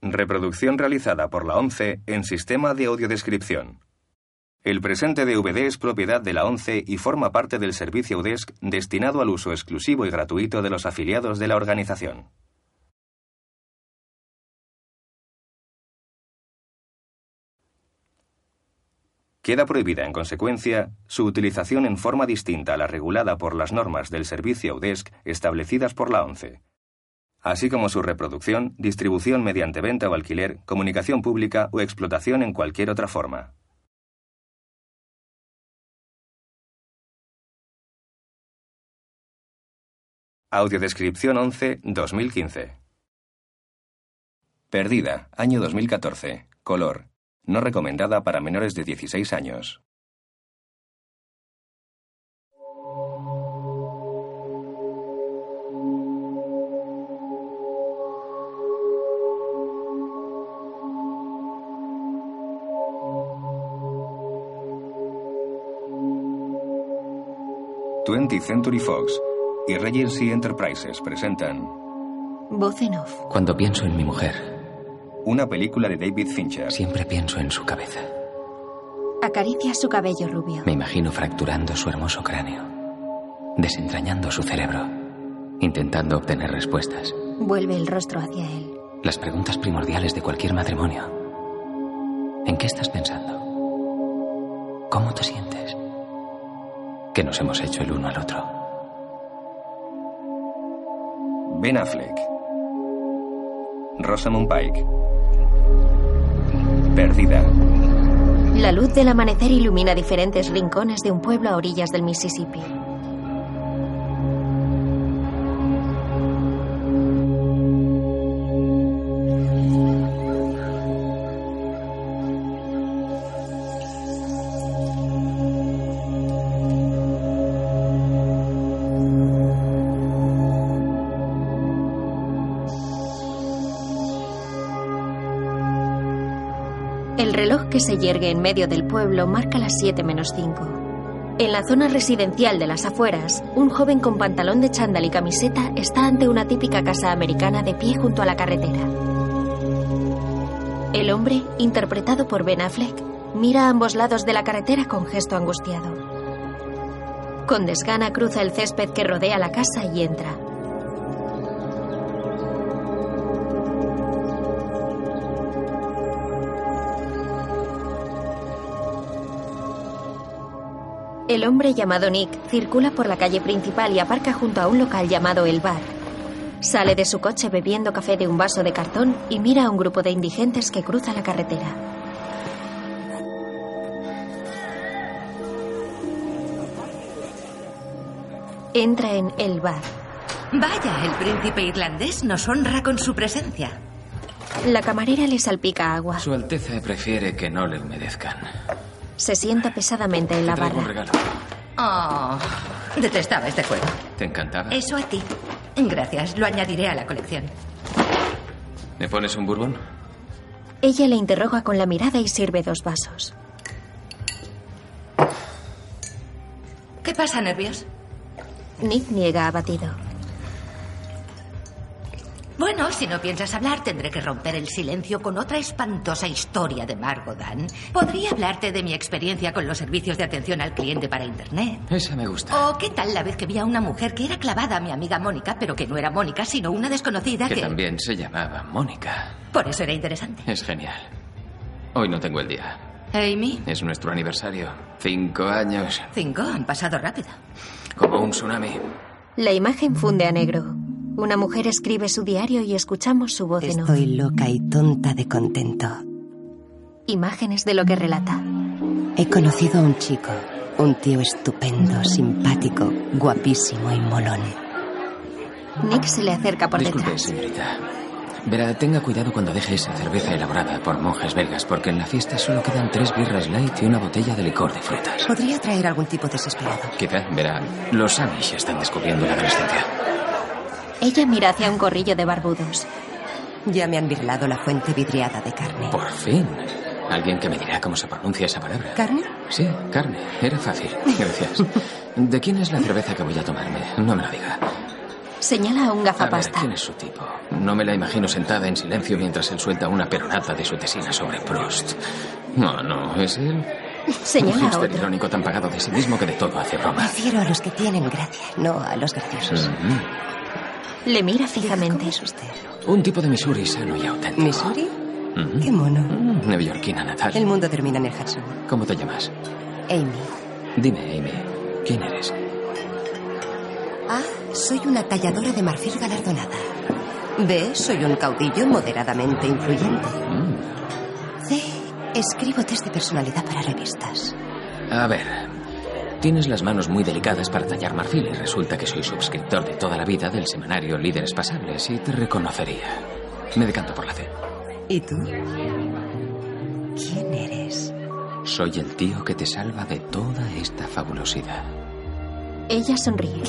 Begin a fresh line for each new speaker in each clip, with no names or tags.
Reproducción realizada por la ONCE en sistema de audiodescripción. El presente DVD es propiedad de la ONCE y forma parte del servicio UDESC destinado al uso exclusivo y gratuito de los afiliados de la organización. Queda prohibida, en consecuencia, su utilización en forma distinta a la regulada por las normas del servicio UDESC establecidas por la ONCE, así como su reproducción, distribución mediante venta o alquiler, comunicación pública o explotación en cualquier otra forma. Audiodescripción 11-2015 Perdida, año 2014, color, no recomendada para menores de 16 años. Twenty Century Fox y Regency Enterprises presentan
Voz en off.
Cuando pienso en mi mujer,
una película de David Fincher.
siempre pienso en su cabeza.
Acaricia su cabello rubio.
Me imagino fracturando su hermoso cráneo, desentrañando su cerebro, intentando obtener respuestas.
Vuelve el rostro hacia él.
Las preguntas primordiales de cualquier matrimonio. ¿En qué estás pensando? ¿Cómo te sientes? ¿Qué nos hemos hecho el uno al otro?
Ben Affleck. Rosamund Pike. Perdida.
La luz del amanecer ilumina diferentes rincones de un pueblo a orillas del Mississippi. El reloj que se yergue en medio del pueblo marca las 7 menos 5. En la zona residencial de las afueras, un joven con pantalón de chándal y camiseta está ante una típica casa americana de pie junto a la carretera. El hombre, interpretado por Ben Affleck, mira a ambos lados de la carretera con gesto angustiado. Con desgana cruza el césped que rodea la casa y entra. El hombre llamado Nick circula por la calle principal y aparca junto a un local llamado El Bar. Sale de su coche bebiendo café de un vaso de cartón y mira a un grupo de indigentes que cruza la carretera. Entra en E. El Bar.
Vaya, el príncipe irlandés nos honra con su presencia.
La camarera le salpica agua.
Su Alteza prefiere que no le humedezcan.
Se sienta pesadamente en la barra.
regalo.
Oh, detestaba este juego.
¿Te
Eh.
encantaba?
Eso a ti. Gracias, lo añadiré a la colección.
¿Me pones un bourbon?
Ella le interroga con la mirada y sirve dos vasos.
¿Qué pasa, nervios?
Nick niega abatido.
Bueno, si no piensas hablar, tendré que romper el silencio con otra espantosa historia de Margot Dan. Podría hablarte de mi experiencia con los servicios de atención al cliente para Internet.
Esa me gusta.
¿O qué tal la vez que vi a una mujer que era clavada a mi amiga Mónica, pero que no era Mónica, sino una desconocida que...
que también se llamaba Mónica.
Por eso era interesante.
Es genial. Hoy no tengo el día.
Amy,
Es nuestro aniversario. Cinco años.
cinco, han pasado rápido.
Como un tsunami.
La imagen funde a negro. Una mujer escribe su diario y escuchamos su voz en off.
Estoy loca y tonta de contento.
Imágenes de lo que relata.
He conocido a un chico, un tío estupendo, simpático, guapísimo y molón.
Nick se le acerca por
Disculpe,
detrás.
señorita. Verá, tenga cuidado cuando deje esa cerveza elaborada por monjas belgas, porque en la fiesta solo quedan tres birras light y una botella de licor de frutas.
Podría traer algún tipo desesperado.
Quizá, verá, los Amish están descubriendo la adolescencia.
Ella mira hacia un corrillo de barbudos.
Ya me han virlado la fuente vidriada de carne.
Por fin. Alguien que me dirá cómo se pronuncia esa palabra.
¿Carne?
Sí, carne. Era fácil. Gracias. ¿De quién es la cerveza que voy a tomarme? No me lo diga.
Señala a un
ver,
gafapasta.
¿quién es su tipo? No me la imagino sentada en silencio mientras él suelta una peronata de su tesina sobre Proust. No, no, es él. Un
Señala a
hipster
otro.
irónico tan pagado de sí mismo que de todo hace broma.
Prefiero a los que tienen gracia, no a los graciosos.
Ujú.
Le mira
¿Cómo
fijamente.
es usted?
Un tipo de Missouri sano y auténtico.
¿Missouri?
Ujú.
Qué mono.
Mm, Neoyorquina natal.
El mundo termina en el Hudson.
¿Cómo te llamas?
Amy.
Dime, Amy, ¿quién eres?
A. Soy una talladora de marfil galardonada. B. Soy un caudillo moderadamente influyente.
Mm.
C. Escribo test de personalidad para revistas.
A ver, tienes las manos muy delicadas para tallar marfiles. Resulta que soy suscriptor de toda la vida del semanario Líderes Pasables y te reconocería. Me decanto por la C.
¿Y tú? ¿Quién eres?
Soy el tío que te salva de toda esta fabulosidad.
Ella sonríe.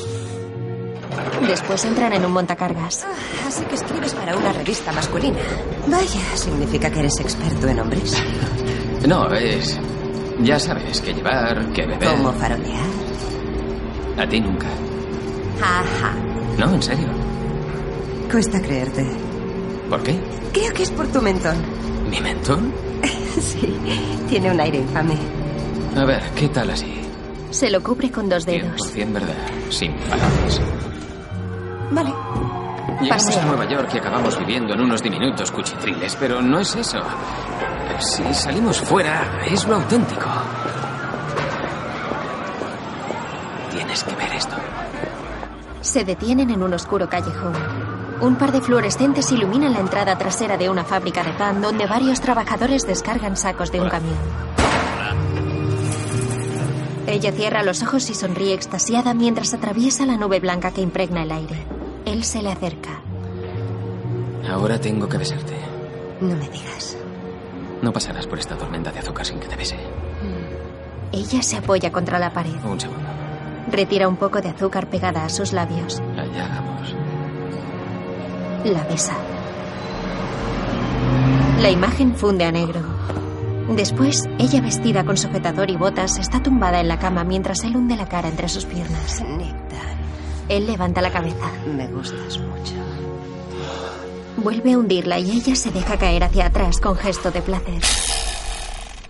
Después entran en un montacargas.
Ah, Así que escribes para una revista masculina. Vaya, significa que eres experto en hombres.
No, es... Ya sabes que llevar, que beber...
¿Cómo farolear?
A ti nunca.
Ajá.
No, en serio.
Cuesta creerte.
¿Por qué?
Creo que es por tu mentón.
¿Mi mentón?
Sí, tiene un aire infame.
A ver, ¿qué tal así?
Se lo cubre con dos dedos.
100% verdad, sin palabras.
Vale.
Llegamos
Paseo.
a Nueva York y acabamos viviendo en unos diminutos cuchitriles, pero no es eso. Si salimos fuera, es lo auténtico. Tienes que ver esto.
Se detienen en un oscuro callejón. Un par de fluorescentes iluminan la entrada trasera de una fábrica de pan donde varios trabajadores descargan sacos de un camión. Ella cierra los ojos y sonríe extasiada mientras atraviesa la nube blanca que impregna el aire. Él se le acerca.
Ahora tengo que besarte.
No me digas.
No pasarás por esta tormenta de azúcar sin que te bese.
Ella se apoya contra la pared.
Un segundo.
Retira un poco de azúcar pegada a sus labios.
Allá vamos.
La besa. La imagen funde a negro. Después, ella vestida con sujetador y botas está tumbada en la cama mientras él hunde la cara entre sus piernas.
Nectar,
Él levanta la cabeza,
me gustas mucho.
vuelve a hundirla y ella se deja caer hacia atrás con gesto de placer.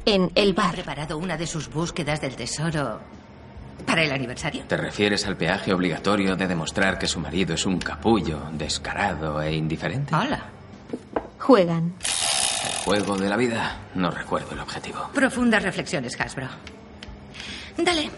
En el
Ha
bar,
preparado una de sus búsquedas del tesoro para el aniversario.
¿Te refieres al peaje obligatorio de demostrar que su marido es un capullo, descarado e indiferente?
Hola.
juegan.
El juego de la vida. No recuerdo el objetivo.
Profundas reflexiones, Hasbro. Dale.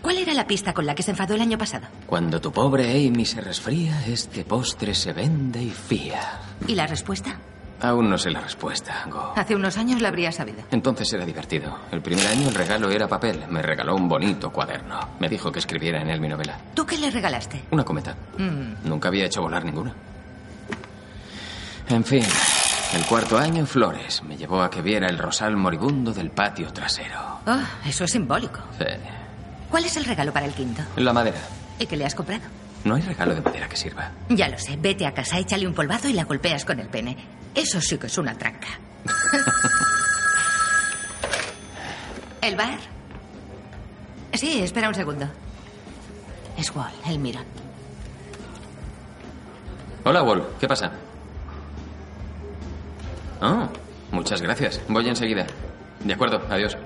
¿Cuál era la pista con la que se enfadó el año pasado?
Cuando tu pobre Amy se resfría, este postre se vende y fía.
¿Y la respuesta?
Aún no sé la respuesta, Go.
Hace unos años la habría sabido.
Entonces era divertido. El primer año el regalo era papel. Me regaló un bonito cuaderno. Me dijo que escribiera en él mi novela.
¿Tú qué le regalaste?
Una cometa.
Mm,
Nunca había hecho volar ninguna. En fin, el cuarto año, flores. Me llevó a que viera el rosal moribundo del patio trasero.
oh, eso es simbólico.
Sí.
¿Cuál es el regalo para el quinto?
La madera.
¿Y qué le has comprado?
No hay regalo de madera que sirva.
Ya lo sé, vete a casa, échale un polvado y la golpeas con el pene. Eso sí que es una tranca. ¿El bar? Sí, espera un segundo. Es Wall, el mirón.
Hola, Wall. ¿Qué pasa? Oh, muchas gracias. Voy enseguida. De acuerdo, adiós.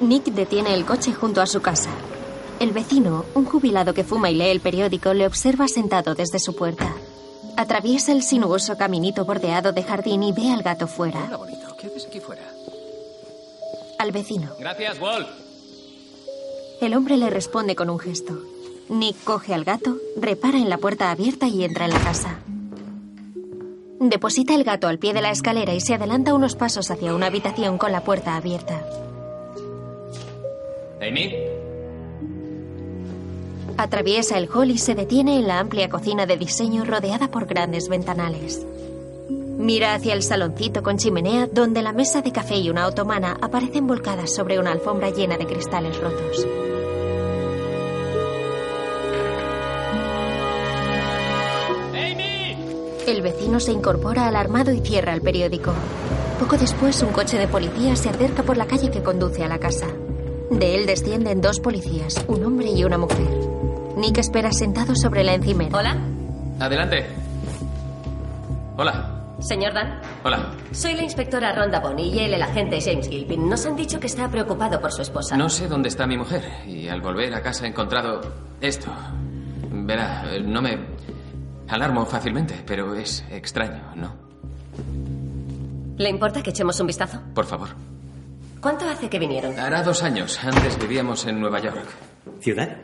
Nick detiene el coche junto a su casa. El vecino, un jubilado que fuma y lee el periódico, le observa sentado desde su puerta. Atraviesa el sinuoso caminito bordeado de jardín y ve al gato fuera.
Hola, bonito. ¿Qué haces aquí fuera?
Al vecino.
Gracias, Wall.
El hombre le responde con un gesto. Nick coge al gato, repara en la puerta abierta y entra en la casa. Deposita el gato al pie de la escalera y se adelanta unos pasos hacia una habitación con la puerta abierta.
Amy.
Atraviesa el hall y se detiene en la amplia cocina de diseño rodeada por grandes ventanales. Mira hacia el saloncito con chimenea donde la mesa de café y una otomana aparecen volcadas sobre una alfombra llena de cristales rotos. El vecino se incorpora alarmado y cierra el periódico. Poco después, un coche de policía se acerca por la calle que conduce a la casa. De él descienden dos policías, un hombre y una mujer. Nick espera sentado sobre la encimera.
Hola,
Adelante. Hola.
señor Dan.
Hola.
Soy la inspectora Ronda Bonnie y él, el agente James Gilpin. Nos han dicho que está preocupado por su esposa.
No sé dónde está mi mujer y al volver a casa he encontrado esto. Verá, eh, no me alarmo fácilmente, pero es extraño, ¿no?
¿Le importa que echemos un vistazo?
Por favor.
¿Cuánto hace que vinieron?
Hará dos años. Antes vivíamos en Nueva York.
¿Ciudad?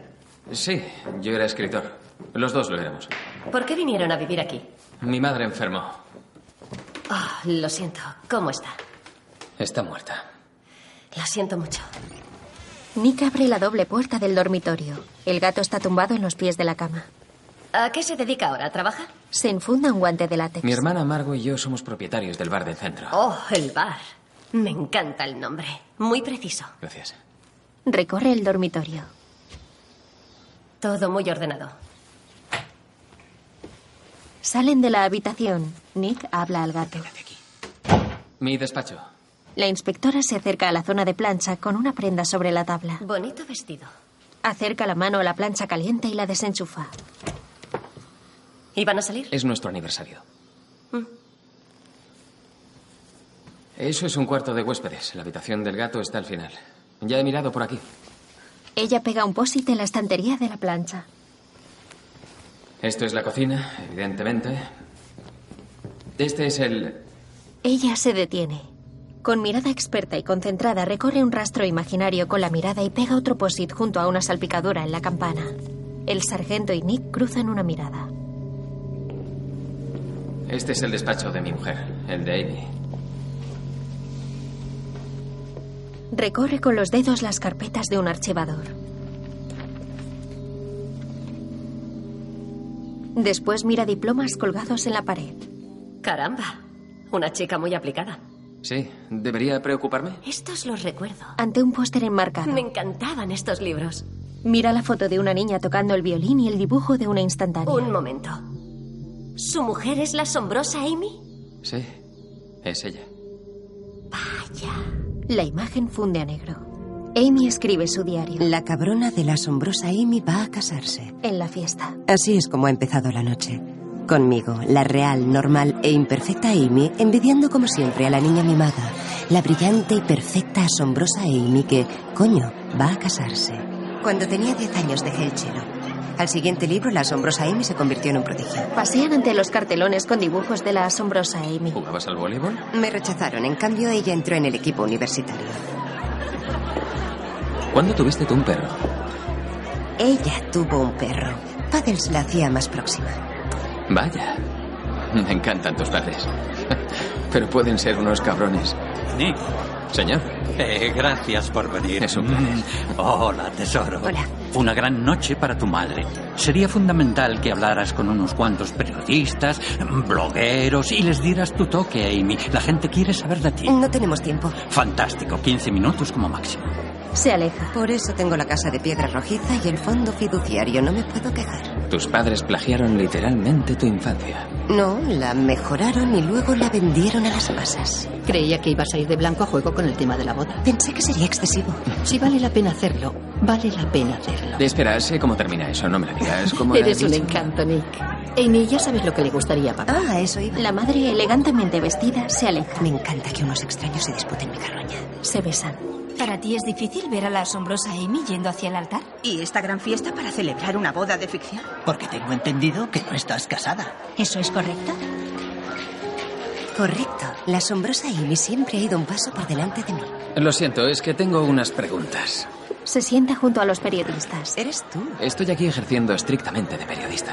Sí, yo era escritor. Los dos lo éramos.
¿Por qué vinieron a vivir aquí?
Mi madre enfermó.
Ah, lo siento. ¿Cómo está?
Está muerta.
Lo siento mucho.
Nick abre la doble puerta del dormitorio. El gato está tumbado en los pies de la cama.
¿A qué se dedica ahora? ¿Trabaja?
Se enfunda un guante de látex.
Mi hermana Margo y yo somos propietarios del bar del centro.
Oh, el bar. Me encanta el nombre. Muy preciso.
Gracias.
Recorre el dormitorio.
Todo muy ordenado.
Salen de la habitación. Nick habla al gato.
Mi despacho.
La inspectora se acerca a la zona de plancha con una prenda sobre la tabla.
Bonito vestido.
Acerca la mano a la plancha caliente y la desenchufa.
¿Y van a salir?
Es nuestro aniversario.
Mm.
Eso es un cuarto de huéspedes. La habitación del gato está al final. Ya he mirado por aquí.
Ella pega un post en la estantería de la plancha.
Esto es la cocina, evidentemente. Este es el...
Ella se detiene. Con mirada experta y concentrada recorre un rastro imaginario con la mirada y pega otro posit junto a una salpicadura en la campana. El sargento y Nick cruzan una mirada.
Este es el despacho de mi mujer, el de Amy.
Recorre con los dedos las carpetas de un archivador. Después mira diplomas colgados en la pared.
Caramba. Una chica muy aplicada.
Sí, ¿debería preocuparme?
Estos los recuerdo.
Ante un póster enmarcado,
Me encantaban estos libros.
mira la foto de una niña tocando el violín y el dibujo de una instantánea.
Un momento. ¿Su mujer es la asombrosa Amy?
Sí, es ella.
La imagen funde a negro. Amy escribe su diario.
La cabrona de la asombrosa Amy va a casarse.
En la fiesta.
Así es como ha empezado la noche. Conmigo, la real, normal e imperfecta Amy, envidiando como siempre a la niña mimada, la brillante y perfecta, asombrosa Amy que, coño, va a casarse. Cuando tenía 10 años dejé el chelo. Al siguiente libro, la asombrosa Amy se convirtió en un prodigio.
Pasean ante los cartelones con dibujos de la asombrosa Amy.
¿Jugabas al voleibol?
Me rechazaron, en cambio ella entró en el equipo universitario.
¿Cuándo tuviste tú un perro?
Ella tuvo un perro. Paddles la hacía más próxima.
Vaya. Me encantan tus padres. Pero pueden ser unos cabrones.
Nick,
Señor,
eh, gracias por venir.
Es un placer.
Mm, Hola, tesoro.
Hola.
Fue una gran noche para tu madre. Sería fundamental que hablaras con unos cuantos periodistas, blogueros y les dieras tu toque, Amy. La gente quiere saber de ti.
No tenemos tiempo.
Fantástico, 15 minutos como máximo.
Se aleja.
Por eso tengo la casa de piedra rojiza y el fondo fiduciario. No me puedo quejar.
tus padres plagiaron literalmente tu infancia.
No, la mejoraron y luego la vendieron a las masas.
Creía que ibas a ir de blanco a juego con el tema de la boda.
Pensé que sería excesivo.
Si vale la pena hacerlo, vale la pena hacerlo.
Espera, sé cómo termina eso, no me lo digas. ¿Cómo era
Eres un
dicho?
encanto, Nick. Amy, ya sabes lo que le gustaría a papá.
Ah, eso iba.
La madre, elegantemente vestida, se aleja.
Me encanta que unos extraños se disputen mi carroña.
Se besan.
¿Para ti es difícil ver a la asombrosa Amy yendo hacia el altar?
¿Y esta gran fiesta para celebrar una boda de ficción?
Porque tengo entendido que no estás casada.
¿Eso es correcto?
Correcto. La asombrosa Amy siempre ha ido un paso por delante de mí.
Lo siento, es que tengo unas preguntas.
Se sienta junto a los periodistas.
Eres tú.
Estoy aquí ejerciendo estrictamente de periodista.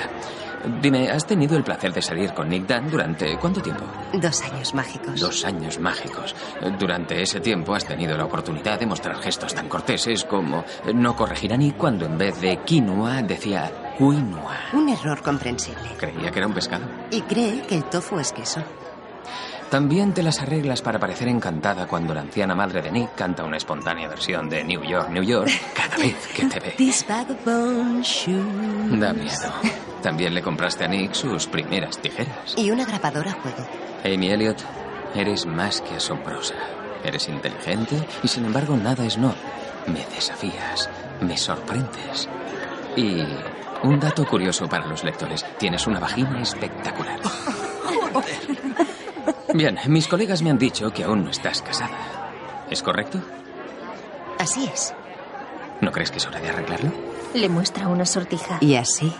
Dime, ¿has tenido el placer de salir con Nick Dan durante cuánto tiempo?
Dos años mágicos.
Dos años mágicos. Durante ese tiempo has tenido la oportunidad de mostrar gestos tan corteses como eh, no corregir a Nick cuando en vez de quinoa decía quinoa.
Un error comprensible.
Creía que era un pescado.
Y cree que el tofu es queso.
También te las arreglas para parecer encantada cuando la anciana madre de Nick canta una espontánea versión de New York, New York cada vez que te ve.
This vagabond shoe.
Da miedo. También le compraste a Nick sus primeras tijeras.
Y una grabadora a juego.
Amy Elliot, eres más que asombrosa. Eres inteligente y sin embargo nada es no. Me desafías, me sorprendes. Y Un dato curioso para los lectores. Tienes una vagina espectacular. Bien, mis colegas me han dicho que aún no estás casada. ¿Es correcto?
Así es.
¿No crees que es hora de arreglarlo?
Le muestra una sortija.
Y así,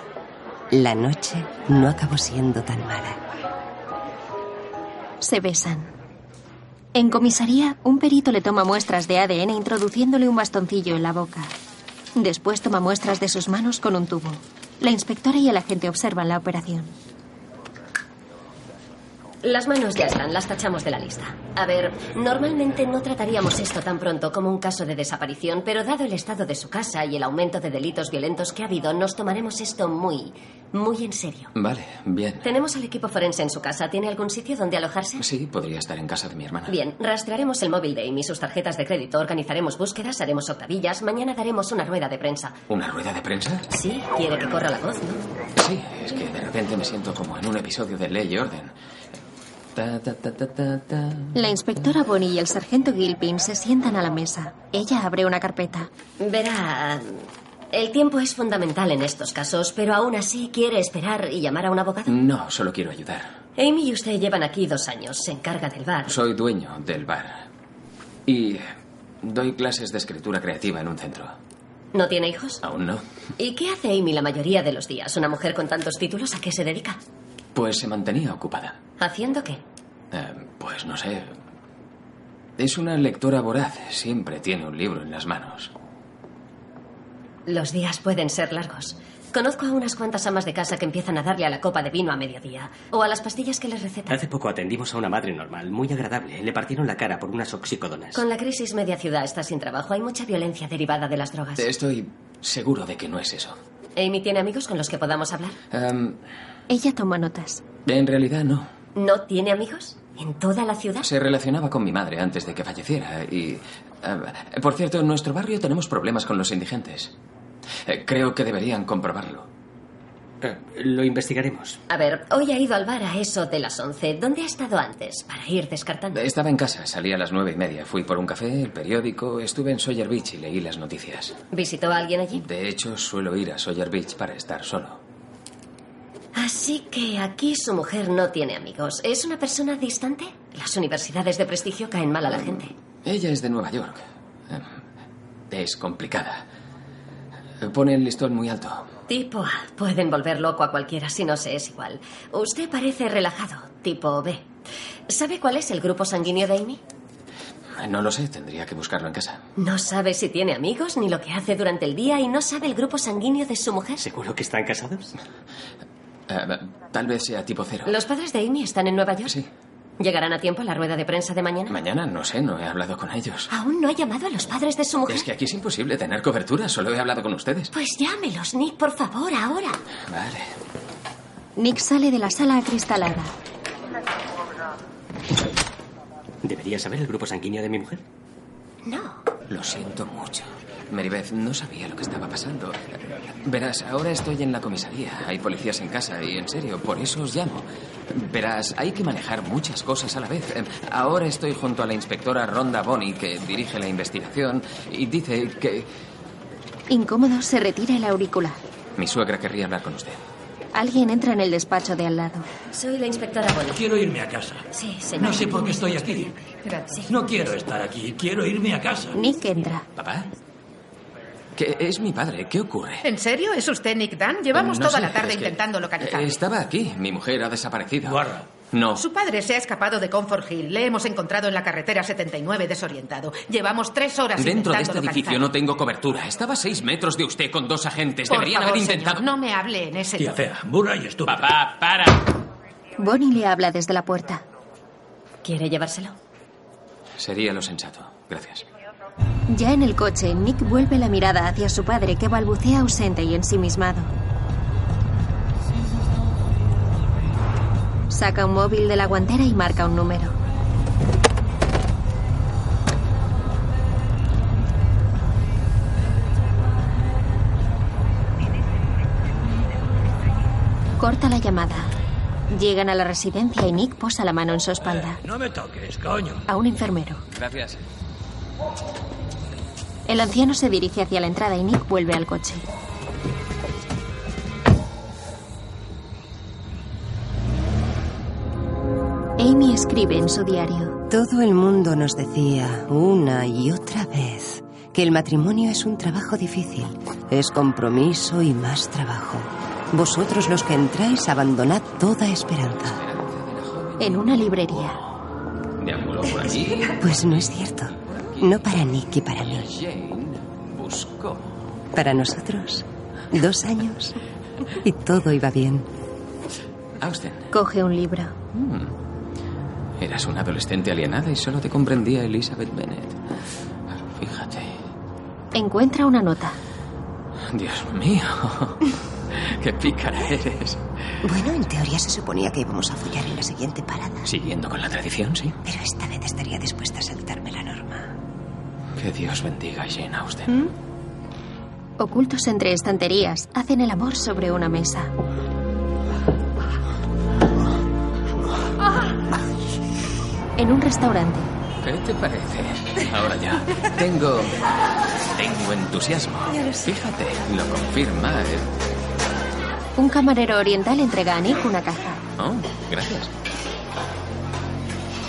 la noche no acabó siendo tan mala.
Se besan. En comisaría, un perito le toma muestras de ADN introduciéndole un bastoncillo en la boca. Después toma muestras de sus manos con un tubo. La inspectora y el agente observan la operación.
Las manos ya están, las tachamos de la lista. A ver, normalmente no trataríamos esto tan pronto como un caso de desaparición, pero dado el estado de su casa y el aumento de delitos violentos que ha habido, nos tomaremos esto muy, muy en serio.
Vale, bien.
Tenemos al equipo forense en su casa. ¿Tiene algún sitio donde alojarse?
Sí, podría estar en casa de mi hermana.
Bien, rastrearemos el móvil de Amy, sus tarjetas de crédito, organizaremos búsquedas, haremos octavillas, mañana daremos una rueda de prensa.
¿Una rueda de prensa?
Sí, quiere que corra la voz, ¿no?
Sí, es que de repente me siento como en un episodio de Ley y Orden. Ta, ta, ta, ta, ta, ta.
La inspectora Bonnie y el sargento Gilpin se sientan a la mesa. Ella abre una carpeta.
Verá, el tiempo es fundamental en estos casos, pero aún así quiere esperar y llamar a un abogado.
No, solo quiero ayudar.
Amy y usted llevan aquí dos años, se encarga del bar.
Soy dueño del bar. Y doy clases de escritura creativa en un centro.
¿No tiene hijos?
Aún no.
¿Y qué hace Amy la mayoría de los días? ¿Una mujer con tantos títulos a qué se dedica?
Pues se mantenía ocupada.
¿Haciendo qué?
Eh, pues no sé. Es una lectora voraz. Siempre tiene un libro en las manos.
Los días pueden ser largos. Conozco a unas cuantas amas de casa que empiezan a darle a la copa de vino a mediodía o a las pastillas que les recetan.
Hace poco atendimos a una madre normal, muy agradable. Le partieron la cara por unas oxicodonas.
Con la crisis media ciudad está sin trabajo. Hay mucha violencia derivada de las
Ah,
drogas.
Estoy seguro de que no es eso.
Amy tiene amigos con los que podamos hablar.
Em,
Ella toma notas.
en realidad no.
¿No tiene amigos? ¿En toda la ciudad?
Se relacionaba con mi madre antes de que falleciera y... eh, por cierto, en nuestro barrio tenemos problemas con los indigentes. Eh, creo que deberían comprobarlo.
Eh, lo investigaremos.
A ver, hoy ha ido al bar a eso de las 11. ¿Dónde ha estado antes? Para ir descartando.
Estaba en casa, salí a las nueve y media, fui por un café, el periódico, estuve en Sawyer Beach y leí las noticias.
¿Visitó a alguien allí?
De hecho, suelo ir a Sawyer Beach para estar solo.
Así que aquí su mujer no tiene amigos. ¿Es una persona distante? Las universidades de prestigio caen mal a
Mm.
la gente.
Ella es de Nueva York. Eh, Es complicada. Eh, Pone el listón muy alto.
Tipo A. Pueden volver loco a cualquiera si no se es igual. Usted parece relajado. Tipo B. ¿Sabe cuál es el grupo sanguíneo de Amy?
Eh, No lo sé, tendría que buscarlo en casa.
No sabe si tiene amigos ni lo que hace durante el día y no sabe el grupo sanguíneo de su mujer.
¿Seguro que están casados?
Eh, Tal vez sea tipo cero.
¿Los padres de Amy están en Nueva York? Sí. ¿Llegarán a tiempo a la rueda de prensa de mañana?
Mañana no sé, no he hablado con ellos.
¿Aún no ha llamado a los padres de su mujer?
Es que aquí es imposible tener cobertura, solo he hablado con ustedes.
Pues llámelos, Nick, por favor, ahora.
Vale.
Nick sale de la sala acristalada.
¿Debería saber el grupo sanguíneo de mi mujer?
No.
Lo siento mucho. Meribeth, no sabía lo que estaba pasando. Verás, ahora estoy en la comisaría. Hay policías en casa y, en serio, por eso os llamo. Verás, hay que manejar muchas cosas a la vez. Eh, Ahora estoy junto a la inspectora Ronda Bonney, que dirige la investigación, y dice que
Incómodo, se retira el auricular.
mi suegra querría hablar con usted.
Alguien entra en el despacho de al lado.
Soy la inspectora Bonnie.
Ah, Quiero irme a casa.
Sí, señor.
No sé por qué estoy aquí. No quiero estar aquí. Quiero irme a casa.
Nick entra.
¿Papá? Que es mi padre, ¿qué ocurre?
¿En serio? ¿Es usted Nick Dan? Llevamos
No
toda
sé,
la tarde
es que-
intentando localizarlo.
Eh, Estaba aquí, mi mujer ha desaparecido. No.
Su padre se ha escapado de Comfort Hill. Le hemos encontrado en la carretera 79 desorientado. Llevamos tres horas
Dentro de
intentando
este edificio
localizarlo.
no tengo cobertura. Estaba a seis metros de usted con dos agentes.
Por
Deberían
favor,
haber intentado.
señor, no me hable en ese tono.
burra y estúpida.
Papá, para.
Bonnie le habla desde la puerta.
¿Quiere llevárselo?
Sería lo sensato. Gracias.
Ya en el coche, Nick vuelve la mirada hacia su padre que balbucea ausente y ensimismado. Saca un móvil de la guantera y marca un número. Corta la llamada. Llegan a la residencia y Nick posa la mano en su espalda.
No me toques, coño.
A un enfermero.
Gracias.
El anciano se dirige hacia la entrada y Nick vuelve al coche. Amy escribe en su diario.
Todo el mundo nos decía una y otra vez que el matrimonio es un trabajo difícil, es compromiso y más trabajo. Vosotros los que entráis abandonad toda esperanza.
En una librería.
Deambuló por allí.
Pues no es cierto. No para Nicky, para mí.
Jane buscó.
Para nosotros, dos años y todo iba bien.
Austin,
Coge un libro.
eras una adolescente alienada y solo te comprendía Elizabeth Bennet. Fíjate.
Encuentra una nota.
Dios mío. Qué pícara eres.
Bueno, en teoría se suponía que íbamos a follar en la siguiente parada.
Siguiendo con la tradición, sí.
Pero esta vez estaría dispuesta a saltarme la norma.
Que Dios bendiga a Jane Austen.
Ocultos entre estanterías, hacen el amor sobre una mesa. En un restaurante.
¿Qué te parece? Ahora ya. Tengo. Tengo entusiasmo. Fíjate, lo confirma. eh.
Un camarero oriental entrega a Nick una caja.
Oh, gracias.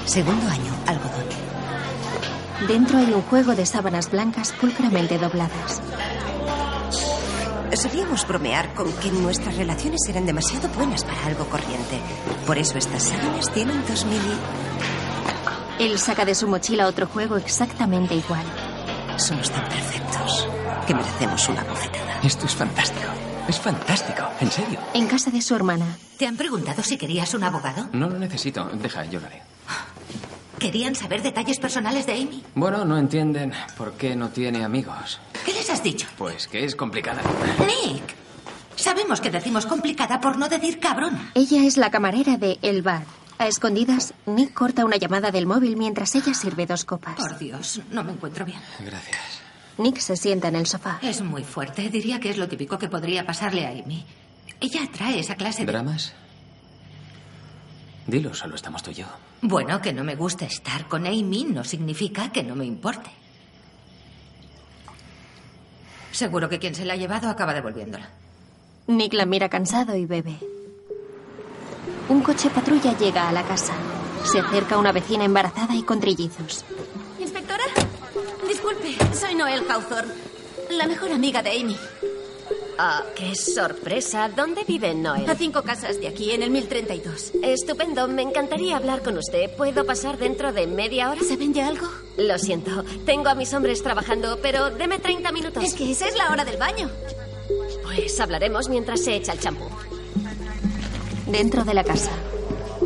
Segundo año, algodón.
Dentro hay un juego de sábanas blancas pulcramente dobladas.
Solíamos bromear con que nuestras relaciones eran demasiado buenas para algo corriente. Por eso estas sábanas tienen dos mili...
Él saca de su mochila otro juego exactamente igual.
Somos tan perfectos que merecemos una bofetada.
Esto es fantástico. Es fantástico, en serio.
En casa de su hermana.
¿Te han preguntado si querías un abogado?
No lo necesito. Deja, yo lo haré.
¿Querían saber detalles personales de Amy?
Bueno, no entienden por qué no tiene amigos.
¿Qué les has dicho?
Pues que es complicada.
Nick, sabemos que decimos complicada por no decir cabrón.
Ella es la camarera de El Bar. A escondidas, Nick corta una llamada del móvil mientras ella sirve dos copas.
Por Dios, no me encuentro bien.
Gracias.
Nick se sienta en el sofá.
Es muy fuerte. Diría que es lo típico que podría pasarle a Amy. Ella atrae esa clase de...
¿Dramas? Dilo, solo estamos tú y yo.
Bueno, que no me gusta estar con Amy no significa que no me importe. Seguro que quien se la ha llevado acaba devolviéndola.
Nick la mira cansado y bebe. Un coche patrulla llega a la casa. Se acerca una vecina embarazada y con trillizos.
¿Inspectora? Disculpe, soy Noel Hawthorne, la mejor amiga de Amy.
Ah, qué sorpresa. ¿Dónde vive Noel?
A cinco casas de aquí, en el 1032.
Estupendo, me encantaría hablar con usted. ¿Puedo pasar dentro de media hora?
¿Saben ya algo?
Lo siento, tengo a mis hombres trabajando, pero deme 30 minutos.
Es que esa es la hora del baño.
Pues hablaremos mientras se echa el champú.
Dentro de la casa.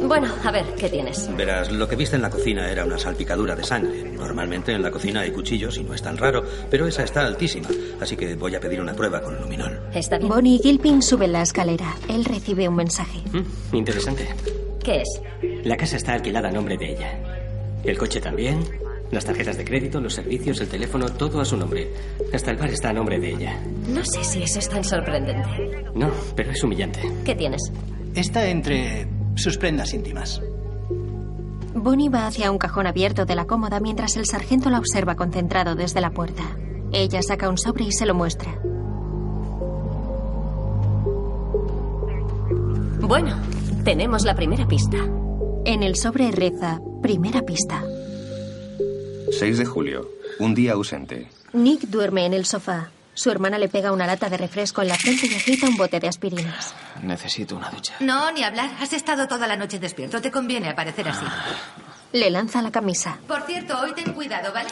Bueno, a ver, ¿qué tienes?
Verás, lo que viste en la cocina era una salpicadura de sangre. Normalmente en la cocina hay cuchillos y no es tan raro, pero esa está altísima, así que voy a pedir una prueba con luminol.
Está bien.
Bonnie y Gilpin suben la escalera. Él recibe un mensaje.
Interesante.
¿Mm? ¿Qué es?
La casa está alquilada a nombre de ella. El coche también, las tarjetas de crédito, los servicios, el teléfono, todo a su nombre. Hasta el bar está a nombre de ella.
No sé si eso es tan sorprendente.
No, pero es humillante.
¿Qué tienes?
Está entre sus prendas íntimas.
Bonnie va hacia un cajón abierto de la cómoda mientras el sargento la observa concentrado desde la puerta. Ella saca un sobre y se lo muestra.
Bueno, tenemos la primera pista.
En el sobre reza, primera pista.
6 de julio. Un día ausente.
Nick duerme en el sofá. Su hermana le pega una lata de refresco en la frente y agita un bote de aspirinas.
Necesito una ducha.
No, ni hablar. Has estado toda la noche despierto. Te conviene aparecer así.
Le lanza la camisa.
Por cierto, hoy ten cuidado, ¿vale?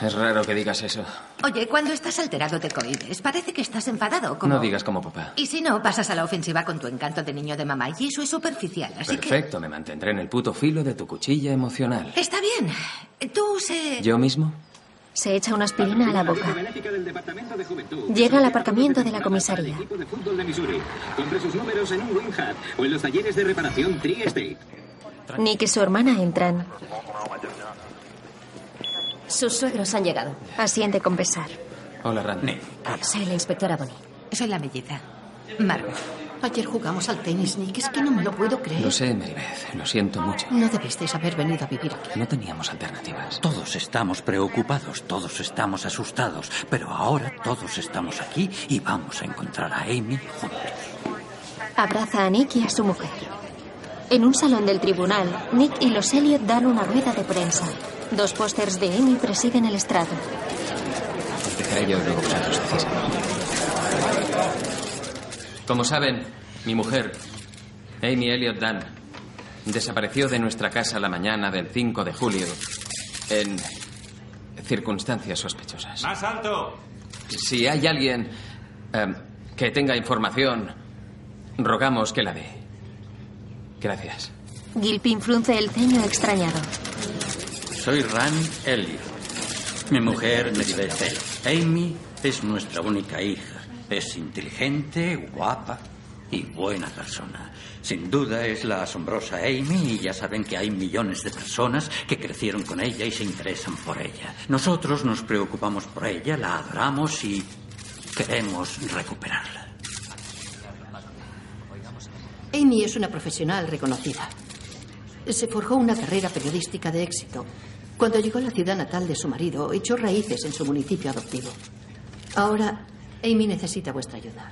Es raro que digas eso.
Oye, cuando estás alterado te cohibes. Parece que estás enfadado. Como...
No digas como papá.
Y si no, pasas a la ofensiva con tu encanto de niño de mamá. Y eso es superficial, así
Perfecto, me mantendré en el puto filo de tu cuchilla emocional.
que... Está bien. Tú sé...
¿Yo mismo?
Se echa una aspirina a la boca. Llega al aparcamiento de la comisaría.
equipo de fútbol de Missouri. Compre sus números en un WinHub o en los talleres de reparación Tri-State.
Nick y su hermana entran.
Sus suegros han llegado.
Asiente con pesar.
Hola, Randy.
Soy la inspectora Bonnie.
Soy la melliza. Margo. Ayer jugamos al tenis, Nick. Es que no me lo puedo creer.
Lo sé, Maribeth. Lo siento mucho.
No debisteis haber venido a vivir aquí.
No teníamos alternativas.
Todos estamos preocupados, todos estamos asustados, pero ahora todos estamos aquí y vamos a encontrar a Amy juntos.
Abraza a Nick y a su mujer. En un salón del tribunal, Nick y los Elliot dan una rueda de prensa. Dos pósters de Amy presiden el estrado.
Dejaré yo luego vosotros decís. Como saben, mi mujer, Amy Elliot Dunn, desapareció de nuestra casa la mañana del 5 de julio en circunstancias sospechosas.
¡Más alto!
Si hay alguien eh, que tenga información, rogamos que la dé. Gracias.
Gilpin frunce el ceño extrañado.
Soy Ran Elliot. Mi mujer, Mary Beth Elliot. Amy es nuestra única hija. Es inteligente, guapa y buena persona. Sin duda es la asombrosa Amy y ya saben que hay millones de personas que crecieron con ella y se interesan por ella. Nosotros nos preocupamos por ella, la adoramos y queremos recuperarla.
Amy es una profesional reconocida. Se forjó una carrera periodística de éxito. Cuando llegó a la ciudad natal de su marido, echó raíces en su municipio adoptivo. Ahora, Amy necesita vuestra ayuda.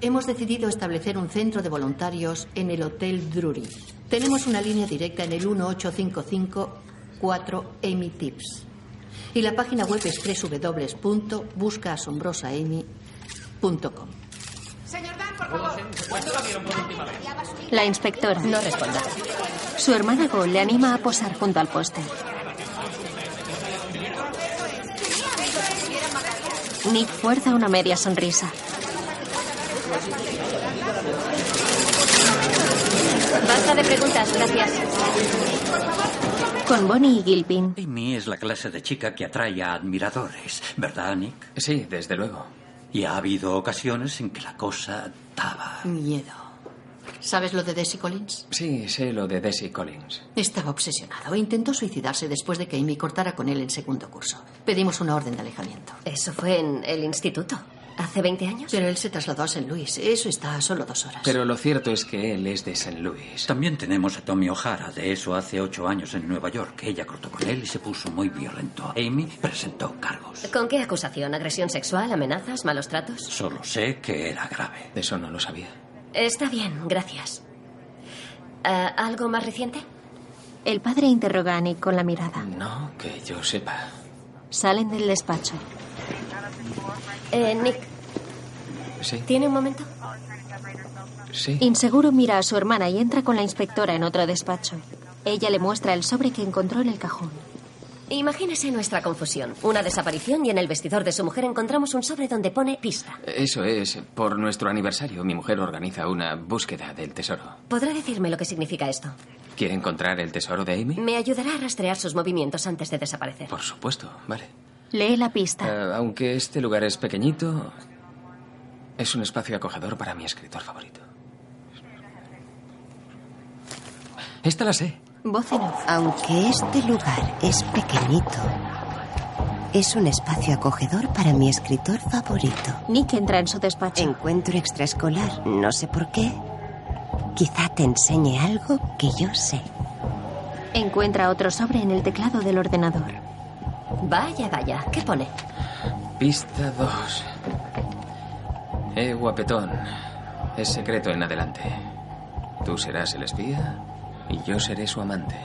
Hemos decidido establecer un centro de voluntarios en el Hotel Drury. Tenemos una línea directa en el 1855-4AmyTips. Y la página web es www.buscaasombrosaamy.com.
Señor Dan, por favor.
¿Cuándo la vieron por última vez?
La inspectora.
No responda.
Su hermana Go le anima a posar junto al póster. Nick fuerza una media sonrisa.
Basta de preguntas, gracias.
Con Bonnie y Gilpin.
Amy es la clase de chica que atrae a admiradores, ¿verdad, Nick?
Sí, desde luego.
Y ha habido ocasiones en que la cosa daba.
Miedo. ¿Sabes lo de Desi Collins?
Sí, sé lo de Desi Collins.
Estaba obsesionado. e Intentó suicidarse después de que Amy cortara con él en segundo curso. Pedimos una orden de alejamiento.
Eso fue en el instituto. ¿Hace 20 años?
Pero él se trasladó a St. Louis. Eso está a solo dos horas.
Pero lo cierto es que él es de St. Louis.
También tenemos a Tommy O'Hara, de eso hace ocho años en Nueva York. Ella cortó con él y se puso muy violento. Amy presentó cargos.
¿Con qué acusación? ¿Agresión sexual? ¿Amenazas? ¿Malos tratos?
Solo sé que era grave.
Eso no lo sabía.
Está bien, gracias. Ah, ¿Algo más reciente?
El padre interroga a Nick con la mirada.
No, que yo sepa.
Salen del despacho.
Eh, Nick,
Sí,
¿tiene un momento?
sí.
Inseguro mira a su hermana y entra con la inspectora en otro despacho. Ella le muestra el sobre que encontró en el cajón.
Imagínese nuestra confusión. Una desaparición y en el vestidor de su mujer encontramos un sobre donde pone pista.
Eso es, por nuestro aniversario, mi mujer organiza una búsqueda del tesoro.
¿Podrá decirme lo que significa esto?
¿Quiere encontrar el tesoro de Amy?
Me ayudará a rastrear sus movimientos antes de desaparecer.
Por supuesto, vale.
Lee la pista.
Eh, aunque este lugar es pequeñito, es un espacio acogedor para mi escritor favorito. Esta la sé.
Voz en off.
Aunque este lugar es pequeñito, es un espacio acogedor para mi escritor favorito.
Nick entra en su despacho.
Encuentro extraescolar, no sé por qué. Quizá te enseñe algo que yo sé.
Encuentra otro sobre en el teclado del ordenador.
Vaya, vaya, ¿qué pone?
Pista 2. Eh, guapetón. Es secreto en adelante. Tú serás el espía y yo seré su amante.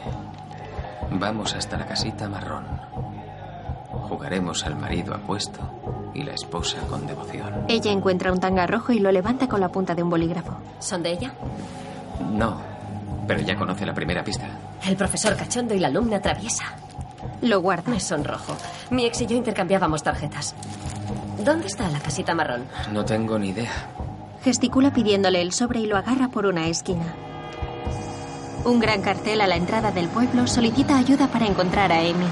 Vamos hasta la casita marrón. Jugaremos al marido apuesto y la esposa con devoción.
Ella encuentra un tanga rojo y lo levanta con la punta de un bolígrafo.
¿Son de ella?
No, pero ya conoce la primera pista.
El profesor cachondo y la alumna traviesa.
Lo guarda.
Me sonrojo. Mi ex y yo intercambiábamos tarjetas. ¿Dónde está la casita marrón?
No tengo ni idea.
Gesticula pidiéndole el sobre y lo agarra por una esquina. Un gran cartel a la entrada del pueblo solicita ayuda para encontrar a Amy.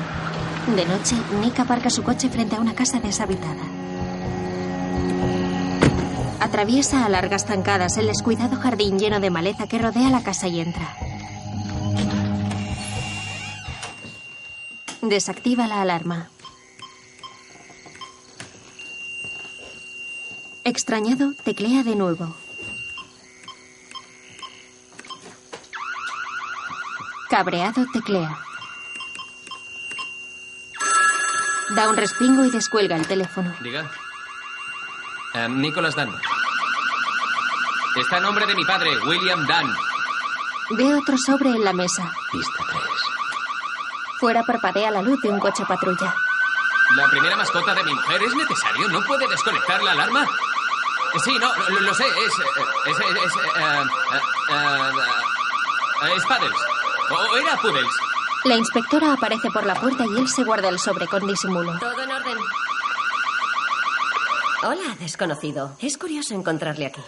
De noche, Nick aparca su coche frente a una casa deshabitada. Atraviesa a largas zancadas el descuidado jardín lleno de maleza que rodea la casa y entra. Desactiva la alarma. Extrañado, teclea de nuevo. Cabreado, teclea. Da un respingo y descuelga el teléfono.
Diga. Eh, Nicholas Dunn. Está a nombre de mi padre, William Dunn.
Ve otro sobre en la mesa.
Pista 3.
Fuera parpadea la luz de un coche patrulla.
La primera mascota de mi mujer es necesario. ¿No puede desconectar la alarma? Sí, no, lo, lo sé. Es. Es. Es. Es. eh, eh, eh, es Paddles. O era Poodles.
La inspectora aparece por la puerta y él se guarda el sobre con disimulo.
Todo en orden. Hola, desconocido. Es curioso encontrarle aquí.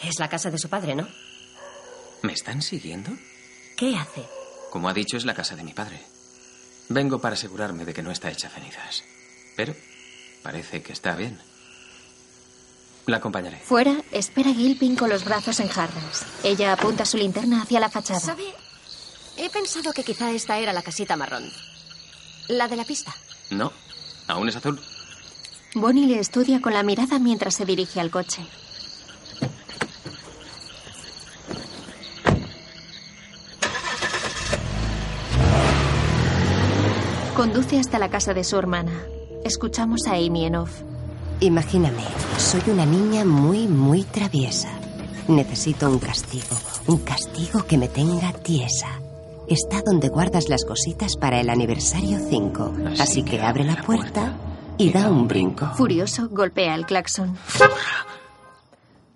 Es la casa de su padre, ¿no?
¿Me están siguiendo?
¿Qué hace?
Como ha dicho, es la casa de mi padre. Vengo para asegurarme de que no está hecha cenizas. Pero parece que está bien. La acompañaré.
Fuera, espera Gilpin con los brazos en jarras. Ella apunta su linterna hacia la fachada.
¿Sabe? He pensado que quizá esta era la casita marrón. La de la pista.
No, aún es azul.
Bonnie le estudia con la mirada mientras se dirige al coche. Conduce hasta la casa de su hermana. Escuchamos a Amy en off.
Imagíname, soy una niña muy, muy traviesa. Necesito un castigo, un castigo que me tenga tiesa. Está donde guardas las cositas para el aniversario 5. Así que abre la puerta y da un brinco.
Furioso, golpea el claxon.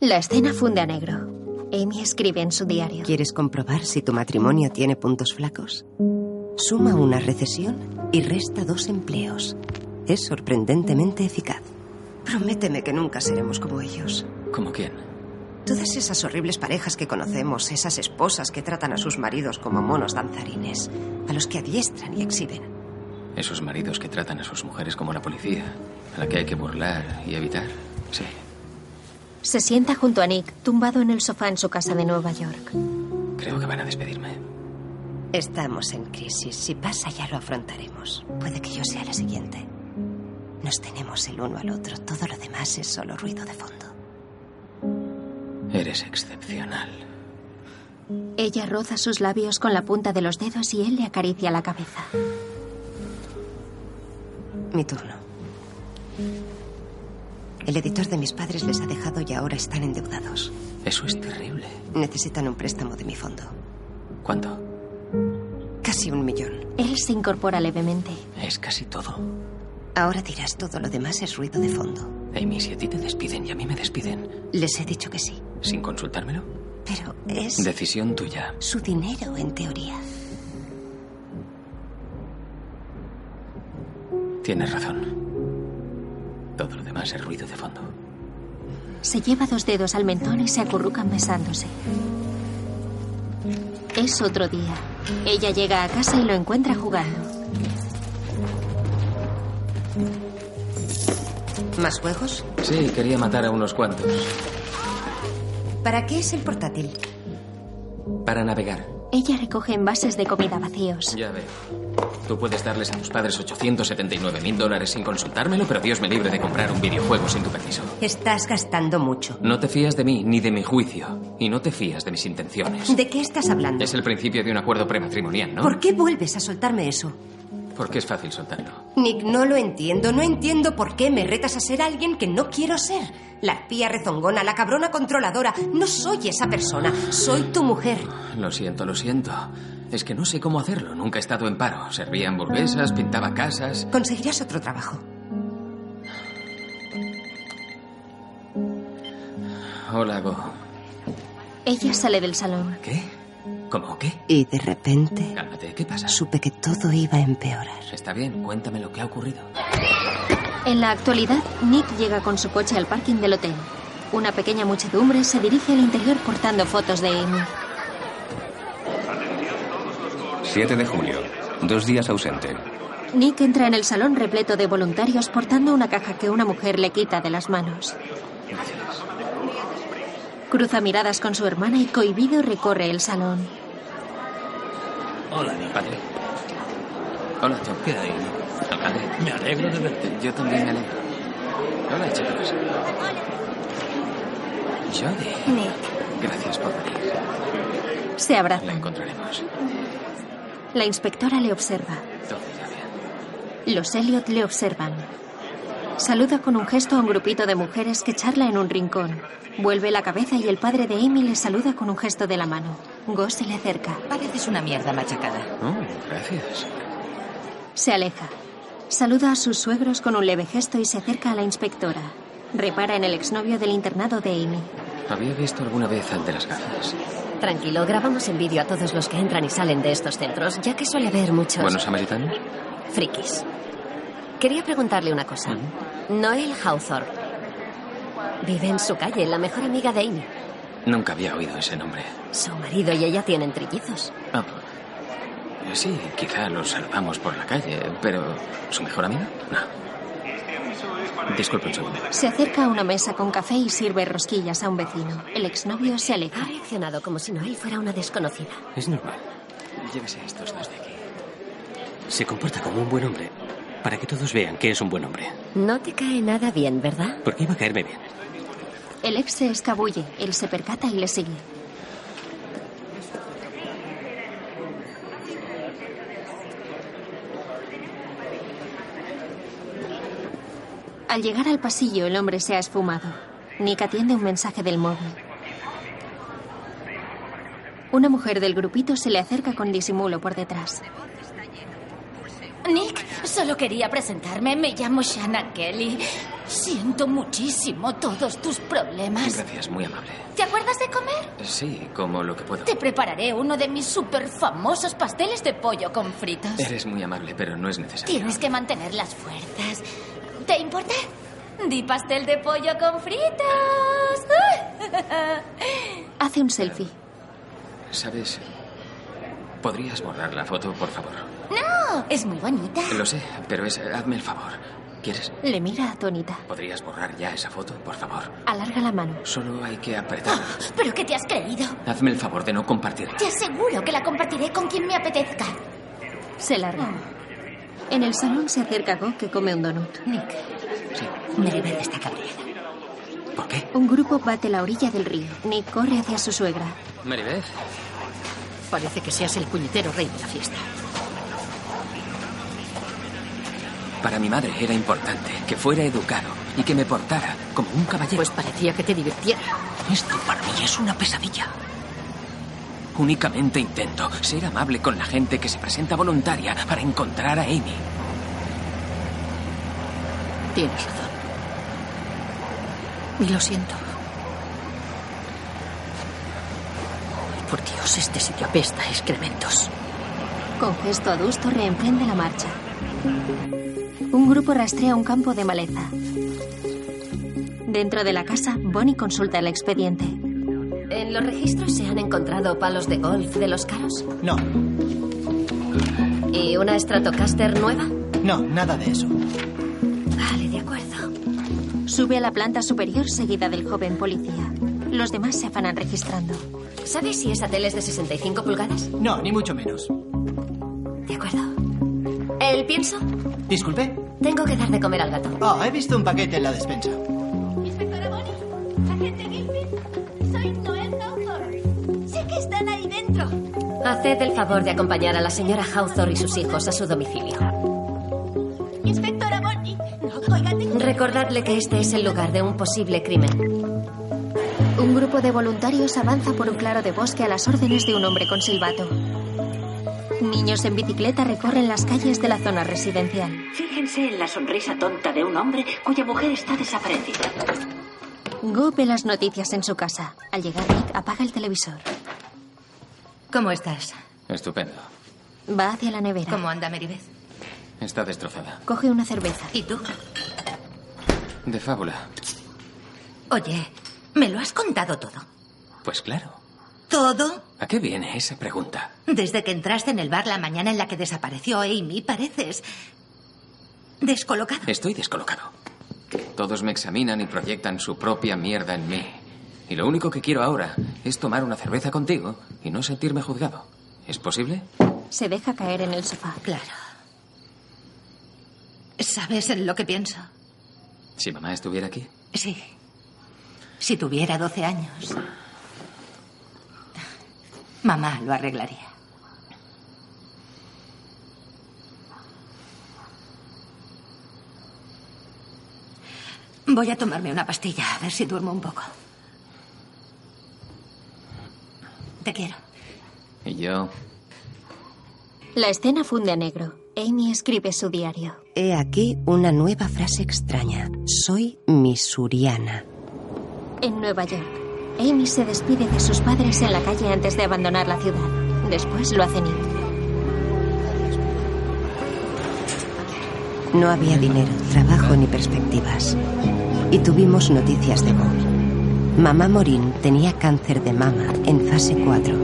La escena funde a negro. Amy escribe en su diario.
¿Quieres comprobar si tu matrimonio tiene puntos flacos? Suma una recesión y resta dos empleos. Es sorprendentemente eficaz. Prométeme que nunca seremos como ellos.
¿Como quién?
Todas esas horribles parejas que conocemos, esas esposas que tratan a sus maridos como monos danzarines, a los que adiestran y exhiben.
Esos maridos que tratan a sus mujeres como la policía, a la que hay que burlar y evitar. Sí.
Se sienta junto a Nick, tumbado en el sofá en su casa de Nueva York.
Creo que van a despedirme.
Estamos en crisis. Si pasa, ya lo afrontaremos. Puede que yo sea la siguiente. Nos tenemos el uno al otro. Todo lo demás es solo ruido de fondo.
Eres excepcional.
Ella roza sus labios con la punta de los dedos y él le acaricia la cabeza.
Mi turno. El editor de mis padres les ha dejado y ahora están endeudados.
Eso es terrible.
Necesitan un préstamo de mi fondo.
¿Cuánto?
Casi un millón.
Él se incorpora levemente.
Es casi todo.
Ahora dirás todo lo demás es ruido de fondo.
Amy, si a ti te despiden y a mí me despiden,
Les he dicho que sí,
sin consultármelo.
pero es
Decisión tuya.
su dinero en teoría.
Tienes razón. Todo lo demás es ruido de fondo.
Se lleva dos dedos al mentón y se acurrucan besándose. Es otro día. Ella llega a casa y lo encuentra jugando.
¿Más juegos?
Sí, quería matar a unos cuantos.
¿Para qué es el portátil?
Para navegar.
Ella recoge envases de comida vacíos.
Ya veo. Tú puedes darles a tus padres 879 mil dólares sin consultármelo, pero Dios me libre de comprar un videojuego sin tu permiso.
Estás gastando mucho.
No te fías de mí ni de mi juicio. Y no te fías de mis intenciones.
¿De qué estás hablando?
Es el principio de un acuerdo prematrimonial, ¿no?
¿Por qué vuelves a soltarme eso?
Porque es fácil soltarlo.
Nick, no lo entiendo. No entiendo por qué me retas a ser alguien que no quiero ser. La espía rezongona, la cabrona controladora. No soy esa persona. Soy tu mujer.
Lo siento, lo siento. Es que no sé cómo hacerlo. Nunca he estado en paro. Servía hamburguesas, pintaba casas.
Conseguirás otro trabajo.
Hola, Go.
Ella sale del salón.
¿Qué? ¿Cómo qué?
Y de repente
Cálmate, Eh, ¿qué pasa?
supe que todo iba a empeorar.
Está bien, cuéntame lo que ha ocurrido.
En la actualidad, Nick llega con su coche al parking del hotel. Una pequeña muchedumbre se dirige al interior portando fotos de Amy.
7 de julio. Dos días ausente.
Nick entra en el salón repleto de voluntarios portando una caja que una mujer le quita de las manos. Cruza miradas con su hermana y cohibido recorre el salón.
Hola, Nick.
Padre. Hola, Tom.
¿Qué hay? Nick?
Padre.
Me alegro de verte.
Yo también me alegro. Hola, chicos. Jody.
Nick.
Gracias por venir.
Se
La
abrazan.
encontraremos.
La inspectora le observa.
Todo irá bien.
Los Elliot le observan. Saluda con un gesto a un grupito de mujeres que charla en un rincón. Vuelve la cabeza y el padre de Amy le saluda con un gesto de la mano. Gus se le acerca.
Pareces una mierda machacada.
Oh,
gracias.
Se aleja. Saluda a sus suegros con un leve gesto y se acerca a la inspectora. Repara en el exnovio del internado de Amy.
Había visto alguna vez al de las gafas.
Tranquilo, grabamos en vídeo a todos los que entran y salen de estos centros, ya que suele haber muchos
¿Buenos samaritanos?
frikis. Quería preguntarle una cosa. Noel Hawthorne. Vive en su calle, la mejor amiga de Amy.
Nunca había oído ese nombre.
Su marido y ella tienen trillizos.
Ah. Sí, quizá los salvamos por la calle, pero ¿su mejor amiga? No. Disculpe un segundo.
Se acerca a una mesa con café y sirve rosquillas a un vecino. El exnovio se aleja.
Ha reaccionado como si Noel fuera una desconocida.
Es normal. Llévese a estos dos de aquí.
Se comporta como un buen hombre. Para que todos vean que es un buen hombre.
No te cae nada bien, ¿verdad?
Porque iba a caerme bien.
El ex se escabulle. Él se percata y le sigue. Al llegar al pasillo, el hombre se ha esfumado. Nick atiende un mensaje del móvil. Una mujer del grupito se le acerca con disimulo por detrás.
Nick, solo quería presentarme. Me llamo Shanna Kelly. Siento muchísimo todos tus problemas.
Gracias, muy amable.
¿Te acuerdas de comer?
Sí, como lo que puedo.
Te prepararé uno de mis súper famosos pasteles de pollo con fritos.
Eres muy amable, pero no es necesario.
Tienes que mantener las fuerzas. ¿Te importa? Di pastel de pollo con fritos.
Hace un selfie.
¿Sabes? ¿Podrías borrar la foto, por favor?
No, es muy bonita.
Lo sé, pero es... Hazme el favor. ¿Quieres?
Le mira atónita.
¿Podrías borrar ya esa foto, por favor?
Alarga la mano.
Solo hay que apretarla.
¿Pero qué te has creído?
Hazme el favor de no compartirla.
Te aseguro que la compartiré con quien me apetezca.
Se larga. En el salón se acerca Go que come un donut.
Nick.
Sí.
Maribel está cabreada.
¿Por qué?
Un grupo bate la orilla del río. Nick corre hacia su suegra.
Maribeth,
Parece que seas el puñetero rey de la fiesta.
para mi madre era importante que fuera educado y que me portara como un caballero.
Pues parecía que te divirtiera.
Esto para mí es una pesadilla.
Únicamente intento ser amable con la gente que se presenta voluntaria para encontrar a Amy.
Tienes razón. Y lo siento. Por Dios, este sitio apesta a excrementos.
Con gesto adusto reemprende la marcha. Un grupo rastrea un campo de maleza. Dentro de la casa, Bonnie consulta el expediente.
¿En los registros se han encontrado palos de golf de los caros?
No,
¿Y una Stratocaster nueva?
no, nada de eso.
Vale, de acuerdo.
Sube a la planta superior seguida del joven policía. Los demás se afanan registrando.
¿Sabes si esa tele es de 65 pulgadas?
No, ni mucho menos.
De acuerdo. ¿El pienso?
Disculpe.
Tengo que dar de comer al gato.
Oh, he visto un paquete en la despensa.
Inspectora Bonnie, agente Gilpin, soy Noel Hawthorne.
Sé que están ahí dentro.
Haced el favor de acompañar a la señora Hawthorne y sus hijos a su domicilio.
Inspectora Bonnie. No, oiga, tengo-
Recordadle que este es el lugar de un posible crimen.
Un grupo de voluntarios avanza por un claro de bosque a las órdenes de un hombre con silbato. Niños en bicicleta recorren las calles de la zona residencial.
Fíjense en la sonrisa tonta de un hombre cuya mujer está desaparecida.
Go ve las noticias en su casa. Al llegar Nick apaga el televisor.
¿Cómo estás?
Estupendo.
Va hacia la nevera.
¿Cómo anda Meribeth?
Está destrozada.
Coge una cerveza.
¿Y tú?
De fábula.
Oye, ¿me lo has contado todo?
Pues claro.
¿Todo?
¿A qué viene esa pregunta?
Desde que entraste en el bar la mañana en la que desapareció Amy, pareces descolocado.
Estoy descolocado. Todos me examinan y proyectan su propia mierda en mí. Y lo único que quiero ahora es tomar una cerveza contigo y no sentirme juzgado. ¿Es posible?
Se deja caer en el sofá.
Claro. ¿Sabes en lo que pienso?
Si mamá estuviera aquí.
Sí. Si tuviera 12 años, mamá lo arreglaría. Voy a tomarme una pastilla, a ver si duermo un poco. Te quiero.
Y yo...
La escena funde a negro. Amy escribe su diario.
He aquí una nueva frase extraña. Soy misuriana.
En Nueva York, Amy se despide de sus padres en la calle antes de abandonar la ciudad. Después lo hacen ir.
No había dinero, trabajo ni perspectivas. Y tuvimos noticias de Bob. Mamá Morín tenía cáncer de mama en fase 4.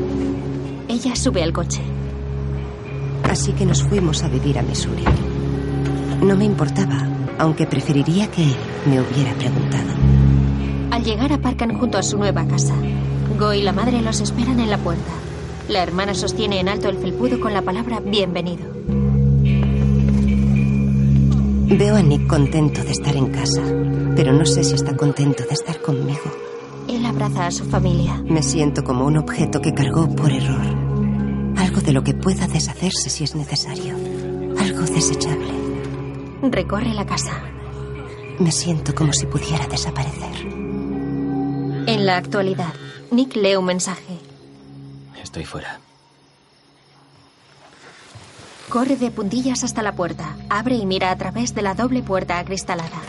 Ella sube al coche.
Así que nos fuimos a vivir a Missouri. No me importaba, aunque preferiría que él me hubiera preguntado.
Al llegar aparcan junto a su nueva casa. Go y la madre los esperan en la puerta. La hermana sostiene en alto el felpudo con la palabra bienvenido.
Veo a Nick contento de estar en casa, pero no sé si está contento de estar conmigo.
Él abraza a su familia.
Me siento como un objeto que cargó por error. Algo de lo que pueda deshacerse si es necesario. Algo desechable.
Recorre la casa.
Me siento como si pudiera desaparecer.
En la actualidad, Nick lee un mensaje.
Estoy fuera.
Corre de puntillas hasta la puerta. Abre y mira a través de la doble puerta acristalada.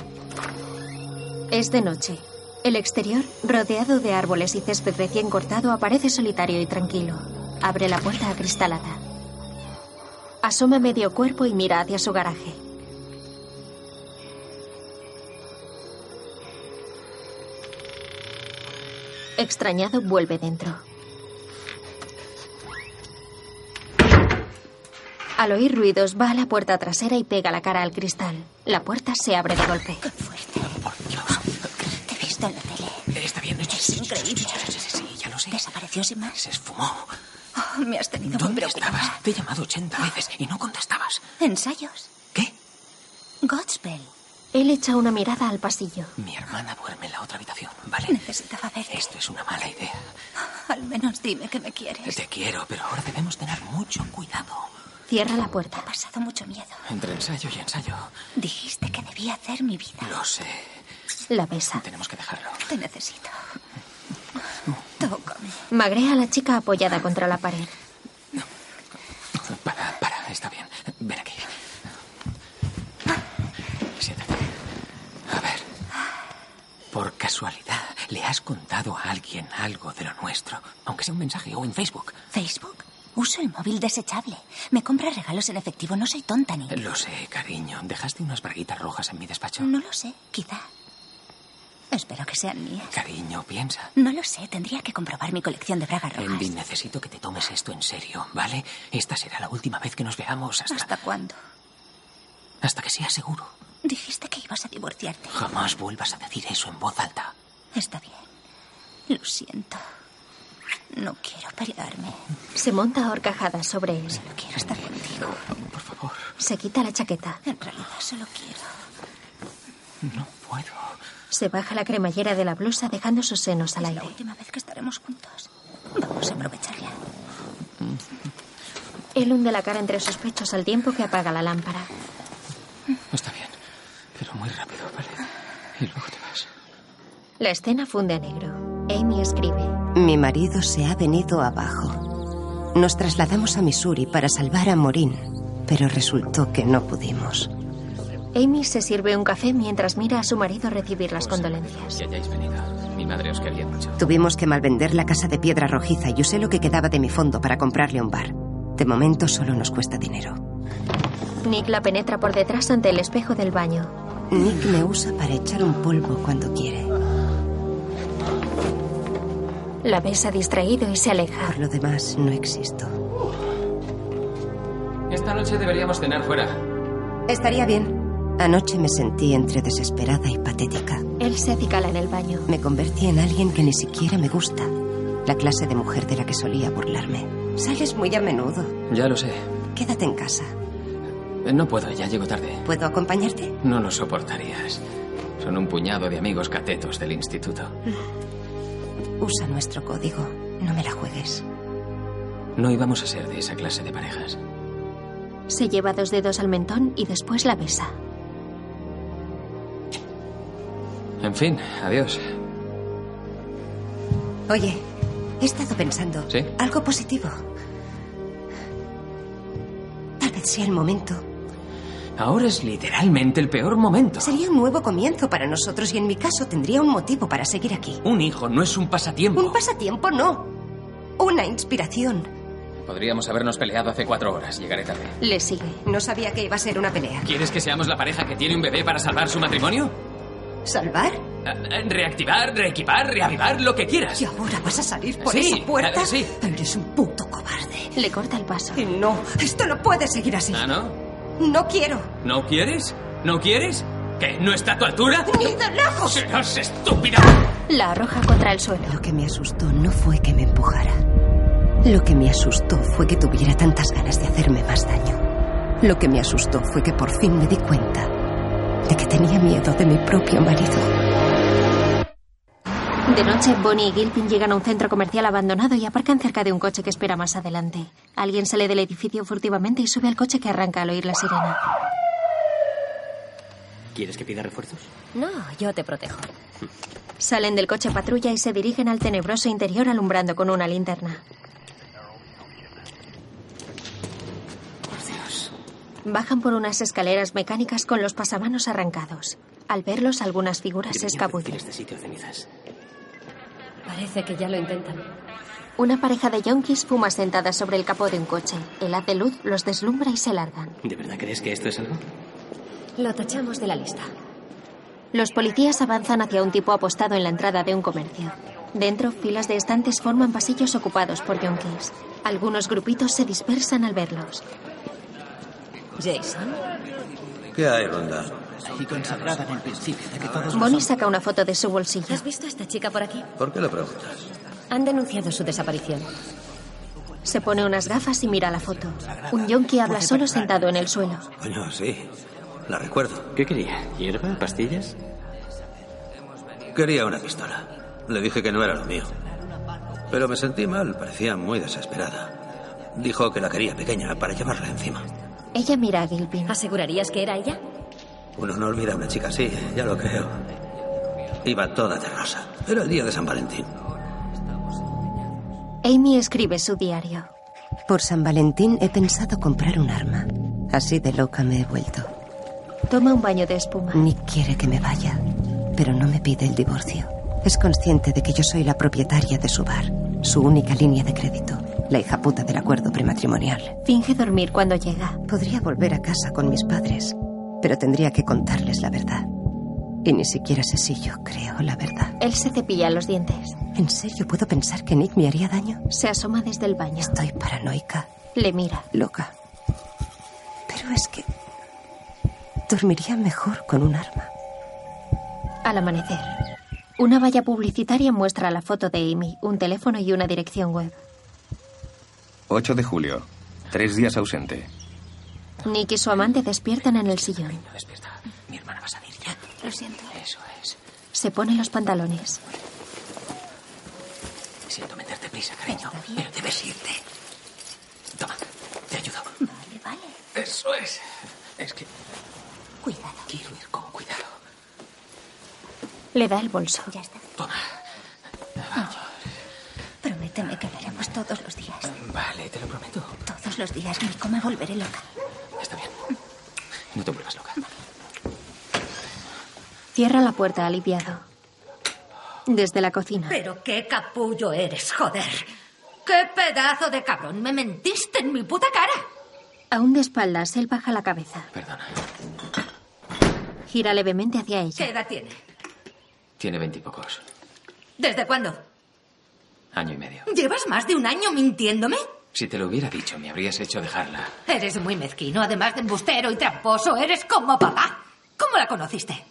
Es de noche. El exterior, rodeado de árboles y césped recién cortado, aparece solitario y tranquilo. Abre la puerta acristalada. Asoma medio cuerpo y mira hacia su garaje. Extrañado, vuelve dentro. Al oír ruidos, va a la puerta trasera y pega la cara al cristal. La puerta se abre de golpe.
¡Qué fuerte! ¡Por Dios! Te he visto en la tele.
Está bien.
Es increíble.
Sí, ya lo sé.
Desapareció sin más.
Se esfumó.
Oh, me has tenido muy
¿Dónde
preocupada.
estabas? Te he llamado 80 veces y no contestabas.
¿Ensayos?
¿Qué?
Godspell.
Él echa una mirada al pasillo.
Mi hermana duerme en la otra habitación, ¿vale?
Necesitaba verte.
Esto es una mala idea.
Al menos dime que me quieres.
Te quiero, pero ahora debemos tener mucho cuidado.
Cierra la puerta.
Ha pasado mucho miedo.
Entre ensayo y ensayo.
Dijiste que debía hacer mi vida.
Lo sé.
La besa.
Tenemos que dejarlo.
Te necesito. Tócame.
Magrea a la chica apoyada contra la pared.
Para, para, está bien. Ven aquí. Siéntate. A ver. Por casualidad, ¿le has contado a alguien algo de lo nuestro? Aunque sea un mensaje o en Facebook.
¿Facebook? Uso el móvil desechable. Me compra regalos en efectivo. No soy tonta ni.
Lo sé, cariño. ¿Dejaste unas braguitas rojas en mi despacho?
No lo sé, quizá. Espero que sean mías.
Cariño, piensa.
No lo sé, tendría que comprobar mi colección de bragas rojas.
Envy, necesito que te tomes esto en serio, ¿vale? Esta será la última vez que nos veamos hasta...
¿Hasta cuándo?
Hasta que sea seguro.
Dijiste que ibas a divorciarte.
Jamás vuelvas a decir eso en voz alta.
Está bien. Lo siento. No quiero pelearme.
Se monta horcajada sobre él.
Solo quiero estar contigo.
Por favor,
Se quita la chaqueta.
En realidad solo quiero.
no puedo.
Se baja la cremallera de la blusa dejando sus senos
Es
al
la
aire.
última vez que estaremos juntos. Vamos a aprovecharla.
Él hunde la cara entre sus pechos al tiempo que apaga la lámpara.
Está bien, pero muy rápido, ¿vale? Y luego te vas.
La escena funde a negro. Amy escribe.
Mi marido se ha venido abajo. Nos trasladamos a Missouri para salvar a Morín, pero resultó que no pudimos.
Amy se sirve un café mientras mira a su marido recibir las condolencias.
Que hayáis venido. Mi madre os quería mucho.
Tuvimos que malvender la casa de piedra rojiza y usé lo que quedaba de mi fondo para comprarle un bar. De momento solo nos cuesta dinero.
Nick la penetra por detrás ante el espejo del baño.
Nick me usa para echar un polvo cuando quiere.
La besa distraído y se aleja.
Por lo demás, no existo.
Esta noche deberíamos cenar fuera.
Estaría bien. Anoche me sentí entre desesperada y patética.
Él se acicala en el baño.
Me convertí en alguien que ni siquiera me gusta. La clase de mujer de la que solía burlarme. Sales muy a menudo.
Ya lo sé.
Quédate en casa.
No puedo, ya llego tarde.
¿Puedo acompañarte?
No lo soportarías. Son un puñado de amigos catetos del instituto.
Usa nuestro código. No me la
Pues
juegues.
No íbamos a ser de esa clase de parejas.
Se lleva dos dedos al mentón y después la besa.
En fin, adiós.
Oye, he estado pensando
¿Sí?
algo positivo. sea el momento.
Ahora es literalmente el peor momento.
Sería un nuevo comienzo para nosotros y en mi caso tendría un motivo para seguir aquí.
Un hijo no es un pasatiempo.
Un pasatiempo no. Una inspiración.
Podríamos habernos peleado hace cuatro horas. Llegaré tarde.
Le sigue. No sabía que iba a ser una pelea.
¿Quieres que seamos la pareja que tiene un bebé para salvar su matrimonio?
¿Salvar?
Ah, ah, Reactivar, reequipar, reavivar, lo que quieras.
¿Y ahora vas a salir por
Sí,
esa puerta?
ah, sí.
Eres un puto cobarde.
Le corta el paso.
No, esto no puede seguir así.
¿Ah, no?
No quiero.
¿No quieres? ¿No quieres? ¿Qué? ¿No está a tu altura?
¡Ni de lejos!
¡Serás estúpida!
La arroja contra el suelo.
Lo que me asustó no fue que me empujara. Lo que me asustó fue que tuviera tantas ganas de hacerme más daño. Lo que me asustó fue que por fin me di cuenta de que tenía miedo de mi propio marido.
De noche, Bonnie y Gilpin llegan a un centro comercial abandonado y aparcan cerca de un coche que espera más adelante. Alguien sale del edificio furtivamente y sube al coche que arranca al oír la sirena.
¿Quieres que pida refuerzos?
No, yo te protejo. Salen del coche patrulla y se dirigen al tenebroso interior alumbrando con una linterna. Bajan por unas escaleras mecánicas con los pasamanos arrancados. Al verlos, algunas figuras se escapullen.
Este sitio cenizas.
Parece que ya lo intentan.
Una pareja de yonkis fuma sentada sobre el capó de un coche. El haz de luz los deslumbra y se largan.
¿De verdad crees que esto es algo?
Lo tachamos de la lista.
Los policías avanzan hacia un tipo apostado en la entrada de un comercio. Dentro, filas de estantes forman pasillos ocupados por yonkis. Algunos grupitos se dispersan al verlos.
Jason.
¿Qué hay, Ronda?
Y consagrada en el principio de que todos los
Bonnie saca una foto de su bolsillo.
¿Has visto a esta chica por aquí?
¿Por qué lo preguntas?
Han denunciado su desaparición.
Se pone unas gafas y mira la foto. Un yonki habla solo sentado en el suelo.
Coño, sí. La recuerdo.
¿Qué quería? ¿Hierba? ¿Pastillas?
Quería una pistola. Le dije que no era lo mío. Pero me sentí mal, parecía muy desesperada. Dijo que la quería pequeña para llevarla encima.
Ella mira a Gilpin.
¿Asegurarías que era ella?
Uno no olvida a una chica así, ya lo creo. Iba toda de rosa. Era el día de San Valentín.
Amy escribe su diario.
Por San Valentín he pensado comprar un arma. Así de loca me he vuelto.
Toma un baño de espuma.
Nick quiere que me vaya, pero no me pide el divorcio. Es consciente de que yo soy la propietaria de su bar, su única línea de crédito, la hija puta del acuerdo prematrimonial.
Finge dormir cuando llega.
Podría volver a casa con mis padres, pero tendría que contarles la verdad. Y ni siquiera sé si yo creo la verdad.
Él se cepilla los dientes.
¿En serio puedo pensar que Nick me haría daño?
Se asoma desde el baño.
Estoy paranoica,
Le mira.
loca. Pero es que dormiría mejor con un arma.
Al amanecer, una valla publicitaria muestra la foto de Amy, un teléfono y una dirección web.
8 de julio. Tres días ausente.
Nick y su amante despiertan en el sillón.
Despierta. Mi hermana va a salir ya.
Lo siento.
Eso es.
Se pone los pantalones.
Siento meterte prisa, cariño. Pero debes irte. Toma, te ayudo.
Vale, vale.
Eso es. Es que
Cuidado.
quiero ir con cuidado.
Le da el bolso.
Ya está.
Toma.
Prométeme que hablaremos todos los días.
Vale, te lo prometo.
Todos los días, Nico, me volveré loca.
Está bien. No te vuelvas loca.
Cierra la puerta aliviado. Desde la cocina.
Pero qué capullo eres, joder. Qué pedazo de cabrón. Me mentiste en mi puta cara.
Aún de espaldas, él baja la cabeza.
Perdona.
Gira levemente hacia
¿Qué
ella.
edad tiene?
Tiene veintipocos.
¿Desde cuándo?
Año y medio.
¿Llevas más de un año mintiéndome?
Si te lo hubiera dicho, me habrías hecho dejarla.
Eres muy mezquino, además de embustero y tramposo. Eres como papá. ¿Cómo la conociste?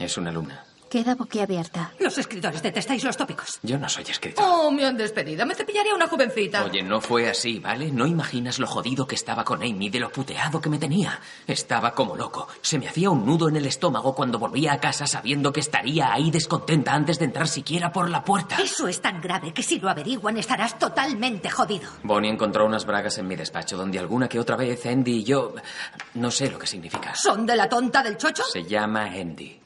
Es una alumna.
Queda boquiabierta.
Los escritores detestáis los tópicos.
Yo no soy escritor.
Oh, me han despedido. Me cepillaría una jovencita.
Oye, no fue así, ¿vale? No imaginas lo jodido que estaba con Amy, de lo puteado que me tenía. Estaba como loco. Se me hacía un nudo en el estómago cuando volvía a casa sabiendo que estaría ahí descontenta antes de entrar siquiera por la puerta.
Eso es tan grave que si lo averiguan estarás totalmente jodido.
Bonnie encontró unas bragas en mi despacho donde alguna que otra vez Andy y yo... No sé lo que significa.
¿Son de la tonta del chocho?
Se llama Andy.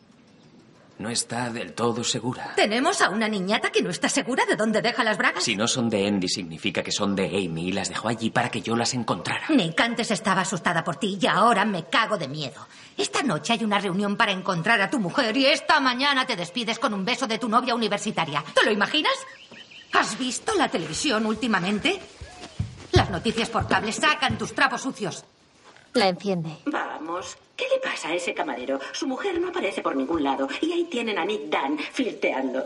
No está del todo segura.
Tenemos a una niñata que no está segura de dónde deja las bragas.
Si no son de Andy, significa que son de Amy y las dejó allí para que yo las encontrara.
Nick, antes estaba asustada por ti y ahora me cago de miedo. Esta noche hay una reunión para encontrar a tu mujer y esta mañana te despides con un beso de tu novia universitaria. ¿Te lo imaginas? ¿Has visto la televisión últimamente? Las noticias por cable sacan tus trapos sucios.
La enciende.
Vamos, ¿qué le pasa a ese camarero? Su mujer no aparece por ningún lado. Y ahí tienen a Nick Dan flirteando.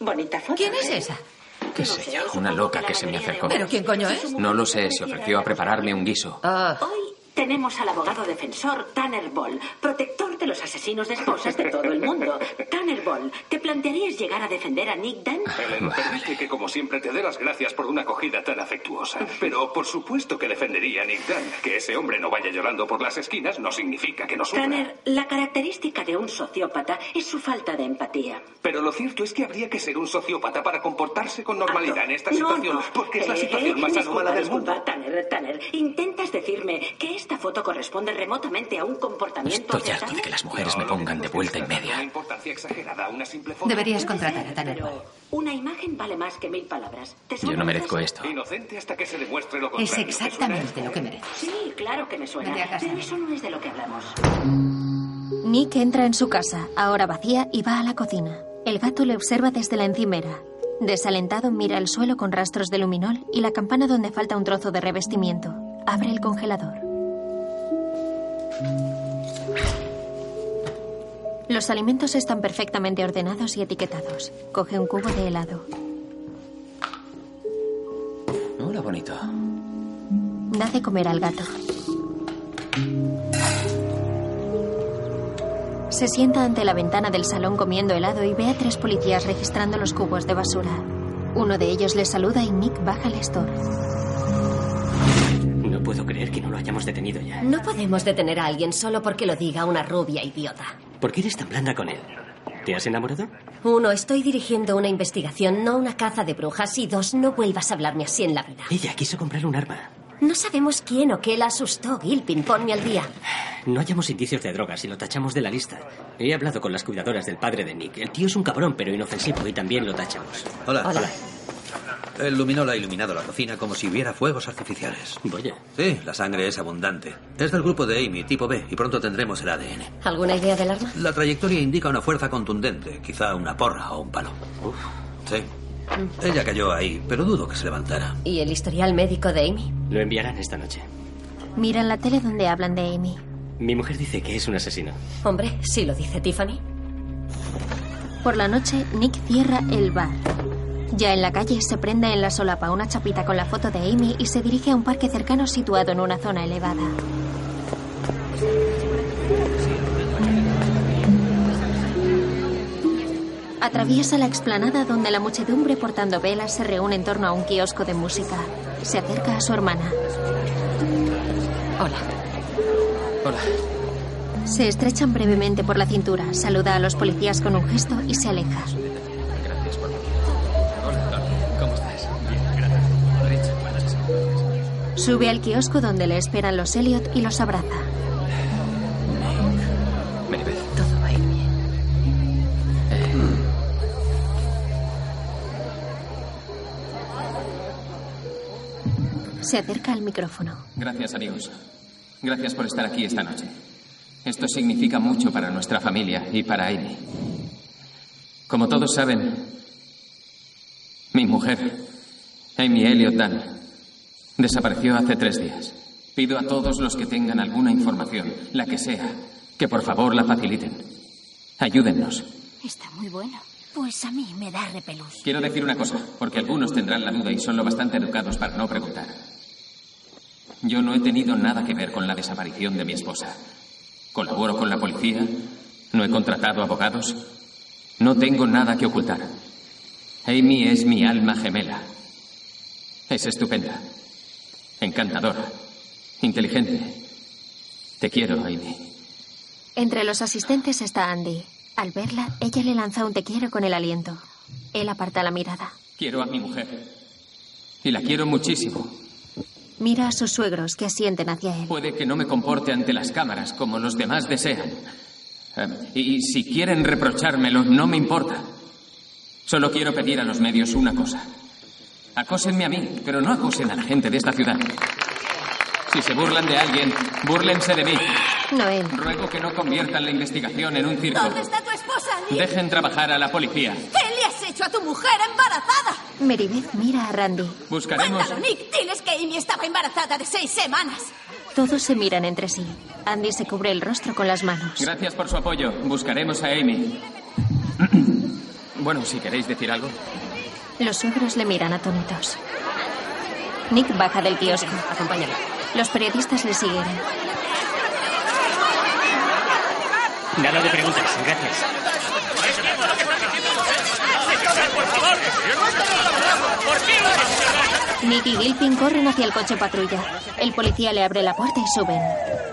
Bonita foto.
¿Quién es
¿eh?
esa?
¿Qué sé yo? Una loca que se me acercó.
¿Pero quién coño es? Ah.
No lo sé, se ofreció a prepararme un guiso.
Hoy tenemos al abogado defensor Tanner Ball, protector de los asesinos de esposas de todo el mundo. Tanner Ball, ¿te plantearías llegar a defender a Nick Dan?
Helen, permite que como siempre te dé las gracias por una acogida tan afectuosa. Pero por supuesto que defendería a Nick Dan. Que ese hombre no vaya llorando por las esquinas no significa que no sufra.
Tanner, la característica de un sociópata es su falta de empatía.
Pero lo cierto es que habría que ser un sociópata para comportarse con normalidad en esta
No,
situación,
no.
porque es la
Eh,
situación más
disculpa,
anómala del
disculpa,
mundo.
Tanner, Tanner, ¿intentas decirme que esta foto corresponde remotamente a un comportamiento
Estoy harto de que las mujeres me pongan de vuelta y media.
importancia exagerada, una simple
Deberías contratar a Tanner pues. Ball.
Una imagen vale más que mil palabras. ¿Te
Yo
suena
no merezco esto.
Inocente hasta que se demuestre lo
Es
contrario.
exactamente lo que mereces.
Sí, claro que me suena,
Vete a casa.
pero eso no es de lo que hablamos.
Nick entra en su casa, ahora vacía, y va a la cocina. El gato le observa desde la encimera. Desalentado mira el suelo con rastros de luminol y la campana donde falta un trozo de revestimiento. Abre el congelador. Los alimentos están perfectamente ordenados y etiquetados. Coge un cubo de helado.
Hola, bonito.
Da de comer al gato. Se sienta ante la ventana del salón comiendo helado y ve a tres policías registrando los cubos de basura. Uno de ellos le saluda y Nick baja el store.
No puedo creer que no lo hayamos detenido ya.
No podemos detener a alguien solo porque lo diga una rubia idiota.
¿Por qué eres tan blanda con él? ¿Te has enamorado?
Uno, estoy dirigiendo una investigación, no una caza de brujas. Y dos, no vuelvas a hablarme así en la vida.
Ella quiso comprar un arma.
No sabemos quién o qué la asustó, Gilpin. Ponme al día.
No hallamos indicios de drogas y lo tachamos de la lista. He hablado con las cuidadoras del padre de Nick. El tío es un cabrón, pero inofensivo y también lo tachamos.
Hola. El luminol ha iluminado la cocina como si hubiera fuegos artificiales.
Vaya.
Sí, la sangre es abundante. Es del grupo de Amy, tipo B, y pronto tendremos el ADN.
¿Alguna idea del arma?
La trayectoria indica una fuerza contundente, quizá una porra o un palo. Sí.
Eh.
Ella cayó ahí, pero dudo que se levantara.
¿Y el historial médico de Amy?
Lo enviarán esta noche.
Miran la tele donde hablan de Amy.
Mi mujer dice que es un asesino.
Hombre, si lo dice Tiffany.
Por la noche, Nick cierra el bar. Ya en la calle se prende en la solapa una chapita con la foto de Amy y se dirige a un parque cercano situado en una zona elevada. Atraviesa la explanada donde la muchedumbre portando velas se reúne en torno a un kiosco de música. Se acerca a su hermana.
Hola.
Se estrechan brevemente por la cintura, saluda a los policías con un gesto y se aleja.
Gracias por venir. Hola, Tony. ¿Cómo estás? Bien, gracias. Rich, buenas noches.
Sube al kiosco donde le esperan los Elliot y los abraza.
Maribel. Eh.
Todo va a ir bien.
Se acerca al micrófono.
Gracias, amigos. Gracias por estar aquí esta noche. Esto significa mucho para nuestra familia y para Amy. Como todos saben, mi mujer, Amy Elliot Dan, desapareció hace tres días. Pido a todos los que tengan alguna información, la que sea, que por favor la faciliten. Ayúdennos.
Está muy bueno. Pues a mí me da repelús.
Quiero decir una cosa, porque algunos tendrán la duda y son lo bastante educados para no preguntar. Yo no he tenido nada que ver con la desaparición de mi esposa. Colaboro con la policía, no he contratado abogados, no tengo nada que ocultar. Amy es mi alma gemela. Es estupenda, encantadora, inteligente. Te quiero, Amy.
Entre los asistentes está Andy. Al verla, ella le lanza un te quiero con el aliento. Él aparta la mirada.
Quiero a mi mujer. Y la quiero muchísimo.
Mira a sus suegros que asienten hacia él.
Puede que no me comporte ante las cámaras como los demás desean. Eh, Y si quieren reprochármelo, no me importa. Solo quiero pedir a los medios una cosa. Acósenme a mí, pero no acosen a la gente de esta ciudad. Si se burlan de alguien, búrlense de mí.
Noel.
Ruego que no conviertan la investigación en un circo.
¿Dónde está tu esposa, Lee?
Dejen trabajar a la policía.
¿Qué le has hecho a tu mujer embarazada?
Meribeth mira a Randy.
Buscaremos...
Cuéntalo, Nick. Diles que Amy estaba embarazada de seis semanas.
Todos se miran entre sí. Andy se cubre el rostro con las manos.
Gracias por su apoyo. Buscaremos a Amy. Bueno, si queréis decir algo.
Los suegros le miran atónitos. Nick baja del kiosco. Acompáñame. Los periodistas le siguen.
Nada de preguntas, gracias.
Nick y Gilpin corren hacia el coche patrulla. El policía le abre la puerta y suben.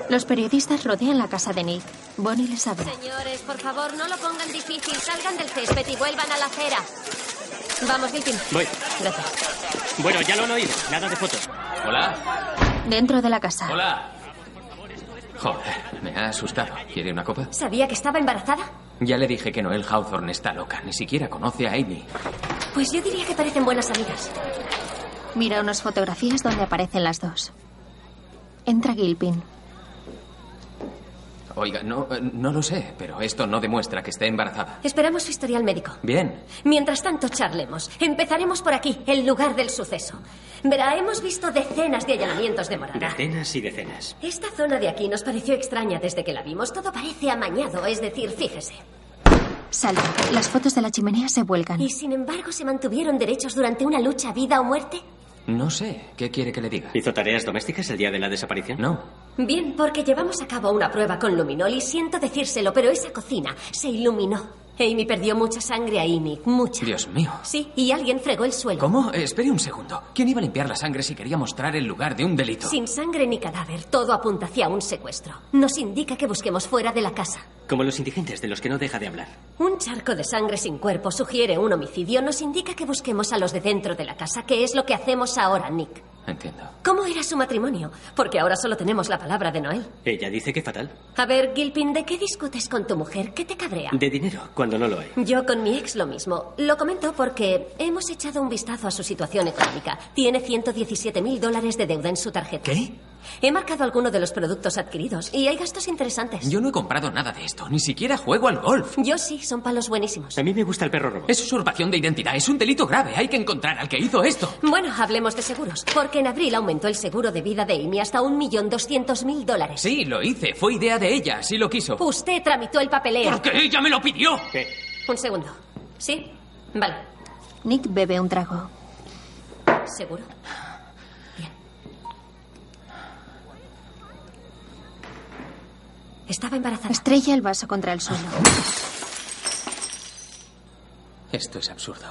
Los periodistas rodean la casa de Nick. Bonnie les abre.
Señores, por favor, no lo pongan difícil. Salgan del césped y vuelvan a la acera. Vamos, Gilpin.
Voy.
Gracias.
Bueno, ya lo han oído. Nada de fotos.
Hola.
Dentro de la casa.
Hola. Joder, me ha asustado. ¿Quiere una copa?
¿Sabía que estaba embarazada?
Ya le dije que Noel Hawthorne está loca. Ni siquiera conoce a Amy.
Pues yo diría que parecen buenas amigas.
Mira unas fotografías donde aparecen las dos. Entra Gilpin.
Oiga, no, eh, no lo sé, pero esto no demuestra que esté embarazada.
Esperamos su historial médico.
Bien.
Mientras tanto, charlemos. Empezaremos por aquí, el lugar del suceso. Verá, hemos visto decenas de allanamientos de morada.
Decenas y decenas.
Esta zona de aquí nos pareció extraña desde que la vimos. Todo parece amañado, es decir, fíjese.
Salta. Las fotos de la chimenea se vuelcan.
Y sin embargo, se mantuvieron derechos durante una lucha a vida o muerte.
No sé. ¿Qué quiere que le diga?
¿Hizo tareas domésticas el día de la desaparición?
No.
Bien, porque llevamos a cabo una prueba con luminol y siento decírselo, pero esa cocina se iluminó. Amy perdió mucha sangre a Amy, mucha.
Dios mío.
Sí, y alguien fregó el suelo.
¿Cómo? Eh, espere un segundo. ¿Quién iba a limpiar la sangre si quería mostrar el lugar de un delito?
Sin sangre ni cadáver, todo apunta hacia un secuestro. Nos indica que busquemos fuera de la casa.
Como los indigentes de los que no deja de hablar.
Un charco de sangre sin cuerpo sugiere un homicidio, nos indica que busquemos a los de dentro de la casa, que es lo que hacemos ahora, Nick.
Entiendo.
¿Cómo era su matrimonio? Porque ahora solo tenemos la palabra de Noel.
Ella dice que fatal.
A ver, Gilpin, ¿de qué discutes con tu mujer? ¿Qué te cabrea?
De dinero, cuando no lo hay.
Yo con mi ex lo mismo. Lo comento porque hemos echado un vistazo a su situación económica. Tiene 117 mil dólares de deuda en su tarjeta.
¿Qué?
He marcado alguno de los productos adquiridos y hay gastos interesantes.
Yo no he comprado nada de esto. Ni siquiera juego al golf.
Yo sí, son palos buenísimos.
A mí me gusta el perro robo.
Es usurpación de identidad. Es un delito grave. Hay que encontrar al que hizo esto.
Bueno, hablemos de seguros, porque en abril aumentó el seguro de vida de Amy hasta 1.200.000 dólares.
Sí, lo hice. Fue idea de ella. Así lo quiso.
Usted tramitó el papeleo.
Porque ella me lo pidió.
Un segundo. ¿Sí? Vale.
Nick bebe un trago.
¿Seguro? Bien. Estaba embarazada.
Estrella el vaso contra el suelo.
Esto es absurdo.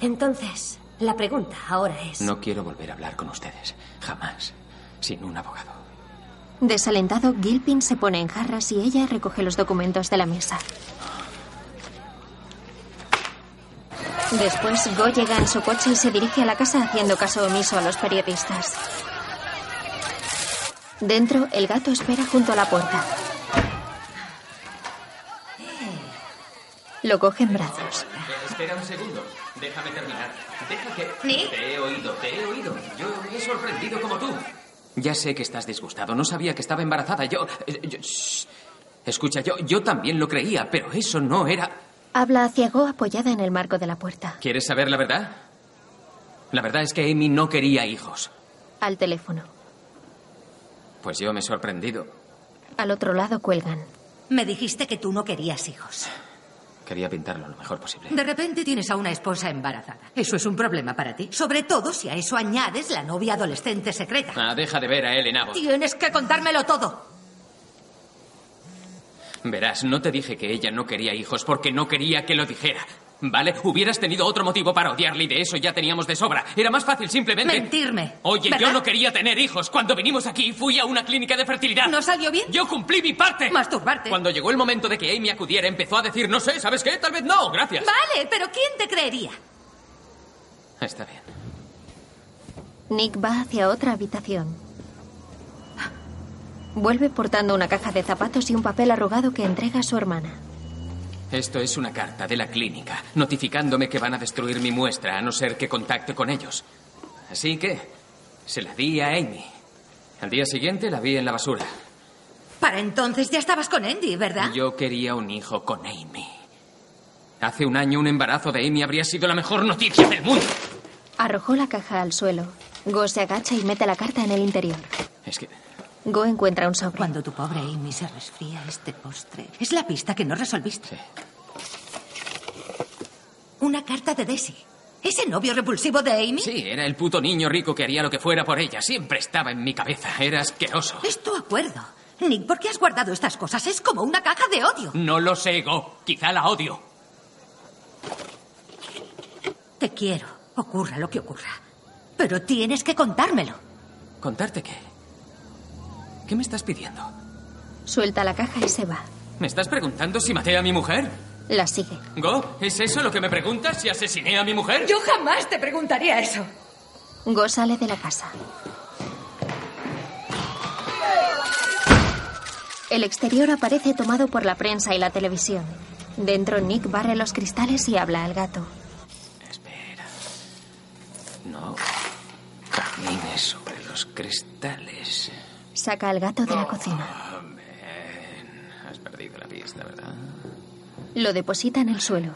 Entonces, la pregunta ahora es...
Pues No quiero volver a hablar con ustedes. Jamás. Sin un abogado.
Desalentado, Gilpin se pone en jarras y ella recoge los documentos de la mesa. Después, Go llega en su coche y se dirige a la casa haciendo caso omiso a los periodistas. Dentro, el gato espera junto a la puerta. Lo coge en brazos.
Eh, espera un segundo. Déjame terminar. Deja que.
¿Sí?
Te he oído, te he oído. Yo me he sorprendido como tú. Ya sé que estás disgustado. No sabía que estaba embarazada. Yo. eh, yo- shh. Escucha, yo, yo también lo creía, pero eso no era.
Habla hacia Go apoyada en el marco de la puerta.
¿Quieres saber la verdad? La verdad es que Amy no quería hijos.
Al teléfono.
Pues yo me he sorprendido.
Al otro lado cuelgan.
Me dijiste que tú no querías hijos.
Quería pintarlo lo mejor posible.
De repente tienes a una esposa embarazada. Eso es un problema para ti. Sobre todo si a eso añades la novia adolescente secreta.
Ah, deja de ver a Elena. Abbott.
Tienes que contármelo todo.
Verás, no te dije que ella no quería hijos porque no quería que lo dijera. ¿Vale? Hubieras tenido otro motivo para odiarle y de eso ya teníamos de sobra. Era más fácil simplemente.
Mentirme.
Oye,
¿verdad?
yo no quería tener hijos. Cuando vinimos aquí fui a una clínica de fertilidad.
¿No salió bien?
Yo cumplí mi parte.
Masturbarte.
Cuando llegó el momento de que Amy acudiera, empezó a decir, no sé, ¿sabes qué? Tal vez no, gracias.
Vale, pero ¿quién te creería?
Está bien.
Nick va hacia otra habitación. Vuelve portando una caja de zapatos y un papel arrugado que entrega a su hermana.
Esto es una carta de la clínica, notificándome que van a destruir mi muestra a no ser que contacte con ellos. Así que se la di a Amy. Al día siguiente la vi en la basura.
Para entonces ya estabas con Andy, ¿verdad?
Yo quería un hijo con Amy. Hace un año un embarazo de Amy habría sido la mejor noticia del mundo.
Arrojó la caja al suelo. Go se agacha y mete la carta en el interior.
Es que
Go encuentra un sobre.
Cuando tu pobre Amy se resfría este postre. Es la pista que no resolviste.
Una carta de Desi. ¿Ese novio repulsivo de Amy?
Sí, era el puto niño rico que haría lo que fuera por ella. Siempre estaba en mi cabeza. Era asqueroso.
Es tu acuerdo. Nick, ¿por qué has guardado estas cosas? Es como una caja de odio.
No lo sé, Go. Quizá la odio.
Te quiero, ocurra lo que ocurra. Pero tienes que contármelo.
¿Contarte qué? ¿Qué me estás pidiendo?
Suelta la caja y se va.
¿Me estás preguntando si maté a mi mujer?
La sigue.
Go, ¿es eso lo que me preguntas? ¿Si asesiné a mi mujer?
Yo jamás te preguntaría eso.
Go sale de la casa. El exterior aparece tomado por la prensa y la televisión. Dentro Nick barre los cristales y habla al gato.
No. Camines sobre los cristales.
Saca al gato de la cocina.
Ah, man. Has perdido la pista, ¿verdad?
Lo deposita en el suelo.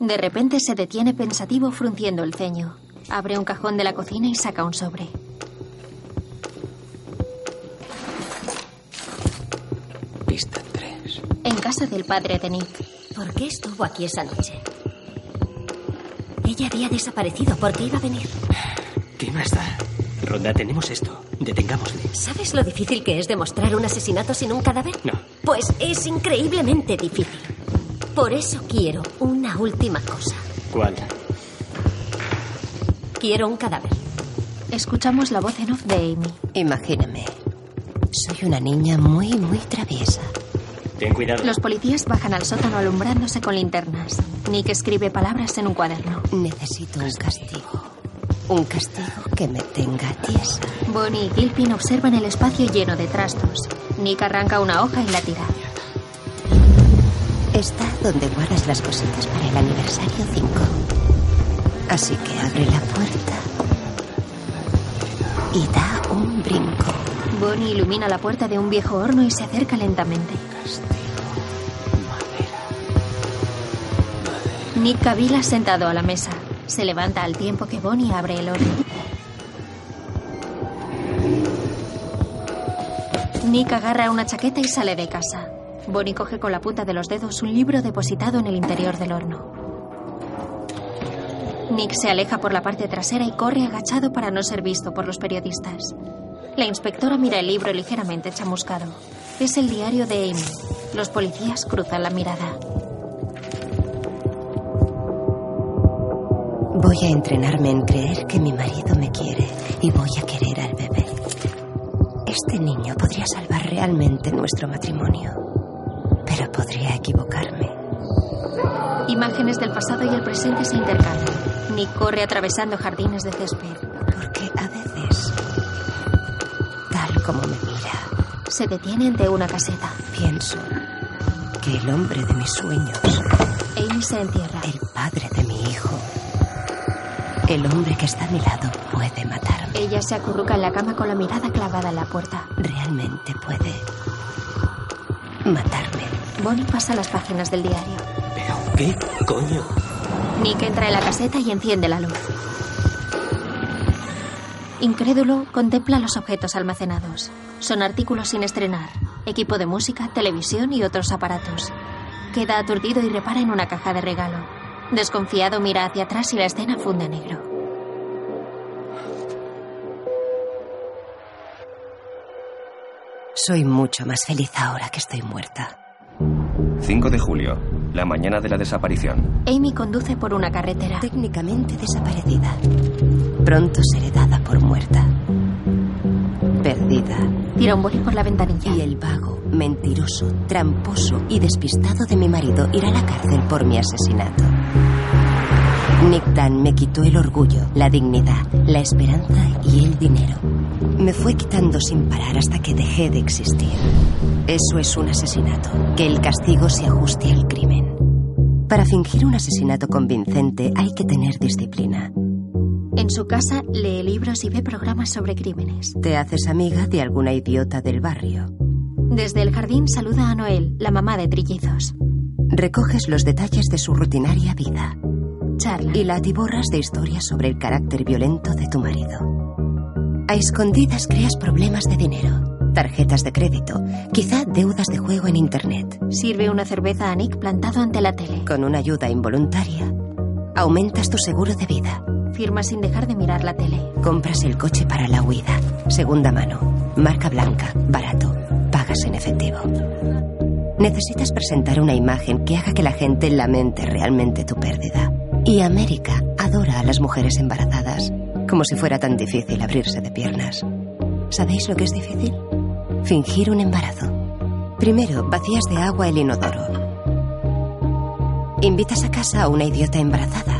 De repente se detiene pensativo frunciendo el ceño. Abre un cajón de la cocina y saca un sobre.
Pista 3.
En casa del padre de Nick.
¿Por qué estuvo aquí esa noche? Ella había desaparecido. ¿Por qué iba a venir?
¿Qué más da? Ronda, tenemos esto. Detengámosle.
¿Sabes lo difícil que es demostrar un asesinato sin un cadáver?
No.
Pues es increíblemente difícil. Por eso quiero una última cosa.
¿Cuál?
Quiero un cadáver.
Escuchamos la voz en off de Amy.
Imagíname. Soy una niña muy, muy traviesa.
Ten cuidado.
Los policías bajan al sótano alumbrándose con linternas. Nick escribe palabras en un cuaderno.
Necesito un castigo. Un castigo que me tenga tiesa.
Bonnie y Gilpin observan el espacio lleno de trastos. Nick arranca una hoja y la tira.
Está donde guardas las cositas para el aniversario 5. Así que abre la puerta y da un brinco.
Bonnie ilumina la puerta de un viejo horno y se acerca lentamente. Nick cavila sentado a la mesa. Se levanta al tiempo que Bonnie abre el horno. Nick agarra una chaqueta y sale de casa. Bonnie coge con la punta de los dedos un libro depositado en el interior del horno. Nick se aleja por la parte trasera y corre agachado para no ser visto por los periodistas. La inspectora mira el libro ligeramente chamuscado. Es el diario de Amy. Los policías cruzan la mirada.
Voy a entrenarme en creer que mi marido me quiere y voy a querer al bebé. Este niño podría salvar realmente nuestro matrimonio, pero podría equivocarme.
Imágenes del pasado y el presente se intercalan. Nick corre atravesando jardines de césped.
Porque a veces, tal como me mira,
Se detiene ante una caseta.
pienso que el hombre de mis sueños,
Amy se entierra.
el padre de mi hijo, el hombre que está a mi lado puede matarme.
Ella se acurruca en la cama con la mirada clavada en la puerta.
Realmente puede matarme.
Bonnie pasa las páginas del diario.
¿Pero qué coño?
Nick entra en la caseta y enciende la luz. Incrédulo, contempla los objetos almacenados. Son artículos sin estrenar, equipo de música, televisión y otros aparatos. Queda aturdido y repara en una caja de regalo. Desconfiado mira hacia atrás y la escena funde a negro.
Soy mucho más feliz ahora que estoy muerta.
5 de julio, la mañana de la desaparición.
Amy conduce por una carretera.
Técnicamente desaparecida. Pronto seré dada por muerta. Perdida.
Tira un boli por la ventanilla.
Y el vago, mentiroso, tramposo y despistado de mi marido irá a la cárcel por mi asesinato. Nick Tan me quitó el orgullo, la dignidad, la esperanza y el dinero. Me fue quitando sin parar hasta que dejé de existir. Eso es un asesinato, que el castigo se ajuste al crimen. Para fingir un asesinato convincente hay que tener disciplina.
En su casa lee libros y ve programas sobre crímenes.
Te haces amiga de alguna idiota del barrio.
Desde el jardín saluda a Noel, la mamá de trillizos.
Recoges los detalles de su rutinaria vida.
Charla.
Y la atiborras de historias sobre el carácter violento de tu marido. A escondidas creas problemas de dinero, tarjetas de crédito, quizá deudas de juego en internet.
Sirve una cerveza a Nick plantado ante la tele.
Con una ayuda involuntaria, aumentas tu seguro de vida.
Firma sin dejar de mirar la tele.
Compras el coche para la huida. Segunda mano. Marca blanca. Barato. Pagas en efectivo. Necesitas presentar una imagen que haga que la gente lamente realmente tu pérdida. Y América adora a las mujeres embarazadas, como si fuera tan difícil abrirse de piernas. ¿Sabéis lo que es difícil? Fingir un embarazo. Primero, vacías de agua el inodoro. Invitas a casa a una idiota embarazada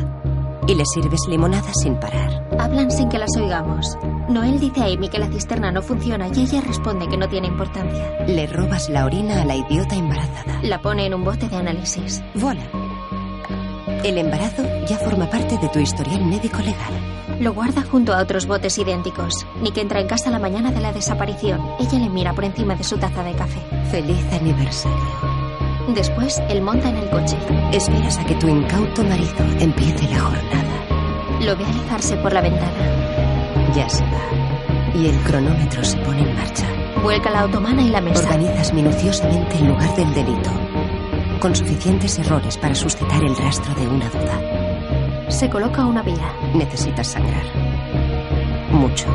y le sirves limonada sin parar.
Hablan sin que las oigamos. Noel dice a Amy que la cisterna no funciona y ella responde que no tiene importancia.
Le robas la orina a la idiota embarazada.
La pone en un bote de análisis.
Voilà. El embarazo ya forma parte de tu historial médico legal.
Lo guarda junto a otros botes idénticos. Nick entra en casa la mañana de la desaparición. Ella le mira por encima de su taza de café.
Feliz aniversario.
Después, él monta en el coche.
Esperas a que tu incauto marido empiece la jornada.
Lo ve alejarse por la ventana.
Ya se va. Y el cronómetro se pone en marcha.
Vuelca la otomana y la mesa.
Organizas minuciosamente el lugar del delito con suficientes errores para suscitar el rastro de una duda.
Se coloca una vela.
Necesitas sangrar. Mucho.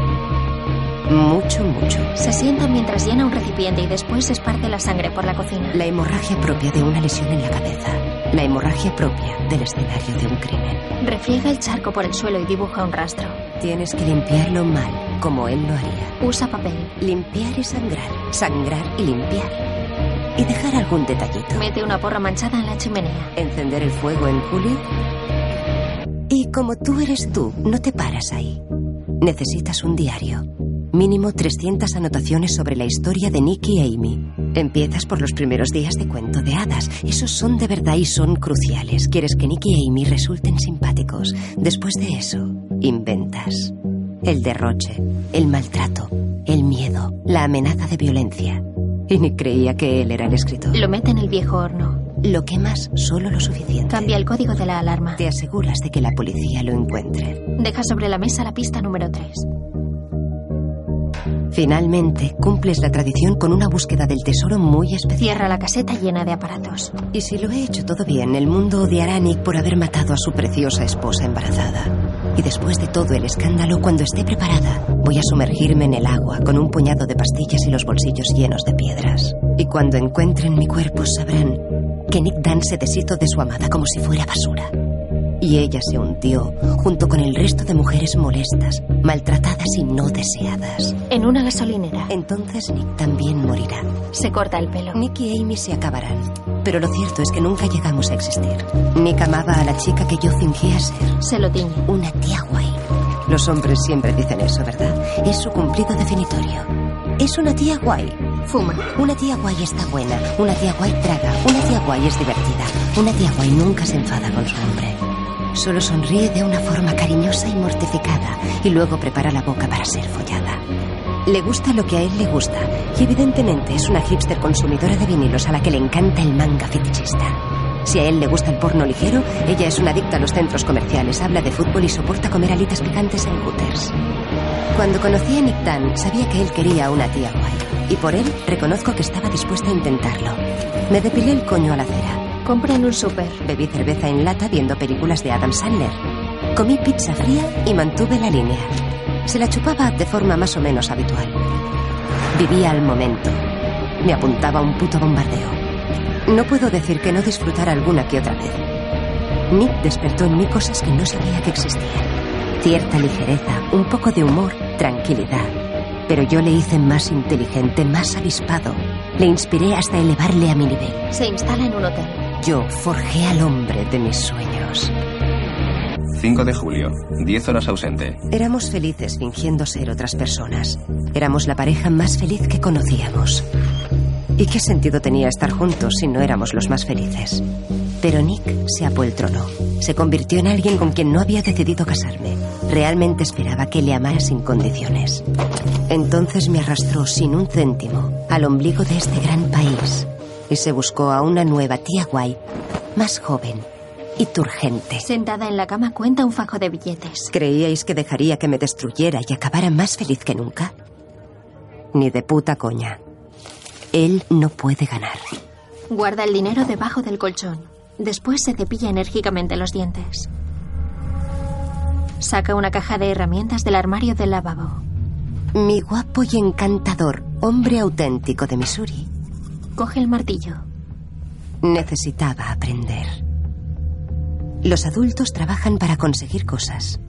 Mucho, mucho.
Se sienta mientras llena un recipiente y después esparce la sangre por la cocina.
La hemorragia propia de una lesión en la cabeza. La hemorragia propia del escenario de un crimen.
Refriega el charco por el suelo y dibuja un rastro.
Tienes que limpiarlo mal, como él lo haría.
Usa papel.
Limpiar y sangrar. Sangrar y limpiar y dejar algún detallito.
Mete una porra manchada en la chimenea.
Encender el fuego en julio. Y como tú eres tú, no te paras ahí. Necesitas un diario. Mínimo 300 anotaciones sobre la historia de Nick y Amy. Empiezas por los primeros días de cuento de hadas. Esos son de verdad y son cruciales. Quieres que Nick y Amy resulten simpáticos. Después de eso, inventas. El derroche, el maltrato, el miedo, la amenaza de violencia. Y ni creía que él era el escritor.
Lo mete en el viejo horno.
Lo quemas solo lo suficiente.
Cambia el código de la alarma.
Te aseguras de que la policía lo encuentre.
Deja sobre la mesa la pista número 3.
Finalmente, cumples la tradición con una búsqueda del tesoro muy especial.
Cierra la caseta llena de aparatos.
Y si lo he hecho todo bien, el mundo odiará a Nick por haber matado a su preciosa esposa embarazada. Y después de todo el escándalo, cuando esté preparada, voy a sumergirme en el agua con un puñado de pastillas y los bolsillos llenos de piedras. Y cuando encuentren mi cuerpo, sabrán que Nick Dan se deshizo de su amada como si fuera basura. Y ella se hundió junto con el resto de mujeres molestas, maltratadas y no deseadas.
En una gasolinera.
Entonces Nick también morirá.
Se corta el pelo.
Nick y Amy se acabarán. Pero lo cierto es que nunca llegamos a existir. Nick amaba a la chica que yo fingía ser.
Se lo tiñe.
Una tía guay. Los hombres siempre dicen eso, ¿verdad? Es su cumplido definitorio. Es una tía guay.
Fuma.
Una tía guay está buena. Una tía guay traga. Una tía guay es divertida. Una tía guay nunca se enfada con su hombre. Solo sonríe de una forma cariñosa y mortificada y luego prepara la boca para ser follada. Le gusta lo que a él le gusta y evidentemente es una hipster consumidora de vinilos a la que le encanta el manga fetichista. Si a él le gusta el porno ligero, ella es una adicta a los centros comerciales, habla de fútbol y soporta comer alitas picantes en Hooters. Cuando conocí a Nick Tan, sabía que él quería a una tía guay. Y por él, reconozco que estaba dispuesta a intentarlo. Me depilé el coño a la cera.
Compré en un súper.
Bebí cerveza en lata viendo películas de Adam Sandler. Comí pizza fría y mantuve la línea. Se la chupaba de forma más o menos habitual. Vivía al momento. Me apuntaba a un puto bombardeo. No puedo decir que no disfrutara alguna que otra vez. Nick despertó en mí cosas que no sabía que existían. Cierta ligereza, un poco de humor, tranquilidad. Pero yo le hice más inteligente, más avispado. Le inspiré hasta elevarle a mi nivel.
Se instala en un hotel.
Yo forjé al hombre de mis sueños.
5 de julio, 10 horas ausente.
Éramos felices fingiendo ser otras personas. Éramos la pareja más feliz que conocíamos. ¿Y qué sentido tenía estar juntos si no éramos los más felices? Pero Nick se apoltronó. Se convirtió en alguien con quien no había decidido casarme. Realmente esperaba que le amara sin condiciones. Entonces me arrastró sin un céntimo al ombligo de este gran país y se buscó a una nueva tía guay, más joven y turgente.
Sentada en la cama cuenta un fajo de billetes.
¿Creíais que dejaría que me destruyera y acabara más feliz que nunca? Ni de puta coña. Él no puede ganar.
Guarda el dinero debajo del colchón. Después se cepilla enérgicamente los dientes. Saca una caja de herramientas del armario del lavabo.
Mi guapo y encantador, hombre auténtico de Missouri,
Coge el martillo.
necesitaba aprender. Los adultos trabajan para conseguir cosas.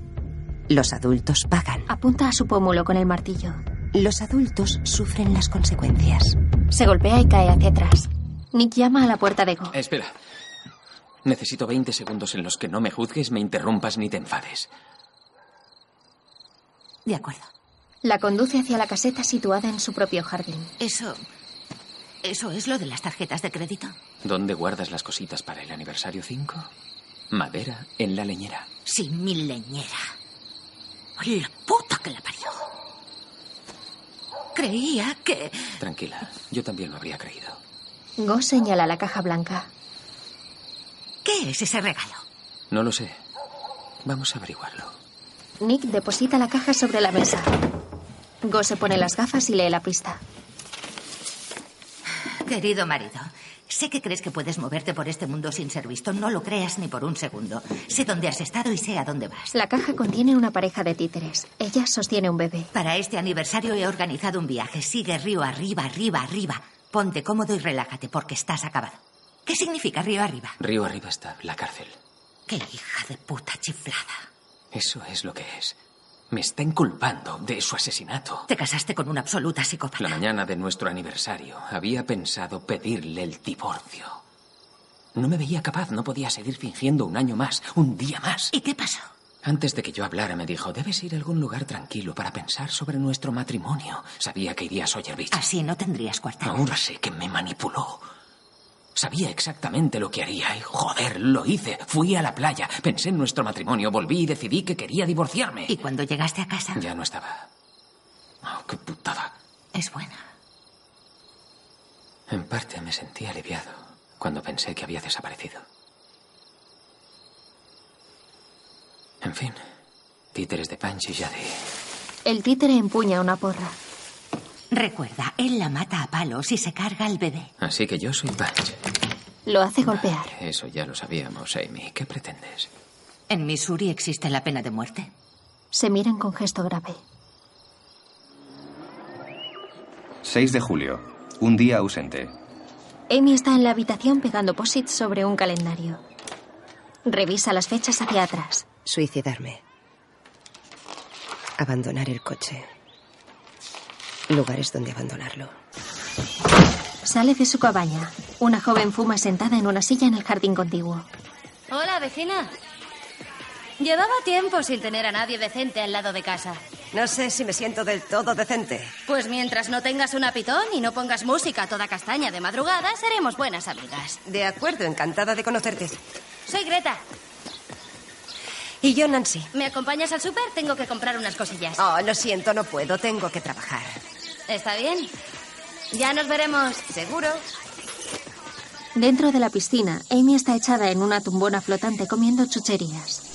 Los adultos pagan.
Apunta a su pómulo con el martillo.
Los adultos sufren las consecuencias.
Se golpea y cae hacia atrás. Nick llama a la puerta de Go.
Espera. Necesito 20 segundos en los que no me juzgues, me interrumpas ni te enfades.
De acuerdo.
La conduce hacia la caseta situada en su propio jardín.
Eso. ¿Eso es lo de las tarjetas de crédito?
¿Dónde guardas las cositas para el aniversario 5? Madera en la leñera.
Sí, mi leñera. La puta que la parió. Creía que.
Tranquila, yo también lo habría creído.
Go señala la caja blanca.
¿Qué es ese regalo?
No lo sé. Vamos a averiguarlo.
Nick deposita la caja sobre la mesa. Go se pone las gafas y lee la pista.
Querido marido, sé que crees que puedes moverte por este mundo sin ser visto. No lo creas ni por un segundo. Sé dónde has estado y sé a dónde vas.
La caja contiene una pareja de títeres. Ella sostiene un bebé.
Para este aniversario he organizado un viaje. Sigue río arriba, arriba, arriba. Ponte cómodo y relájate porque estás acabado. ¿Qué significa río arriba?
Río arriba está la cárcel.
¡Qué hija de puta chiflada!
Eso es lo que es. Me está inculpando de su asesinato.
Te casaste con una absoluta psicópata.
La mañana de nuestro aniversario había pensado pedirle el divorcio. No me veía capaz, no podía seguir fingiendo un año más, un día más.
¿Y qué pasó?
Antes de que yo hablara me dijo, debes ir a algún lugar tranquilo para pensar sobre nuestro matrimonio. Sabía que iría a Sawyer Beach.
Así no tendrías cuartel.
Ahora sé que me manipuló. Sabía exactamente lo que haría y joder, lo hice. Fui a la playa, pensé en nuestro matrimonio, volví y decidí que quería divorciarme.
¿Y cuando llegaste a casa?
Ya no estaba. Oh, qué putada.
Es buena.
En parte me sentí aliviado cuando pensé que había desaparecido. En fin, títeres de Punch y Jade.
El títere empuña una porra.
Recuerda, él la mata a palos y se carga al bebé.
Así que yo soy Punch.
Lo hace golpear.
Vale, eso ya lo sabíamos, Amy. ¿Qué pretendes?
¿En Missouri existe la pena de muerte?
Se miran con gesto grave.
6 de julio, un día ausente.
Amy está en la habitación pegando posits sobre un calendario. Revisa las fechas hacia atrás.
Suicidarme. Abandonar el coche. Lugares donde abandonarlo.
Sale de su cabaña. Una joven fuma sentada en una silla en el jardín contiguo.
Hola, vecina. Llevaba tiempo sin tener a nadie decente al lado de casa.
No sé si me siento del todo decente.
Pues mientras no tengas una pitón y no pongas música a toda castaña de madrugada, seremos buenas amigas.
De acuerdo, encantada de conocerte.
Soy Greta.
Y yo, Nancy.
¿Me acompañas al súper? Tengo que comprar unas cosillas.
Oh, lo siento, no puedo. Tengo que trabajar.
Está bien. Ya nos veremos.
Seguro.
Dentro de la piscina, Amy está echada en una tumbona flotante comiendo chucherías.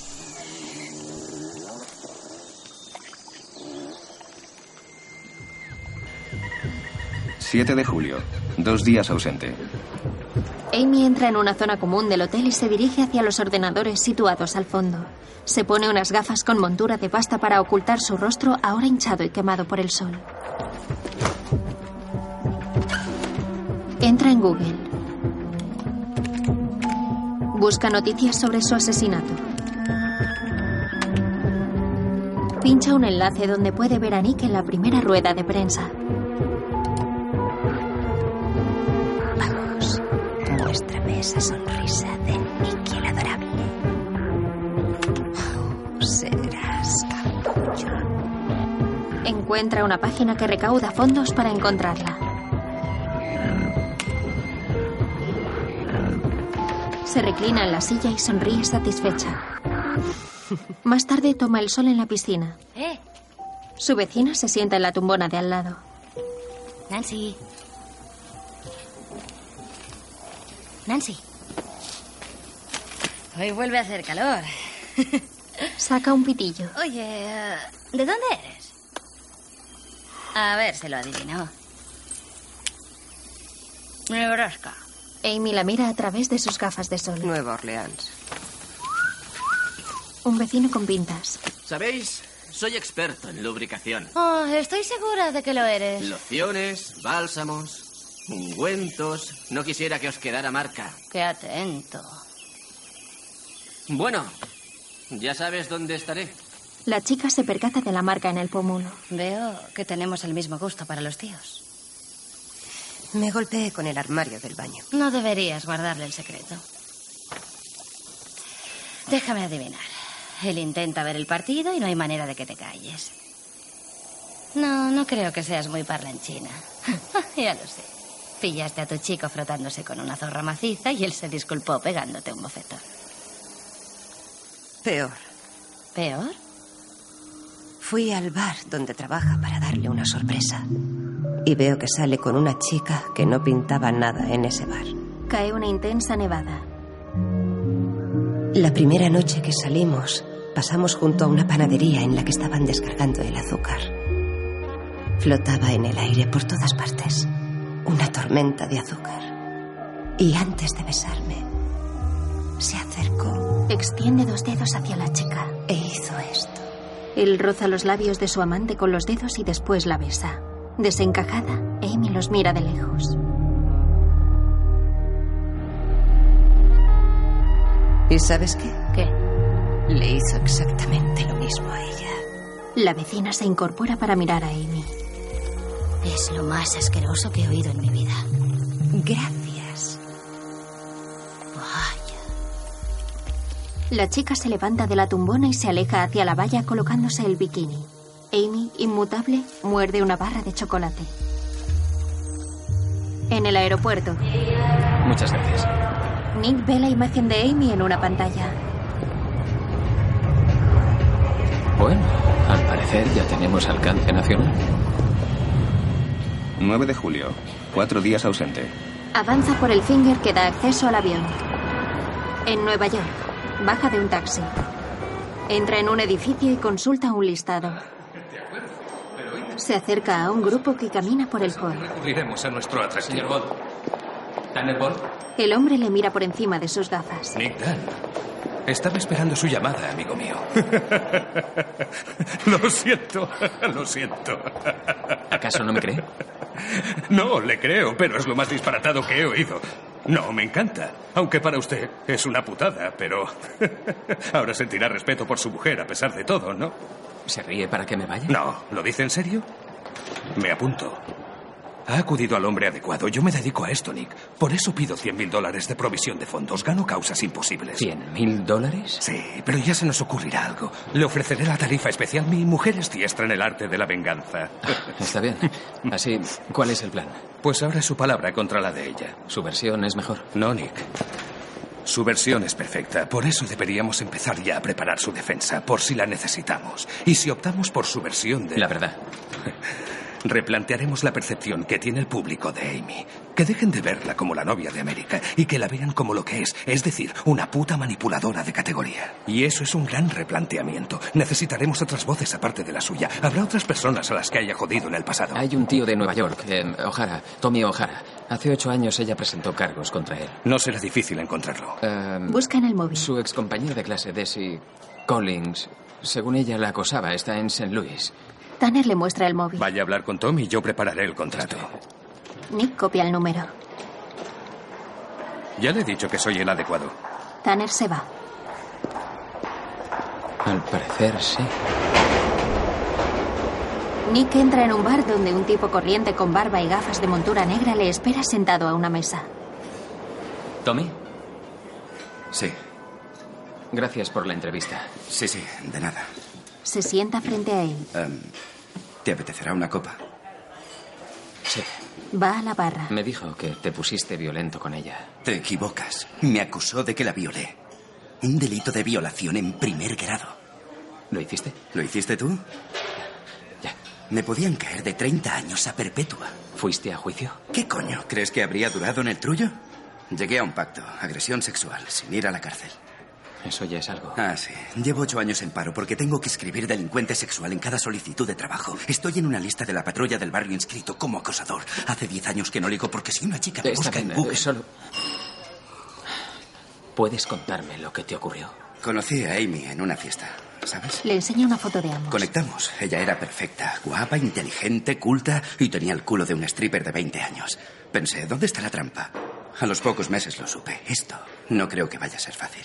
Siete 7 de julio, dos días ausente.
Amy entra en una zona común del hotel y se dirige hacia los ordenadores situados al fondo. Se pone unas gafas con montura de pasta para ocultar su rostro ahora hinchado y quemado por el sol. Entra en Google. Busca noticias sobre su asesinato. Pincha un enlace donde puede ver a Nick en la primera rueda de prensa.
Vamos, muéstrame esa sonrisa de Nicky el adorable.
serás
Encuentra una página que recauda fondos para encontrarla. Se reclina en la silla y sonríe satisfecha. Más tarde toma el sol en la piscina.
Eh,
Su vecina se sienta en la tumbona de al lado.
Nancy. Nancy. Hoy vuelve a hacer calor.
Saca un pitillo.
Oye, eh, ¿de dónde eres? A ver, se lo adivinó. Nebraska.
Amy la mira a través de sus gafas de sol.
Nueva Orleans.
Un vecino con pintas.
¿Sabéis? Soy experto en lubricación.
Oh, estoy segura de que lo eres.
Lociones, bálsamos, ungüentos. No quisiera que os quedara marca.
Qué atento.
Bueno, ya sabes dónde estaré.
La chica se percata de la marca en el pómulo.
Veo que tenemos el mismo gusto para los tíos.
Me golpeé con el armario del baño.
No deberías guardarle el secreto. Déjame adivinar. Él intenta ver el partido y no hay manera de que te calles. No, no creo que seas muy parlanchina. ya lo sé. Pillaste a tu chico frotándose con una zorra maciza y él se disculpó pegándote un bofetón.
Peor.
¿Peor?
Fui al bar donde trabaja para darle una sorpresa. Y veo que sale con una chica que no pintaba nada en ese bar.
Cae una intensa nevada.
La primera noche que salimos, pasamos junto a una panadería en la que estaban descargando el azúcar. Flotaba en el aire por todas partes. Una tormenta de azúcar. Y antes de besarme, se acercó
Extiende dos dedos hacia la chica.
e hizo esto.
Él roza los labios de su amante con los dedos y después la besa. Desencajada, Amy los mira de lejos.
¿Y sabes qué?
¿Qué?
Le hizo exactamente lo mismo a ella.
La vecina se incorpora para mirar a Amy.
Es lo más asqueroso que he oído en mi vida.
Gracias.
La chica se levanta de la tumbona y se aleja hacia la valla colocándose el bikini. Amy, inmutable, muerde una barra de chocolate. En el aeropuerto,
Muchas gracias.
Nick ve la imagen de Amy en una pantalla.
Bueno, al parecer ya tenemos alcance nacional.
9 de julio. Cuatro días ausente.
Avanza por el finger que da acceso al avión. En Nueva York, baja de un taxi. Entra en un edificio y consulta un listado. Se acerca a un grupo que camina por el hall.
Recurriremos a nuestro atractivo. Señor Bond. ¿Tanner Bond?
El hombre le mira por encima de sus gafas.
Nick Dan. Estaba esperando su llamada, amigo mío. lo siento, lo siento.
¿Acaso no me cree?
No, le creo, pero es lo más disparatado que he oído. No, me encanta. Aunque para usted es una putada, pero ahora sentirá respeto por su mujer a pesar de todo, ¿no?
¿Se ríe para que me vaya?
No, ¿lo dice en serio? Me apunto. Ha acudido al hombre adecuado. Yo me dedico a esto, Nick. Por eso pido 100 mil dólares de provisión de fondos. Gano causas imposibles.
¿Cien mil dólares?
Sí, pero ya se nos ocurrirá algo. Le ofreceré la tarifa especial. Mi mujer es diestra en el arte de la venganza.
Ah, Está bien. Así, ¿cuál es el plan?
Pues ahora es su palabra contra la de ella.
Su versión es mejor.
No, Nick. Su versión es perfecta. Por eso deberíamos empezar ya a preparar su defensa, por si la necesitamos. Y si optamos por su versión de...
La verdad.
Replantearemos la percepción que tiene el público de Amy. Que dejen de verla como la novia de América y que la vean como lo que es, es decir, una puta manipuladora de categoría. Y eso es un gran replanteamiento. Necesitaremos otras voces aparte de la suya. Habrá otras personas a las que haya jodido en el pasado.
Hay un tío de Nueva York, eh, O'Hara, Tommy O'Hara. Hace ocho años ella presentó cargos contra él.
No será difícil encontrarlo.
Eh,
Busca en el móvil.
Su excompañero de clase, Desi Collins, según ella la acosaba, está en St. Louis.
Tanner le muestra el móvil.
Vaya a hablar con Tom y yo prepararé el contrato.
Nick copia el número.
Ya le he dicho que soy el adecuado.
Tanner se va.
Al parecer, sí.
Nick entra en un bar donde un tipo corriente con barba y gafas de montura negra le espera sentado a una mesa.
¿Tommy?
Sí.
Gracias por la entrevista.
Sí, sí, de nada.
Se sienta frente a él.
Em, ¿Te apetecerá una copa?
Sí.
Va a la barra.
Me dijo que te pusiste violento con ella.
Te equivocas. Me acusó de que la violé. Un delito de violación en primer grado.
¿Lo hiciste?
¿Lo hiciste tú? Me podían caer de 30 años a perpetua.
¿Fuiste a juicio?
¿Qué coño? ¿Crees que habría durado en el truyo? Llegué a un pacto, agresión sexual, sin ir a la cárcel.
Eso ya es algo.
Ah, sí. Llevo ocho años en paro porque tengo que escribir delincuente sexual en cada solicitud de trabajo. Estoy en una lista de la patrulla del barrio inscrito como acosador. Hace diez años que no ligo porque si una chica me
Está
busca en
bien,
Google...
solo- ¿Puedes contarme lo que te ocurrió?
Conocí a Amy en una fiesta, ¿sabes?
Le enseña una foto de ambos.
Conectamos. Ella era perfecta, guapa, inteligente, culta y tenía el culo de un stripper de 20 años. Pensé, ¿dónde está la trampa? A los pocos meses lo supe. Esto no creo que vaya a ser fácil.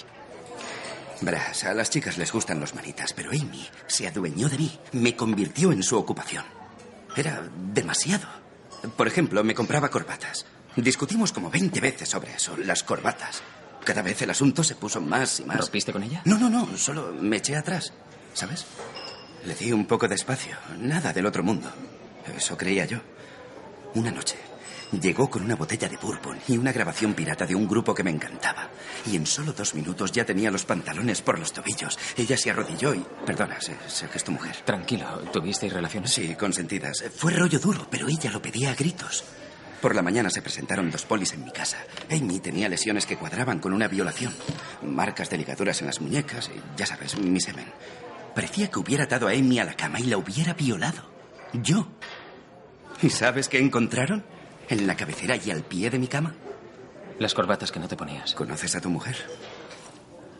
Verás, a las chicas les gustan los manitas, pero Amy se adueñó de mí. Me convirtió en su ocupación. Era demasiado. Por ejemplo, me compraba corbatas. Discutimos como 20 veces sobre eso, las corbatas. Cada vez el asunto se puso más y más.
¿Rompiste con ella?
No, no, no, solo me eché atrás, ¿sabes? Le di un poco de espacio, nada del otro mundo. Eso creía yo. Una noche, llegó con una botella de bourbon y una grabación pirata de un grupo que me encantaba. Y en solo dos minutos ya tenía los pantalones por los tobillos. Ella se arrodilló y... Perdona, sé, sé que es tu mujer.
Tranquilo, ¿tuvisteis relaciones?
Sí, consentidas. Fue rollo duro, pero ella lo pedía a gritos. Por la mañana se presentaron dos polis en mi casa. Amy tenía lesiones que cuadraban con una violación. Marcas de ligaduras en las muñecas y, ya sabes, mi semen. Parecía que hubiera atado a Amy a la cama y la hubiera violado. Yo. ¿Y sabes qué encontraron? En la cabecera y al pie de mi cama.
Las corbatas que no te ponías.
¿Conoces a tu mujer?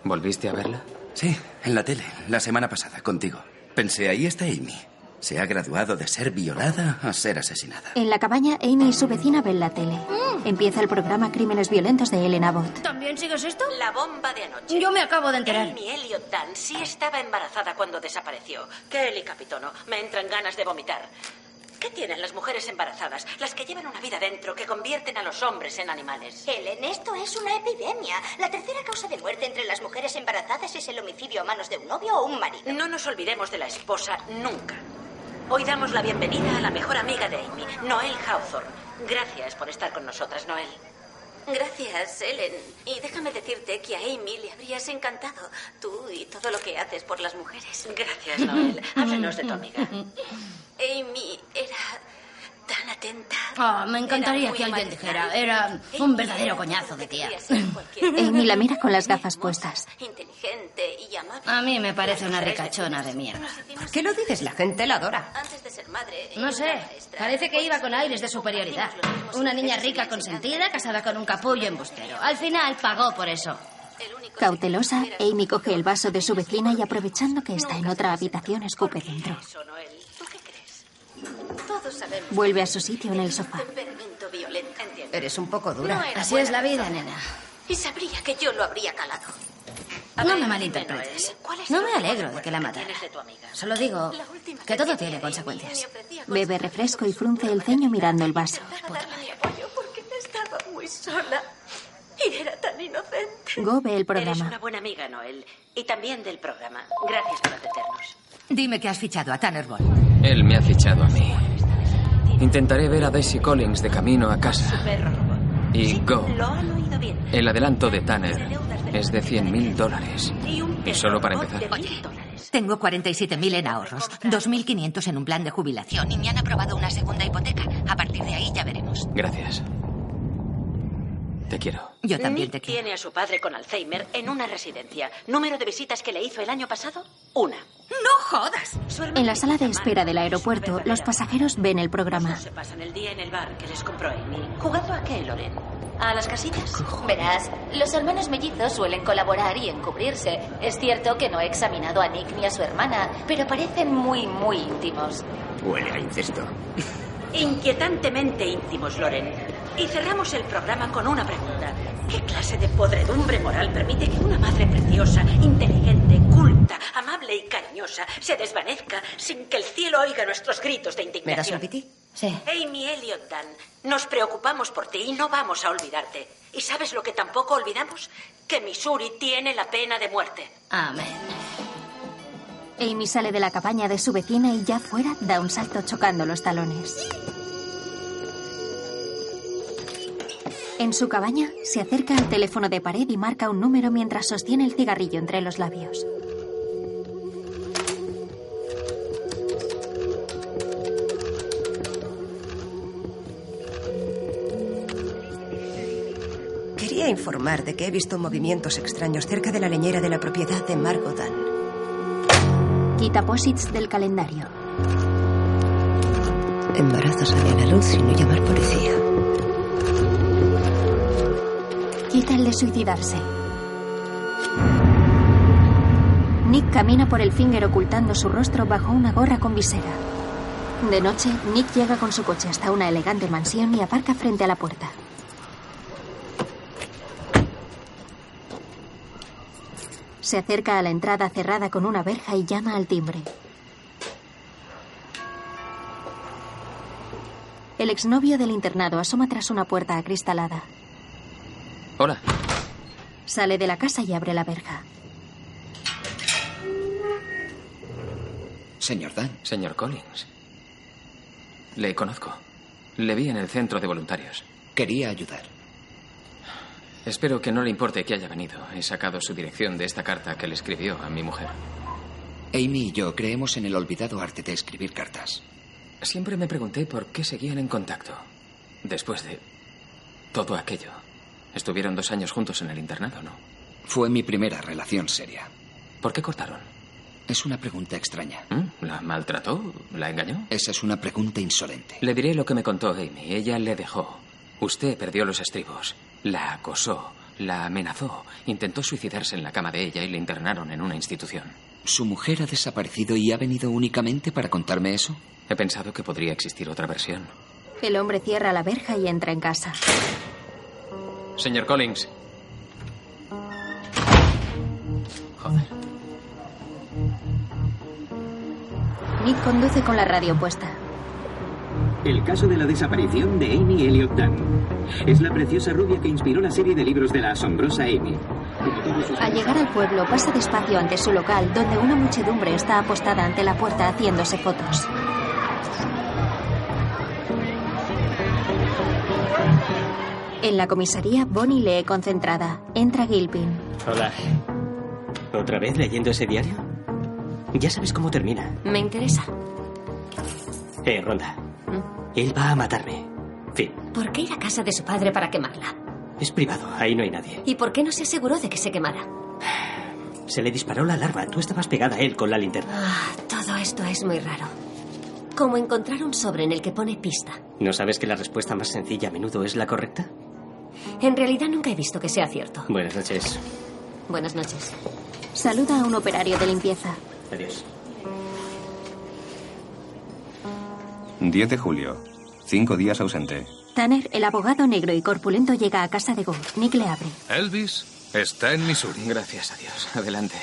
¿Volviste a verla?
Sí, en la tele, la semana pasada, contigo. Pensé, ahí está Amy. Se ha graduado de ser violada a ser asesinada.
En la cabaña, Amy y su vecina ven la tele. Empieza el programa Crímenes Violentos de Elena Bott.
¿También sigues esto? La bomba de anoche.
Yo me acabo de enterar.
Amy Elliot Dan sí estaba embarazada cuando desapareció. Kelly Capitono, me entran ganas de vomitar. ¿Qué tienen las mujeres embarazadas? Las que llevan una vida dentro, que convierten a los hombres en animales.
Helen, esto es una epidemia. La tercera causa de muerte entre las mujeres embarazadas es el homicidio a manos de un novio o un marido.
No nos olvidemos de la esposa nunca. Hoy damos la bienvenida a la mejor amiga de Amy, Noel Hawthorne. Gracias por estar con nosotras, Noel.
Gracias, Helen. Y déjame decirte que a Amy le habrías encantado. Tú y todo lo que haces por las mujeres.
Gracias, Noel. Háblanos de tu amiga.
Amy era tan atenta.
Ah, me encantaría
Era muy
que alguien
maternal.
dijera. Era un verdadero coñazo de tía.
Amy la mira con las gafas puestas.
Inteligente y amable.
A mí me parece una ricachona de mierda.
¿Por qué lo dices? La gente la adora.
Antes de ser madre. e
No sé, parece que iba con aires de superioridad. Una niña rica consentida, casada con un capullo embustero. Al final pagó por eso.
Cautelosa, Amy coge el vaso de su vecina y aprovechando que está en otra habitación, escupe dentro.
Todos sabemos.
Vuelve a su sitio en el sofá.
Temperamento violento.
Eres un poco dura.
No era
Así
buena
es la vida, nena.
Y sabría que yo lo habría calado.
No me malinterpretes. No me alegro de que la matara. Solo digo que todo tiene consecuencias.
Bebe refresco y frunce el ceño mirando el vaso.
Darle mi apoyo porque estaba muy sola. Y era tan inocente.
Go ve el
Eres una
programa.
buena amiga, Noel. Y también del programa. Gracias por atendernos.
Dime que has fichado a Tannerball.
Él me ha fichado a mí. Intentaré ver a Daisy Collins de camino a casa.
Perro robot.
Y go.
Lo han oído bien.
El adelanto de Tanner es de 100.000 mil dólares.
Y un
Y solo para
perro robot
empezar.
de mil dólares.
Tengo 47.000 en ahorros, 2.500 en un plan de jubilación y me han aprobado una segunda hipoteca. A partir de ahí ya veremos.
Gracias. Te quiero.
Yo también te
Nick tiene a su padre con Alzheimer en una residencia. Número de visitas que le hizo el año pasado, una.
¡No jodas!
En la sala de espera del aeropuerto, los pasajeros ven el programa.
Se pasan el día en el bar que les compró Amy. ¿Jugando a qué, Loren? ¿A las casitas?
Verás, los hermanos mellizos suelen colaborar y encubrirse. Es cierto que no he examinado a Nick ni a su hermana, pero parecen muy, muy íntimos.
Huele a incesto.
Inquietantemente íntimos, Loren. Y cerramos el programa con una pregunta. ¿Qué clase de podredumbre moral permite que una madre preciosa, inteligente, culta, amable y cariñosa se desvanezca sin que el cielo oiga nuestros gritos de
¿Me das un
indignación?
piti?
Sí.
Amy Elliot Dan, nos preocupamos por ti y no vamos a olvidarte. ¿Y sabes lo que tampoco olvidamos? Que Missouri tiene la pena de muerte.
Amén. Amy sale de la cabaña de su vecina y ya fuera da un salto chocando los talones. En su cabaña se acerca al teléfono de pared y marca un número mientras sostiene el cigarrillo entre los labios.
Quería informar de que he visto movimientos extraños cerca de la leñera de la propiedad de Margot Ann.
Quita posits del calendario.
Embarazo sale a la luz sin no llamar policía.
Quita el de suicidarse. Nick camina por el finger ocultando su rostro bajo una gorra con visera. De noche, Nick llega con su coche hasta una elegante mansión y aparca frente a la puerta. Se acerca a la entrada cerrada con una verja y llama al timbre. El exnovio del internado asoma tras una puerta acristalada.
Hola.
Sale de la casa y abre la verja.
Señor Dan. Señor Collins. Le conozco. Le vi en el centro de voluntarios. Quería ayudar. Espero que no le importe que haya venido. He sacado su dirección de esta carta que le escribió a mi mujer.
Amy y yo creemos en el olvidado arte de escribir cartas.
Siempre me pregunté por qué seguían en contacto. Después de todo aquello. Estuvieron dos años juntos en el internado, ¿no?
Fue mi primera relación seria.
¿Por qué cortaron? ¿Mm?
Es una pregunta extraña.
¿La maltrató? ¿La engañó?
Esa es una pregunta insolente.
Le diré lo que me contó Amy. Ella le dejó. Usted perdió los estribos. La acosó, la amenazó, intentó suicidarse en la cama de ella y le internaron en una institución.
¿Su mujer ha desaparecido y ha venido únicamente para contarme eso?
He pensado que podría existir otra versión.
El hombre cierra la verja y entra en casa.
Señor Collins.
Nick conduce con la radio puesta.
El caso de la desaparición de Amy Elliot Dunn. Es la preciosa rubia que inspiró la serie de libros de la asombrosa Amy.
Al llegar al pueblo pasa despacio ante su local donde una muchedumbre está apostada ante la puerta haciéndose fotos. En la comisaría, Bonnie lee concentrada. Entra Gilpin.
Hola. ¿Otra vez leyendo ese diario? Ya sabes cómo termina.
Me interesa.
Eh, Ronda. Él va a matarme. Fin.
¿Por qué ir a casa de su padre para quemarla?
Es privado, ahí no hay nadie.
¿Y por qué no se aseguró de que se quemara?
Se le disparó la alarma. Tú estabas pegada a él con la linterna.
Ah, todo esto es muy raro. Como encontrar un sobre en el que pone pista.
¿No sabes que la respuesta más sencilla a menudo es la correcta?
En realidad nunca he visto que sea cierto.
Buenas noches.
Buenas noches.
Saluda a un operario de limpieza.
Adiós.
10 de julio. Cinco días ausente.
Tanner, el abogado negro y corpulento, llega a casa de Go. Nick le abre.
Elvis está en Missouri.
Gracias a Dios. Adelante.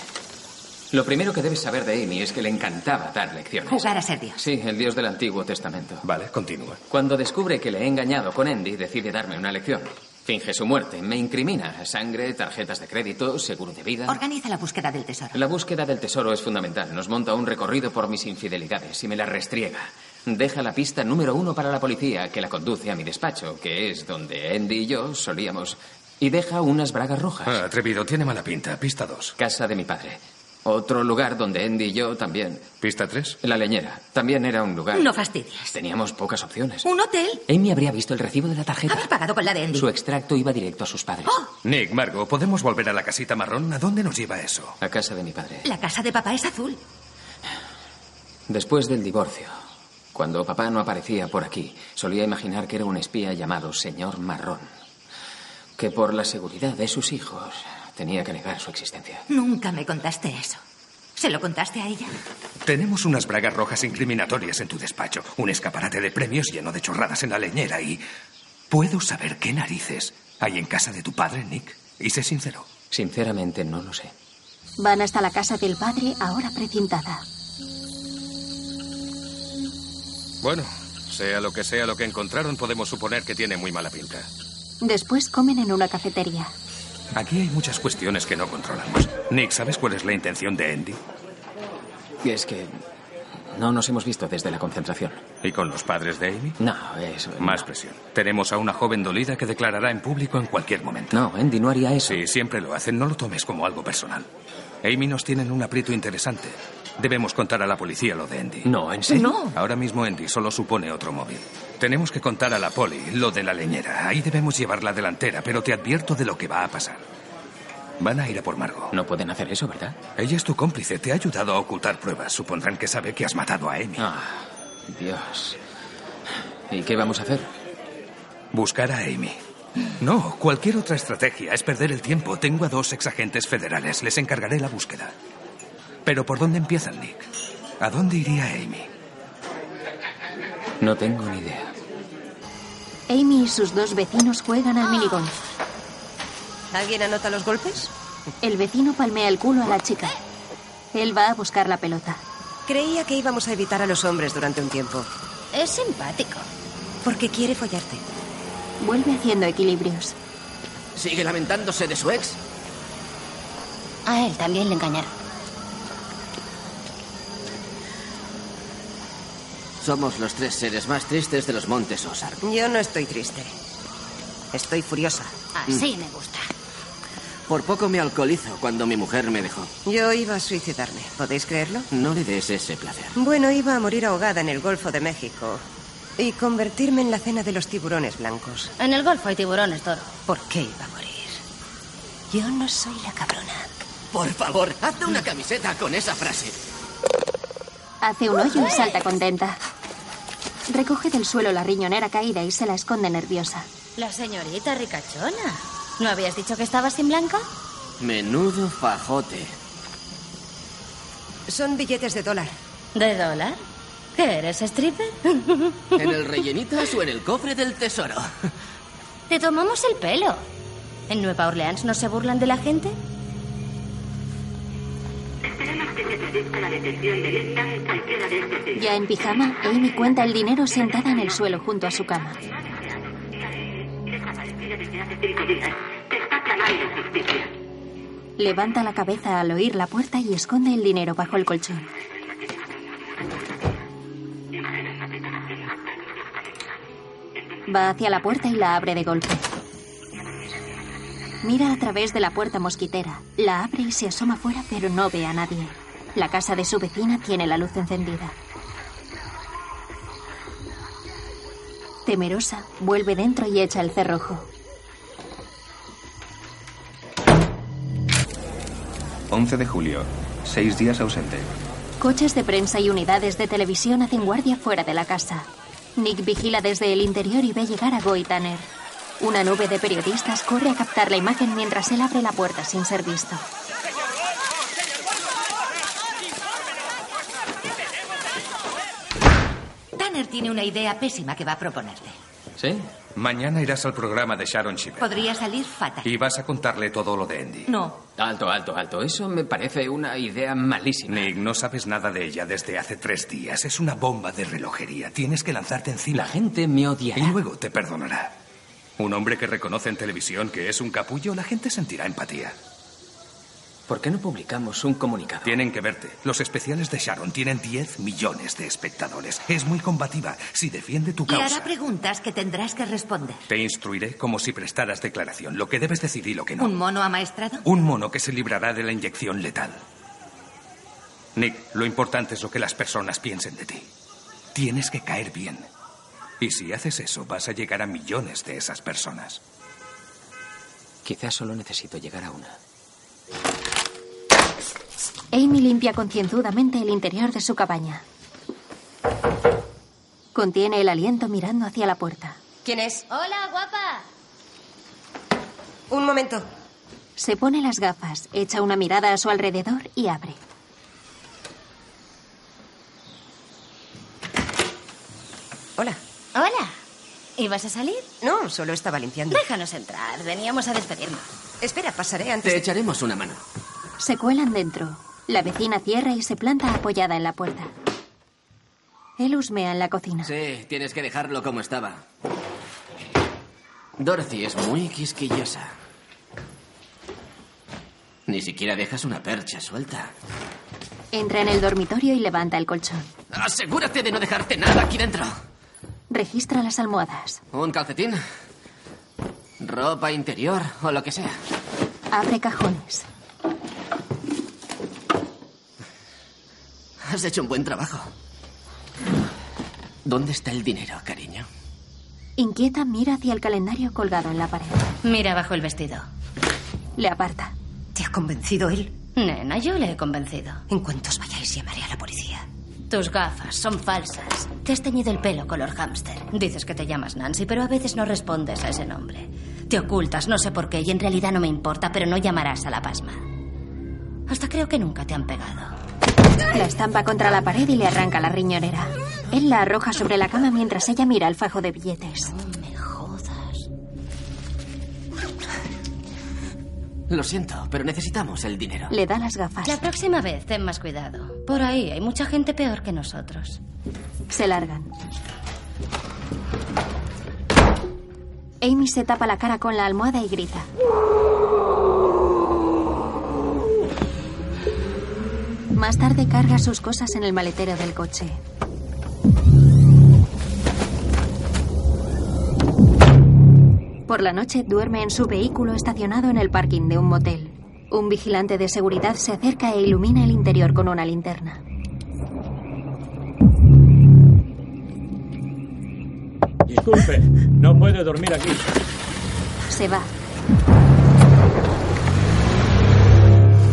Lo primero que debes saber de Amy es que le encantaba dar lecciones.
Jugar a ser Dios.
Sí, el dios del Antiguo Testamento.
Vale, continúa.
Cuando descubre que le he engañado con Andy, decide darme una lección. Finge su muerte, me incrimina. Sangre, tarjetas de crédito, seguro de vida.
Organiza la búsqueda del tesoro.
La búsqueda del tesoro es fundamental. Nos monta un recorrido por mis infidelidades y me la restriega. Deja la pista número uno para la policía, que la conduce a mi despacho, que es donde Andy y yo solíamos. Y deja unas bragas rojas.
Ah, atrevido, tiene mala pinta. Pista 2.
Casa de mi padre. Otro lugar donde Andy y yo también.
Pista 3.
La leñera. También era un lugar.
No fastidies.
Teníamos pocas opciones.
¿Un hotel?
Amy habría visto el recibo de la tarjeta.
Habéis pagado con la de Andy.
Su extracto iba directo a sus padres.
Nick, Margo, ¿podemos volver a la casita marrón? ¿A dónde nos lleva eso?
A casa de mi padre.
La casa de papá es azul.
Después del divorcio, cuando papá no aparecía por aquí, solía imaginar que era un espía llamado Señor Marrón, que por la seguridad de sus hijos tenía que negar su existencia.
Nunca me contaste eso. ¿Se lo contaste a ella?
Tenemos unas bragas rojas incriminatorias en tu despacho, un escaparate de premios lleno de chorradas en la leñera y... ¿Puedo saber qué narices hay en casa de tu padre, Nick? Y sé sincero.
Sinceramente no lo sé.
Van hasta la casa del padre, ahora precintada.
Bueno, Sea lo que sea lo que encontraron, podemos suponer que tiene muy mala pinta.
Después comen en una cafetería.
Aquí hay muchas cuestiones que no controlamos. Nick, ¿sabes cuál es la intención de Andy?
Es que no nos hemos visto desde la concentración.
¿Y con los padres de Amy?
No, eso.
Más
no.
presión. Tenemos a una joven dolida que declarará en público en cualquier momento.
No, Andy no haría eso.
Sí, siempre lo hacen. No lo tomes como algo personal. Amy nos tiene en un aprieto interesante. Debemos contar a la policía lo de Andy.
No, en serio.
No. Ahora mismo Andy solo supone otro móvil. Tenemos que contar a la poli lo de la leñera. Ahí debemos llevar la delantera, pero te advierto de lo que va a pasar. Van a ir a por Margo.
No pueden hacer eso, ¿verdad?
Ella es tu cómplice. Te ha ayudado a ocultar pruebas. Supondrán que sabe que has matado a Amy.
Ah, Dios. ¿Y qué vamos a hacer?
Buscar a Amy. No, cualquier otra estrategia es perder el tiempo. Tengo a dos exagentes federales. Les encargaré la búsqueda. Pero ¿por dónde empiezan, Nick? ¿A dónde iría Amy?
No tengo ni idea.
Amy y sus dos vecinos juegan al minigolf.
¿Alguien anota los golpes?
El vecino palmea el culo a la chica. Él va a buscar la pelota.
Creía que íbamos a evitar a los hombres durante un tiempo.
Es simpático.
Porque quiere follarte.
Vuelve haciendo equilibrios.
¿Sigue lamentándose de su ex?
A él también le engañaron.
Somos los tres seres más tristes de los montes Osar.
Yo no estoy triste. Estoy furiosa.
Así me gusta.
Mm. Por poco me alcoholizo cuando mi mujer me dejó.
Yo iba a suicidarme, ¿podéis creerlo?
No le des ese placer.
Bueno, iba a morir ahogada en el Golfo de México y convertirme en la cena de los tiburones blancos.
En el Golfo hay tiburones, toro.
¿Por qué iba a morir? Yo no soy la cabrona.
Por favor, hazte una camiseta con esa frase.
Hace un hoyo y salta contenta. Recoge del suelo la riñonera caída y se la esconde nerviosa.
La señorita ricachona. ¿No habías dicho que estabas sin blanca?
Menudo fajote.
Son billetes de dólar.
¿De dólar? ¿Qué eres, stripper?
¿En el rellenitas o en el cofre del tesoro?
Te tomamos el pelo. ¿En Nueva Orleans no se burlan de la gente?
Ya en pijama, Amy cuenta el dinero sentada en el suelo junto a su cama. Levanta la cabeza al oír la puerta y esconde el dinero bajo el colchón. Va hacia la puerta y la abre de golpe. Mira a través de la puerta mosquitera. La abre y se asoma fuera, pero no ve a nadie. La casa de su vecina tiene la luz encendida. Temerosa, vuelve dentro y echa el cerrojo.
...11 de julio... ...seis días ausente...
Coches de prensa y unidades de televisión hacen guardia fuera de la casa. Nick vigila desde el interior y ve llegar a Guy Tanner. Una nube de periodistas corre a captar la imagen mientras él abre la puerta sin ser visto.
Tanner tiene una idea pésima que va a proponerte.
¿Sí?
Mañana irás al programa de Sharon Shiver.
Podría salir fatal.
Y vas a contarle todo lo de Andy.
No.
Alto, alto, alto. Eso me parece una idea malísima.
Nick, no sabes nada de ella desde hace tres días. Es una bomba de relojería. Tienes que lanzarte encima.
La gente me odia.
Y luego te perdonará. Un hombre que reconoce en televisión que es un capullo, la gente sentirá empatía.
¿Por qué no publicamos un comunicado?
Tienen que verte. Los especiales de Sharon tienen 10 millones de espectadores. Es muy combativa. Si defiende tu causa.
Y hará preguntas que tendrás que responder.
Te instruiré como si prestaras declaración, lo que debes decir y lo que no.
¿Un mono amaestrado?
Un mono que se librará de la inyección letal. Nick, lo importante es lo que las personas piensen de ti. Tienes que caer bien. Y si haces eso, vas a llegar a millones de esas personas.
Quizás solo necesito llegar a una.
Amy limpia concienzudamente el interior de su cabaña. Contiene el aliento mirando hacia la puerta.
¿Quién es?
Hola, guapa.
Un momento.
Se pone las gafas, echa una mirada a su alrededor y abre.
Hola.
Hola. ¿Ibas a salir?
No, solo estaba limpiando.
Déjanos entrar. Veníamos a despedirnos.
Espera, pasaré antes.
Te echaremos una mano.
Se cuelan dentro. La vecina cierra y se planta apoyada en la puerta. Él husmea en la cocina.
Sí, tienes que dejarlo como estaba. Dorothy es muy quisquillosa. Ni siquiera dejas una percha suelta.
Entra en el dormitorio y levanta el colchón.
Asegúrate de no dejarte nada aquí dentro.
Registra las almohadas.
Un calcetín, ropa interior o lo que sea.
Abre cajones.
Has hecho un buen trabajo. ¿Dónde está el dinero, cariño?
Inquieta mira hacia el calendario colgado en la pared.
Mira bajo el vestido.
Le aparta.
¿Te ha convencido él?
Nena, yo le he convencido.
En cuanto os vayáis, llamaré a la policía.
Tus gafas son falsas. Te has teñido el pelo color hámster. Dices que te llamas Nancy, pero a veces no respondes a ese nombre. Te ocultas, no sé por qué, y en realidad no me importa, pero no llamarás a la pasma. Hasta creo que nunca te han pegado.
La estampa contra la pared y le arranca la riñonera. Él la arroja sobre la cama mientras ella mira el fajo de billetes.
No me jodas.
Lo siento, pero necesitamos el dinero.
Le da las gafas.
La próxima vez ten más cuidado. Por ahí hay mucha gente peor que nosotros.
Se largan. Amy se tapa la cara con la almohada y grita. Más tarde carga sus cosas en el maletero del coche. Por la noche duerme en su vehículo estacionado en el parking de un motel. Un vigilante de seguridad se acerca e ilumina el interior con una linterna.
Disculpe, no puede dormir aquí.
Se va.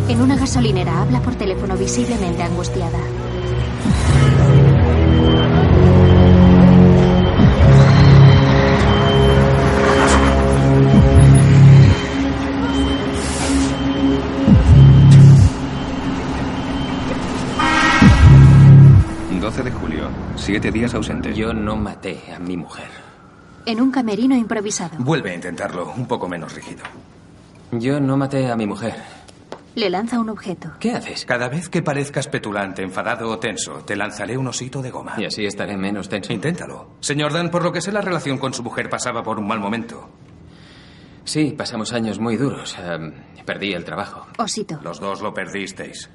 En una gasolinera habla por teléfono visiblemente angustiada.
Siete días ausente.
Yo no maté a mi mujer.
En un camerino improvisado.
Vuelve a intentarlo, un poco menos rígido.
Yo no maté a mi mujer.
Le lanza un objeto.
¿Qué haces?
Cada vez que parezcas petulante, enfadado o tenso, te lanzaré un osito de goma.
Y así estaré menos tenso.
Inténtalo. Señor Dan, por lo que sé, la relación con su mujer pasaba por un mal momento.
Sí, pasamos años muy duros. Um, perdí el trabajo.
Osito.
Los dos lo perdisteis.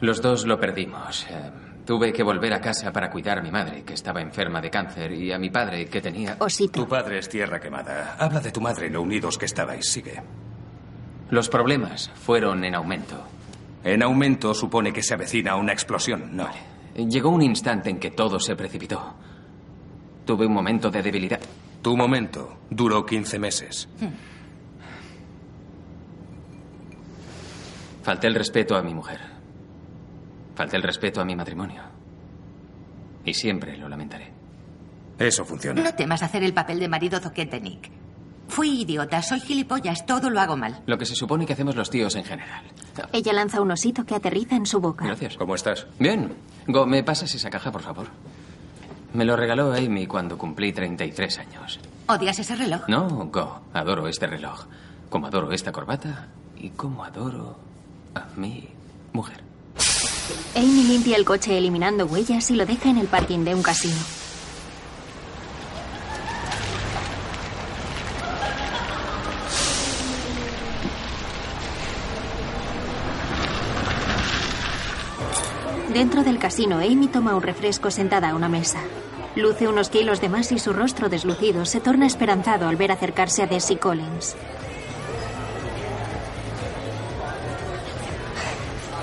Los dos lo perdimos. Eh, tuve que volver a casa para cuidar a mi madre, que estaba enferma de cáncer, y a mi padre, que tenía...
Osito.
Tu padre es tierra quemada. Habla de tu madre, lo unidos que estabais. Sigue.
Los problemas fueron en aumento.
En aumento supone que se avecina una explosión, ¿no? Vale.
Llegó un instante en que todo se precipitó. Tuve un momento de debilidad.
Tu momento duró 15 meses.
Hmm. Falté el respeto a mi mujer. Falté el respeto a mi matrimonio. Y siempre lo lamentaré.
Eso funciona.
No temas hacer el papel de marido zoquete, Nick. Fui idiota, soy gilipollas, todo lo hago mal.
Lo que se supone que hacemos los tíos en general.
Ella lanza un osito que aterriza en su boca.
Gracias.
¿Cómo estás?
Bien. Go, ¿me pasas esa caja, por favor? Me lo regaló Amy cuando cumplí 33 años.
¿Odias ese reloj?
No, Go. Adoro este reloj. Como adoro esta corbata y como adoro a mi mujer.
Amy limpia el coche eliminando huellas y lo deja en el parking de un casino. Dentro del casino, Amy toma un refresco sentada a una mesa. Luce unos kilos de más y su rostro deslucido se torna esperanzado al ver acercarse a Desi Collins.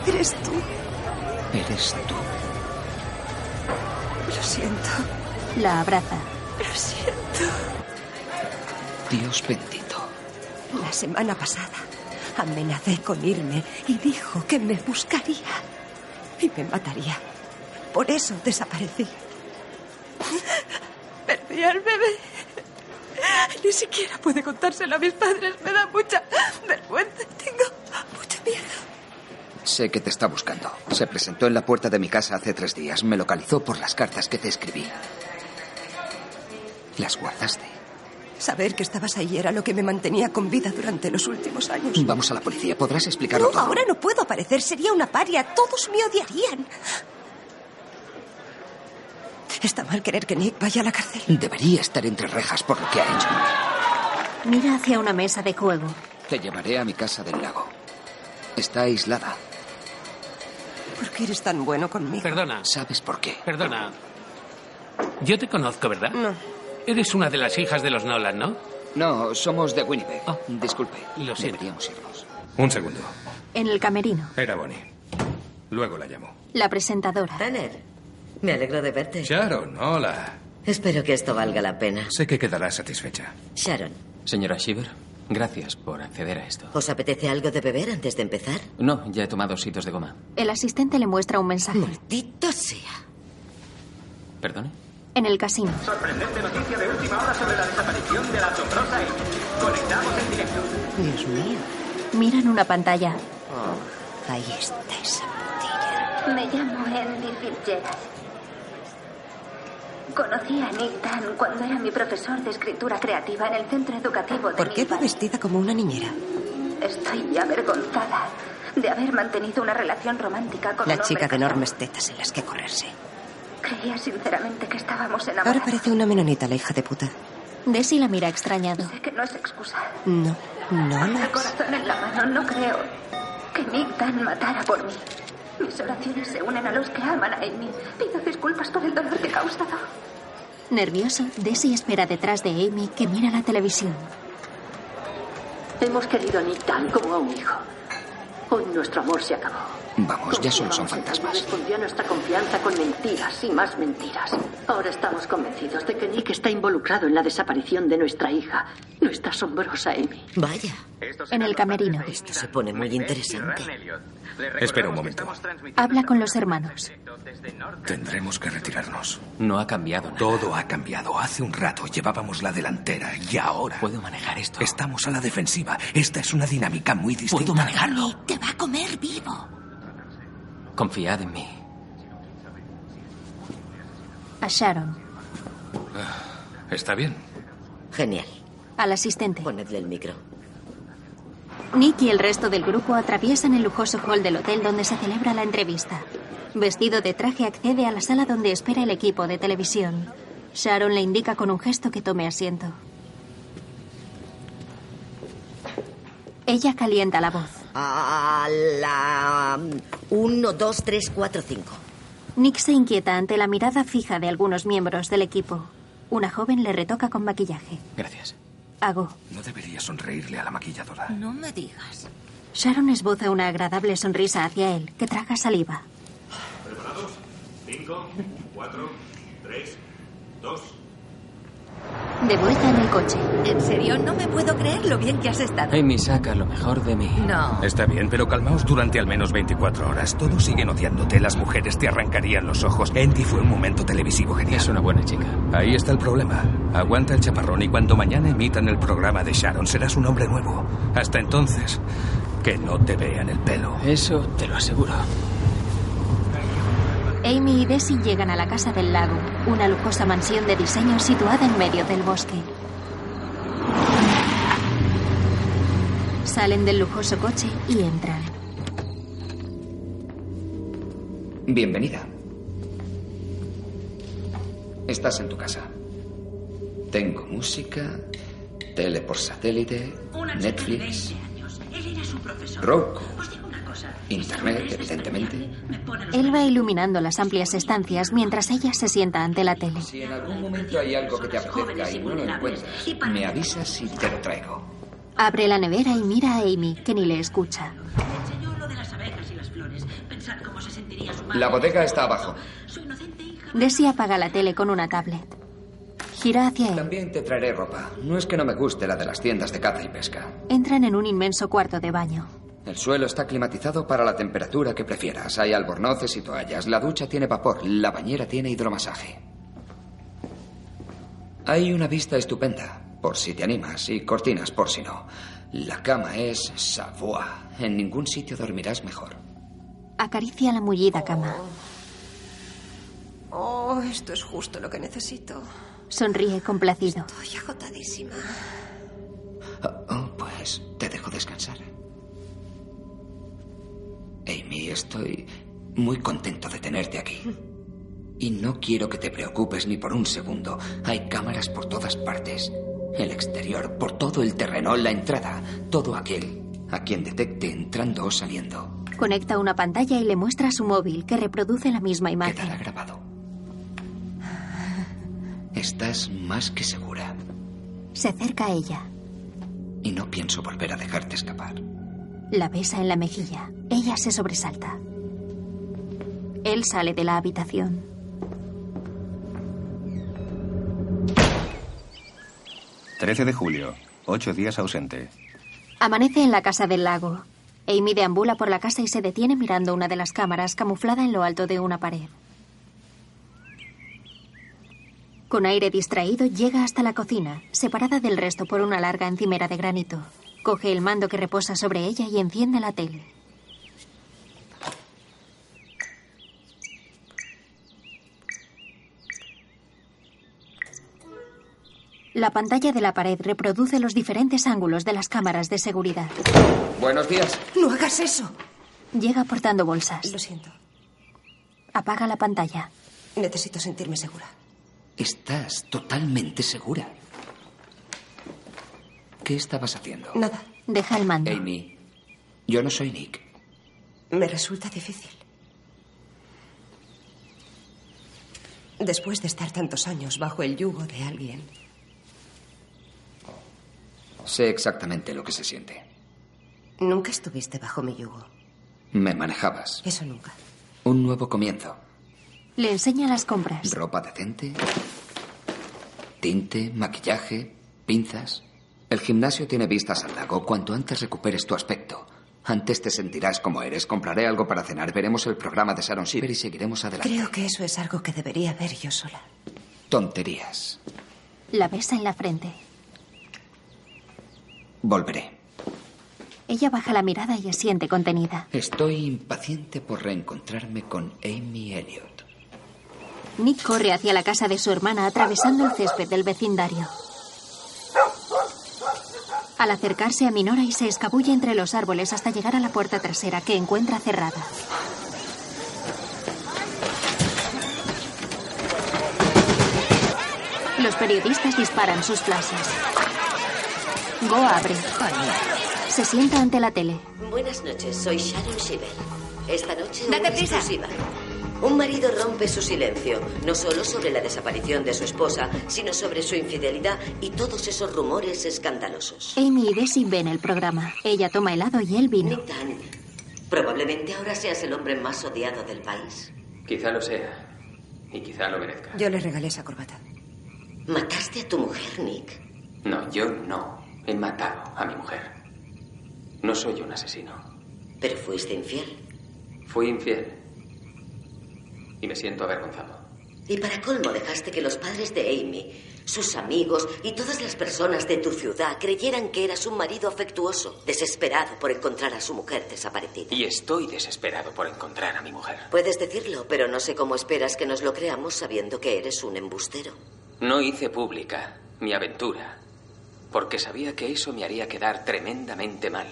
¿Eres tú?
Eres tú.
Lo siento.
La abraza.
Lo siento.
Dios bendito.
La semana pasada amenacé con irme y dijo que me buscaría y me mataría. Por eso desaparecí. Perdí al bebé. Ni siquiera pude contárselo a mis padres. Me da mucha vergüenza. Tengo mucho miedo.
Sé que te está buscando. Se presentó en la puerta de mi casa hace tres días. Me localizó por las cartas que te escribí. Las guardaste.
Saber que estabas ahí era lo que me mantenía con vida durante los últimos años.
Vamos a la policía. Podrás explicarlo
no,
todo.
ahora no puedo aparecer. Sería una paria. Todos me odiarían. Está mal querer que Nick vaya a la cárcel.
Debería estar entre rejas por lo que ha hecho.
Mira hacia una mesa de juego.
Te llevaré a mi casa del lago. Está aislada.
¿Por qué eres tan bueno conmigo?
Perdona.
¿Sabes por qué?
Perdona. Yo te conozco, ¿verdad?
No.
Eres una de las hijas de los Nolan, ¿no? Ah.
No, somos de Winnipeg. Disculpe.
Lo siento.
Deberíamos irnos.
Un segundo.
En el camerino,
Era Bonnie. Luego la llamo.
la presentadora.
Me alegro de verte.
Sharon, hola.
Espero que esto valga la pena.
Sé que quedarás satisfecha.
Sharon,
Señora Shiver, gracias por acceder a esto.
¿os apetece algo de beber antes de empezar?
No, ya he tomado ositos de goma.
El asistente le muestra un mensaje.
Maldito sea.
¿Perdone?
En el casino,
Sorprendente noticia de última hora sobre la desaparición de la asombrosa Amy. Conectamos en directo.
Dios mío. Miran una pantalla.
Ahí está esa.
Me llamo Andy Fitzgerald. Conocí a Nick Tan cuando era mi profesor de escritura creativa en el centro educativo de
¿Por qué va vestida como una niñera?
Estoy avergonzada de haber mantenido una relación romántica con
La
un
chica de
hombre
enormes tetas en las que correrse.
que creía sinceramente que estábamos
Ahora
enamorados.
parece una menonita, la hija de puta.
Desi la mira extrañado.
Sé que no es excusa.
No, no
Con
la...
el corazón en la mano, no creo que Nick Tan matara por mí. Mis oraciones se unen a los que aman a Amy. Pido disculpas por el dolor que he causado.
Nervioso, Desi espera detrás de Amy que mira la televisión.
Hemos querido a Nick tan como a un hijo. Hoy nuestro amor se acabó.
Vamos, ya solo son
Él
fantasmas.
Respondió a nuestra confianza con mentiras y más mentiras. Ahora estamos convencidos de que Nick está involucrado en la desaparición de nuestra hija, nuestra asombrosa ¿eh? Amy.
Vaya.
En el camerino,
Esto se pone muy interesante.
Espera un momento.
habla con los hermanos.
Tendremos que retirarnos.
No ha cambiado nada.
Todo ha cambiado. Hace un rato llevábamos la delantera y ahora.
Puedo manejar esto.
Estamos a la defensiva. Esta es una dinámica muy distinta.
Puedo manejarlo.
Te va a comer vivo.
Confiad en mí.
A Sharon,
Ah,
Está bien.
Genial.
al asistente.
Ponedle el micro.
Nick y el resto del grupo atraviesan el lujoso hall del hotel donde se celebra la entrevista. Vestido de traje accede a la sala donde espera el equipo de televisión. Sharon le indica con un gesto que tome asiento. Ella calienta la voz.
A la. 1, 2, 3, 4, 5.
Nick se inquieta ante la mirada fija de algunos miembros del equipo. Una joven le retoca con maquillaje.
Gracias.
Hago.
No debería sonreírle a la maquilladora.
No me digas.
Sharon esboza una agradable sonrisa hacia él, que traga saliva.
¿Preparados? Cinco, cuatro, tres, dos.
De vuelta en el coche.
En serio, no me puedo creer lo bien que has estado.
Amy saca lo mejor de mí.
No.
Está bien, pero calmaos durante al menos 24 horas. Todos siguen odiándote. Las mujeres te arrancarían los ojos. Andy fue un momento televisivo genial. Es una buena chica. Ahí está el problema. Aguanta el chaparrón y cuando mañana emitan el programa de Sharon serás un hombre nuevo. Hasta entonces, que no te vean el pelo.
Eso te lo aseguro.
Amy y Bessie llegan a la casa del lago, una lujosa mansión de diseño situada en medio del bosque. Salen del lujoso coche y entran.
Bienvenida. Estás en tu casa. Tengo música, tele por satélite,
Una chica
Netflix,
de 20 años. Él era su profesor.
Roku,
Os digo una cosa.
internet, evidentemente.
Él va iluminando las amplias estancias mientras ella se sienta ante la tele.
Si en algún momento hay algo que te apetezca y no lo encuentras, me avisas y te lo traigo.
Abre la nevera y mira a Amy, que ni le escucha.
Enseñó lo de las abejas y las flores. Pensad cómo se sentiría su madre.
La bodega está abajo.
Bessie apaga la tele con una tablet. Gira hacia él.
También te traeré ropa. No es que no me guste la de las tiendas de caza y pesca.
Entran en un inmenso cuarto de baño.
El suelo está climatizado para la temperatura que prefieras. Hay albornoces y toallas. La ducha tiene vapor. La bañera tiene hidromasaje. Hay una vista estupenda, por si te animas, y cortinas por si no. La cama es Savoie. En ningún sitio dormirás mejor.
Acaricia la mullida cama.
Oh, esto es justo lo que necesito.
Sonríe complacido.
Estoy agotadísima.
Oh, pues te dejo descansar. Amy, estoy muy contento de tenerte aquí. Y no quiero que te preocupes ni por un segundo. Hay cámaras por todas partes. El exterior, por todo el terreno, la entrada, todo aquel a quien detecte entrando o saliendo.
Conecta una pantalla y le muestra su móvil, que reproduce la misma imagen.
Quedará grabado. Estás más que segura.
Se acerca a ella.
Y no pienso volver a dejarte escapar.
La besa en la mejilla. Ella se sobresalta. Él sale de la habitación.
Julio. 13 de julio. Ocho días ausente.
Amanece en la casa del lago. Amy deambula por la casa y se detiene mirando una de las cámaras camuflada en lo alto de una pared. Con aire distraído llega hasta la cocina, separada del resto por una larga encimera de granito. Coge el mando que reposa sobre ella y enciende la tele. La pantalla de la pared reproduce los diferentes ángulos de las cámaras de seguridad.
Buenos días.
No hagas eso.
Llega portando bolsas.
Lo siento.
Apaga la pantalla.
Necesito sentirme segura.
Estás totalmente segura. ¿Qué estabas haciendo?
Nada.
Deja el mando.
Amy, yo no soy Nick.
Me resulta difícil. Después de estar tantos años bajo el yugo de alguien,
Sé exactamente lo que se siente.
nunca estuviste bajo mi yugo.
Me manejabas.
Eso nunca.
Un nuevo comienzo.
Le enseña las compras.
Ropa decente, tinte, maquillaje, pinzas. El gimnasio tiene vistas al lago. Cuanto antes recuperes tu aspecto, antes te sentirás como eres. Compraré algo para cenar, veremos el programa de Sharon Shiver y seguiremos adelante.
Creo que eso es algo que debería ver yo sola.
Tonterías.
La besa en la frente.
Volveré.
Ella baja la mirada y asiente contenida.
Estoy impaciente por reencontrarme con Amy Elliot.
Nick corre hacia la casa de su hermana atravesando el césped del vecindario. Al acercarse a Minora y se escabulle entre los árboles hasta llegar a la puerta trasera que encuentra cerrada. Los periodistas disparan sus flashes. Go abre. Se sienta ante la tele.
Buenas noches, soy Sharon Shiver. Esta noche
Date
una
prisa.
exclusiva. Un marido rompe su silencio, no solo sobre la desaparición de su esposa, sino sobre su infidelidad y todos esos rumores escandalosos.
Amy y Desi ven el programa. Ella toma helado y él vino.
Nick Dunn, probablemente ahora seas el hombre más odiado del país.
Quizá lo sea. Y quizá lo merezca.
Yo le regalé esa corbata.
Mataste a tu mujer, Nick.
No, yo no. He matado a mi mujer. No soy un asesino.
Pero fuiste infiel.
Fui infiel. Y me siento avergonzado.
Y para colmo dejaste que los padres de Amy, sus amigos y todas las personas de tu ciudad creyeran que eras un marido afectuoso, desesperado por encontrar a su mujer desaparecida.
Y estoy desesperado por encontrar a mi mujer.
Puedes decirlo, pero no sé cómo esperas que nos lo creamos sabiendo que eres un embustero.
No hice pública mi aventura, porque sabía que eso me haría quedar tremendamente mal.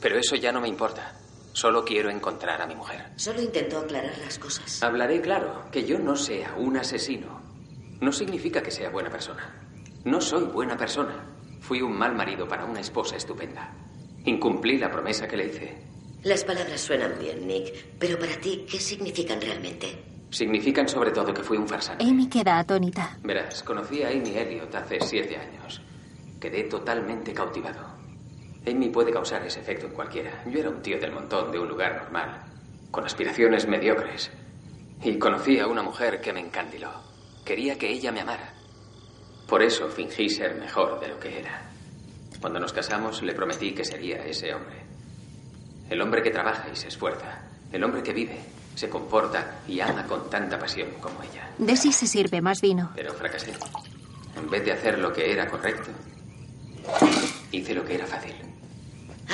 Pero eso ya no me importa. Solo quiero encontrar a mi mujer.
Solo intentó aclarar las cosas.
Hablaré claro, que yo no sea un asesino. No significa que sea buena persona. No soy buena persona. Fui un mal marido para una esposa estupenda. Incumplí la promesa que le hice.
Las palabras suenan bien, Nick, pero para ti, ¿qué significan realmente?
Significan sobre todo que fui un farsante.
Amy queda atónita.
Verás, conocí a Amy Elliot hace siete años. Quedé totalmente cautivado. Amy puede causar ese efecto en cualquiera. Yo era un tío del montón de un lugar normal, con aspiraciones mediocres. Y conocí a una mujer que me encandiló. Quería que ella me amara. Por eso fingí ser mejor de lo que era. Cuando nos casamos le prometí que sería ese hombre. El hombre que trabaja y se esfuerza. El hombre que vive, se comporta y ama con tanta pasión como ella.
Desi se sirve más vino.
Pero fracasé. En vez de hacer lo que era correcto, hice lo que era fácil.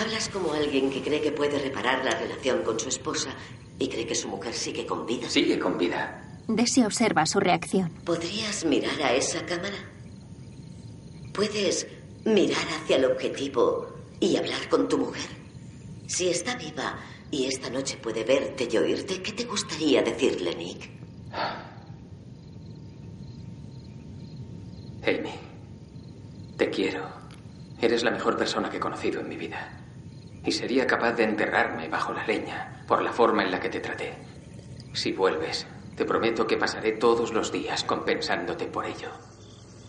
Hablas como alguien que cree que puede reparar la relación con su esposa y cree que su mujer sigue con vida.
Sigue con vida.
Desi observa su reacción.
¿Podrías mirar a esa cámara? ¿Puedes mirar hacia el objetivo y hablar con tu mujer? Si está viva y esta noche puede verte y oírte, ¿qué te gustaría decirle, Nick?
Amy, te quiero. Eres la mejor persona que he conocido en mi vida. Y sería capaz de enterrarme bajo la leña por la forma en la que te traté. Si vuelves, te prometo que pasaré todos los días compensándote por ello.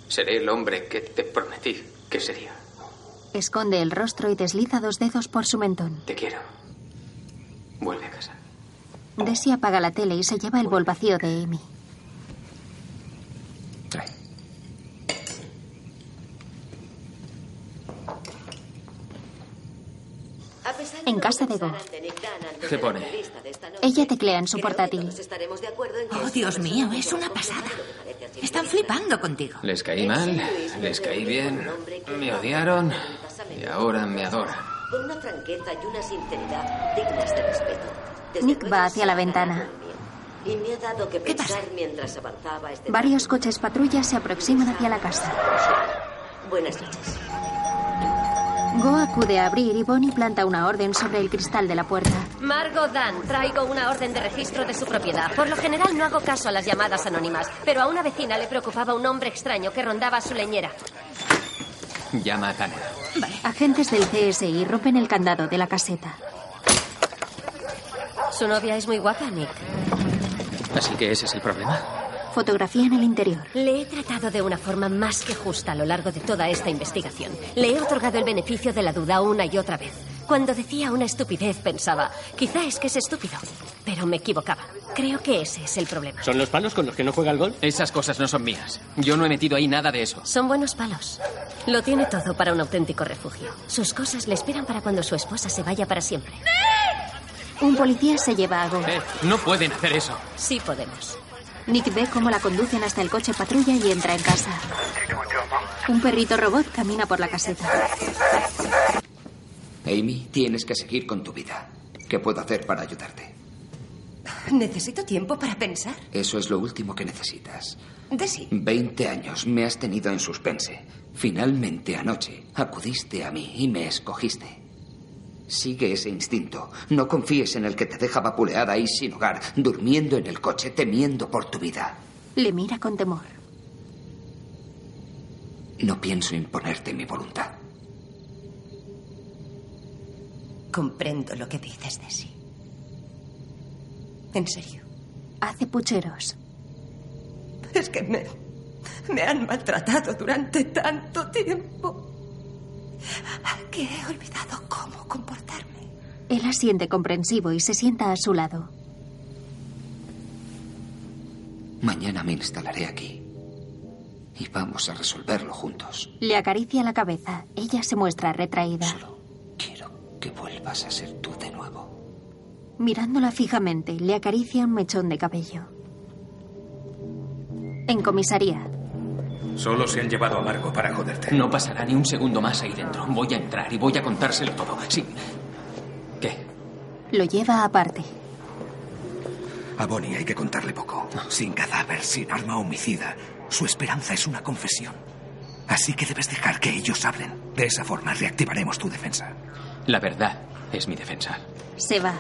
Seré el hombre que te prometí que sería.
Esconde el rostro y desliza dos dedos por su mentón.
Te quiero. Vuelve a casa.
Desi apaga la tele y se lleva el bol vacío de Amy.
A pesar
En
lo
casa de
que
Go.
pensaran de Nick Dunn antes
¿Qué
de la
pone?
entrevista de esta noche,
Ella teclea en su
creo que
portátil.
todos estaremos de acuerdo en que
Oh,
es
Dios
una
mío,
persona
es
mucho
una
más complicada
pasada.
de lo que parece a simple
Están
vista.
flipando contigo.
Les caí mal, les caí bien, me odiaron y ahora me adoran.
Con una franqueza y una sinceridad dignas de respeto. Desde
Nick
luego,
va hacia la ventana.
Y me ha dado que pensar mientras avanzaba este...
Varios coches patrulla se aproximan hacia la casa.
Buenas noches.
Go acude a abrir y Bonnie planta una orden sobre el cristal de la puerta.
Margot Dan, traigo una orden de registro de su propiedad. Por lo general no hago caso a las llamadas anónimas, pero a una vecina le preocupaba un hombre extraño que rondaba su leñera.
Llama a Tanner.
Agentes del CSI rompen el candado de la caseta.
Su novia es muy guapa, Nick.
Así que ese es el problema.
Fotografía en el interior.
Le he tratado de una forma más que justa a lo largo de toda esta investigación. Le he otorgado el beneficio de la duda una y otra vez. Cuando decía una estupidez pensaba, quizá es que es estúpido, pero me equivocaba. Creo que ese es el problema.
¿Son los palos con los que no juega el gol? Esas cosas no son mías. Yo no he metido ahí nada de eso.
Son buenos palos. Lo tiene todo para un auténtico refugio. Sus cosas le esperan para cuando su esposa se vaya para siempre.
Un policía se lleva a Go.
Eh, no pueden hacer eso.
Sí podemos.
Nick ve cómo la conducen hasta el coche patrulla y entra en casa. Un perrito robot camina por la caseta.
Amy, tienes que seguir con tu vida. ¿Qué puedo hacer para ayudarte?
Necesito tiempo para pensar.
Eso es lo último que necesitas.
Desi,
Veinte años me has tenido en suspense. Finalmente anoche acudiste a mí y me escogiste. Sigue ese instinto. No confíes en el que te deja vapuleada y sin hogar, durmiendo en el coche, temiendo por tu vida.
Le mira con temor.
No pienso imponerte mi voluntad.
comprendo lo que dices, Desi. En serio.
Hace pucheros.
Es que me, me han maltratado durante tanto tiempo que he olvidado cómo comportarme.
Él asiente comprensivo y se sienta a su lado.
Mañana me instalaré aquí. Y vamos a resolverlo juntos.
Le acaricia la cabeza. Ella se muestra retraída.
Que vuelvas a ser tú de nuevo.
Mirándola fijamente, le acaricia un mechón de cabello. En comisaría,
Solo se han llevado a Margo para joderte.
No pasará ni un segundo más ahí dentro. Voy a entrar y voy a contárselo todo. Sí.
lo lleva aparte.
A Bonnie hay que contarle poco. Sin cadáver, sin arma homicida. Su esperanza es una confesión. Así que debes dejar que ellos hablen. De esa forma reactivaremos tu defensa.
La verdad es mi defensa.
Se va.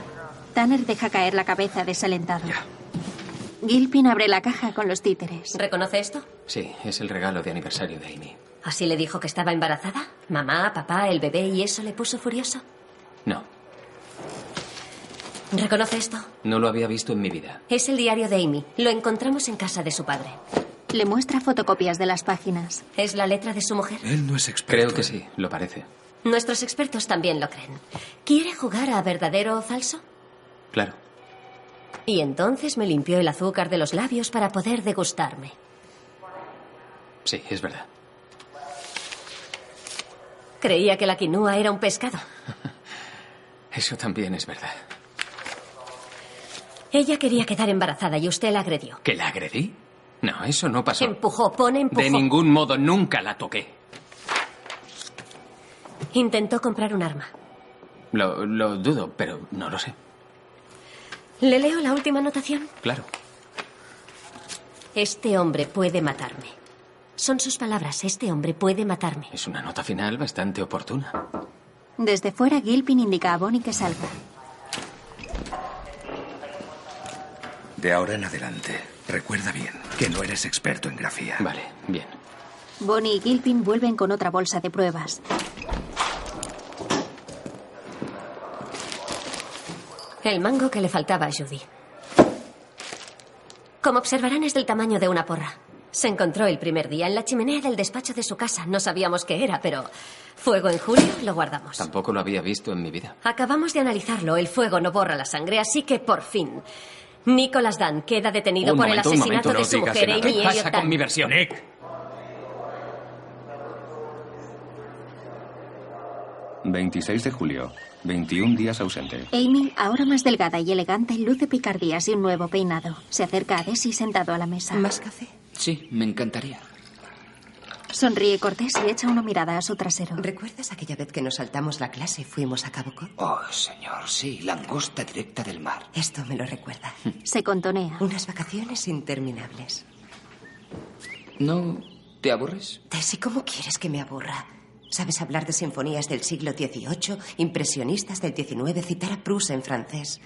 Tanner deja caer la cabeza desalentado. Gilpin abre la caja con los títeres.
¿Reconoce esto?
Sí, es el regalo de aniversario de Amy.
¿Así le dijo que estaba embarazada? Mamá, papá, el bebé y eso le puso furioso.
No,
¿Reconoce esto?
no lo había visto en mi vida.
Es el diario de Amy. Lo encontramos en casa de su padre.
Le muestra fotocopias de las páginas.
¿Es la letra de su mujer?
Él no es experto. Creo que
¿eh?
sí, lo parece.
Nuestros expertos también lo creen. ¿Quiere jugar a verdadero o falso?
Claro.
Y entonces me limpió el azúcar de los labios para poder degustarme.
Sí, es verdad.
Creía que la quinua era un pescado.
Eso también es verdad.
Ella quería quedar embarazada y usted la agredió.
¿Que la agredí? No, eso no pasó.
Empujó, pone, empujó.
De ningún modo, nunca la toqué.
Intentó comprar un arma.
Lo, lo dudo, pero no lo sé.
¿Le leo la última anotación?
Claro.
Este hombre puede matarme. Son sus palabras. Este hombre puede matarme.
Es una nota final bastante oportuna.
Desde fuera, Gilpin indica a Bonnie que salga.
De ahora en adelante, recuerda bien que no eres experto en grafía.
Vale, bien.
Bonnie y Gilpin vuelven con otra bolsa de pruebas.
El mango que le faltaba a Judy. Como observarán, es del tamaño de una porra. Se encontró el primer día en la chimenea del despacho de su casa. No sabíamos qué era, pero fuego en julio lo guardamos.
Tampoco lo había visto en mi vida.
Acabamos de analizarlo. El fuego no borra la sangre, así que por fin. Nicholas Dan queda detenido
Un
por
momento,
el
un
asesinato
momento, no
de su
digas
mujer,
nada.
Amy
¿Qué pasa
Elliot
con
Dan.
mi versión? Nick.
Judy. 26 de julio. 21 días ausente.
Amy, ahora más delgada y elegante, luce picardías y un nuevo peinado. Se acerca a Desi sentado a la mesa. ¿Más café?
Sí, me encantaría.
Sonríe cortés y echa una mirada a su trasero.
¿Recuerdas aquella vez que nos saltamos la clase y fuimos a Cabo Cod?
Oh, señor, sí, langosta directa del mar.
Esto me lo recuerda.
Se contonea.
Unas vacaciones interminables.
¿No te aburres?
Tessy, ¿cómo quieres que me aburra? ¿Sabes hablar de sinfonías del siglo XVIII, impresionistas del XIX, citar a Proust en francés?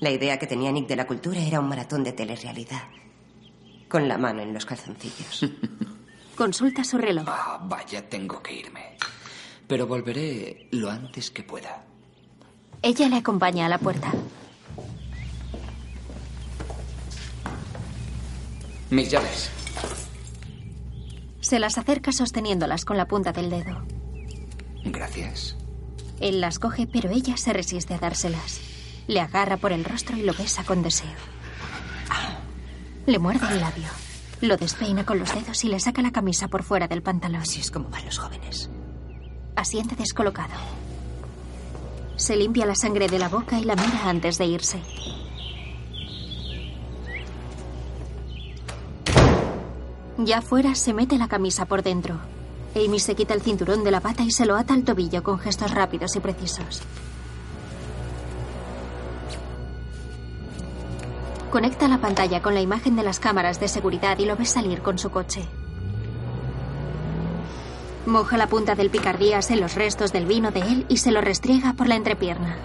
La idea que tenía Nick de la cultura era un maratón de telerrealidad. Con la mano en los calzoncillos.
Consulta su reloj.
Ah, vaya, tengo que irme. Pero volveré lo antes que pueda.
Ella le acompaña a la puerta.
Mis llaves.
Se las acerca sosteniéndolas con la punta del dedo.
Gracias.
Él las coge, pero ella se resiste a dárselas. Le agarra por el rostro y lo besa con deseo. Le muerde el labio. Lo despeina con los dedos y le saca la camisa por fuera del pantalón. Así
es como van los jóvenes.
Asiente descolocado. Se limpia la sangre de la boca y la mira antes de irse. Ya fuera, se mete la camisa por dentro. Amy se quita el cinturón de la bata y se lo ata al tobillo con gestos rápidos y precisos. Conecta la pantalla con la imagen de las cámaras de seguridad y lo ve salir con su coche. Moja la punta del picardías en los restos del vino de él y se lo restriega por la entrepierna.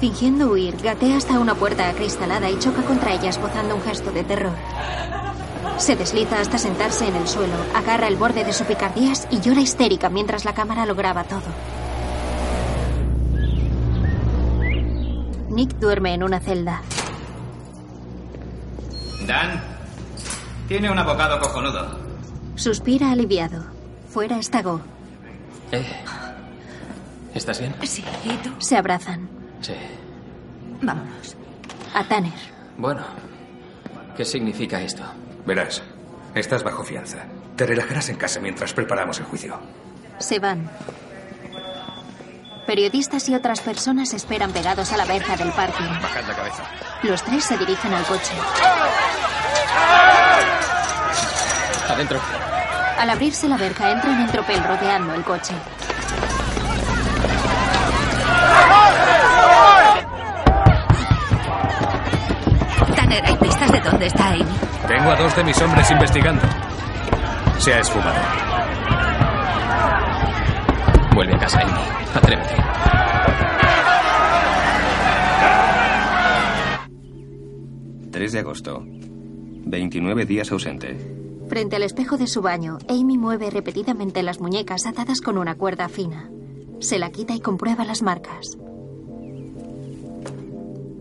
Fingiendo huir, gatea hasta una puerta acristalada y choca contra ella esbozando un gesto de terror. Se desliza hasta sentarse en el suelo, agarra el borde de su picardías y llora histérica mientras la cámara lo graba todo. Nick duerme en una celda.
Dan, tiene un abogado cojonudo.
Suspira aliviado. Fuera está Go.
Eh, ¿Estás bien?
Sí, Se abrazan.
Sí.
Vámonos. A Tanner.
Bueno, ¿qué significa esto?
Verás, estás bajo fianza. Te relajarás en casa mientras preparamos el juicio.
Se van. Periodistas y otras personas esperan pegados a la verja del parking.
Bajad la cabeza.
Los tres se dirigen al coche.
Adentro.
Al abrirse la verja entran en tropel rodeando el coche.
Tanner, ¿hay pistas de dónde está Amy?
Tengo a dos de mis hombres investigando. Se ha esfumado.
Vuelve a casa, Amy. Atrévete.
Judy. 3 de agosto. 29 días ausente.
Frente al espejo de su baño, Amy mueve repetidamente las muñecas atadas con una cuerda fina. Se la quita y comprueba las marcas.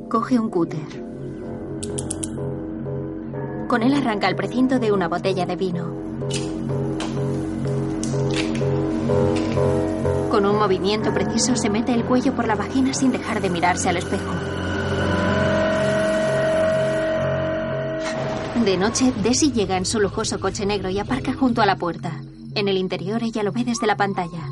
Coge un cúter. Con él arranca el precinto de una botella de vino. Con un movimiento preciso se mete el cuello por la vagina sin dejar de mirarse al espejo. De noche, Desi llega en su lujoso coche negro y aparca junto a la puerta. En el interior ella lo ve desde la pantalla.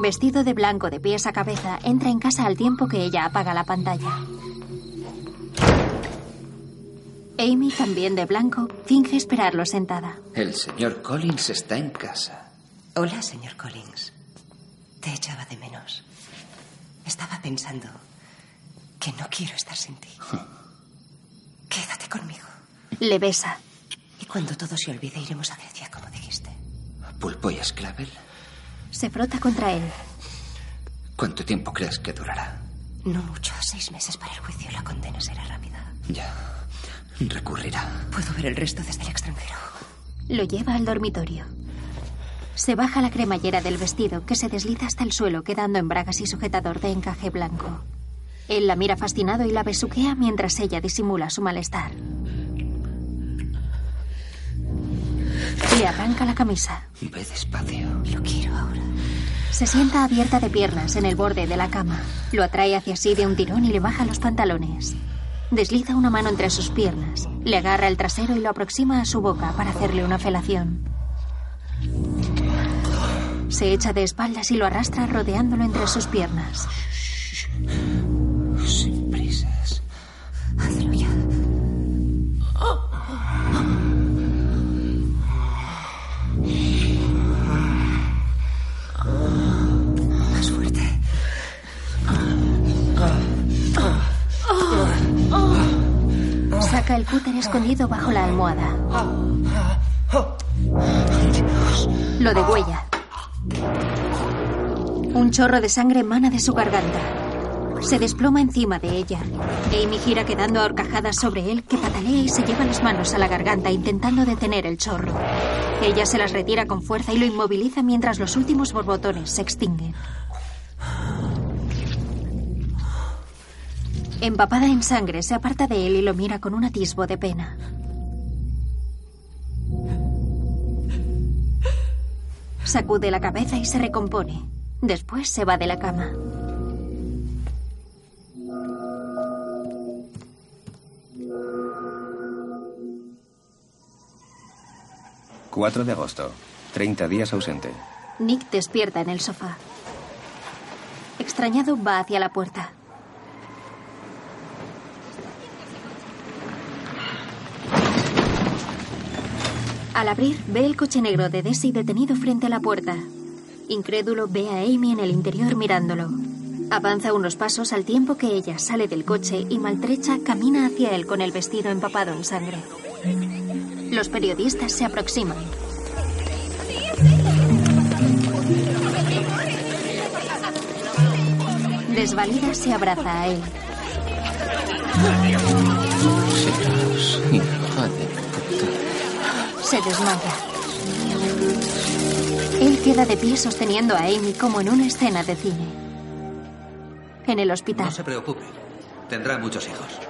Vestido de blanco de pies a cabeza, entra en casa al tiempo que ella apaga la pantalla. Amy, también de blanco, finge esperarlo sentada.
El señor Collins está en casa.
Hola, señor Collins. Te echaba de menos. Estaba pensando que no quiero estar sin ti. Quédate conmigo.
Le besa.
Y cuando todo se olvide, iremos a Grecia, como dijiste.
Pulpo y esclavel.
Se frota contra él.
¿Cuánto tiempo crees que durará?
No mucho, seis meses para el juicio. La condena será rápida.
Ya. Recurrirá.
Puedo ver el resto desde el extranjero.
Lo lleva al dormitorio. Se baja la cremallera del vestido que se desliza hasta el suelo quedando en bragas y sujetador de encaje blanco. Él la mira fascinado y la besuquea mientras ella disimula su malestar. Le arranca la camisa.
Ve despacio.
Lo quiero ahora.
Se sienta abierta de piernas en el borde de la cama. Lo atrae hacia sí de un tirón y le baja los pantalones. Desliza una mano entre sus piernas, le agarra el trasero y lo aproxima a su boca para hacerle una felación. Se echa de espaldas y lo arrastra rodeándolo entre sus piernas.
Sin prisas.
Hazlo ya. Más fuerte.
Saca el cúter escondido bajo la almohada. Lo degüella. Un chorro de sangre emana de su garganta. Se desploma encima de ella. Amy gira quedando ahorcajada sobre él, que patalea y se lleva las manos a la garganta intentando detener el chorro. Ella se las retira con fuerza y lo inmoviliza mientras los últimos borbotones se extinguen. Empapada en sangre, se aparta de él y lo mira con un atisbo de pena. Sacude la cabeza y se recompone. Después se va de la cama.
Amy. 4 de agosto. 30 días ausente.
Nick despierta en el sofá. Extrañado va hacia la puerta. Al abrir, ve el coche negro de Desi detenido frente a la puerta. Incrédulo, ve a Amy en el interior mirándolo. Avanza unos pasos al tiempo que ella sale del coche y maltrecha camina hacia él con el vestido empapado en sangre. Los periodistas se aproximan. Desvalida se abraza a él.
Chicos, hija de
Se desmaya. Él queda de pie sosteniendo a Amy como en una escena de cine. En el
No
hospital,
se preocupe. Tendrá muchos hijos.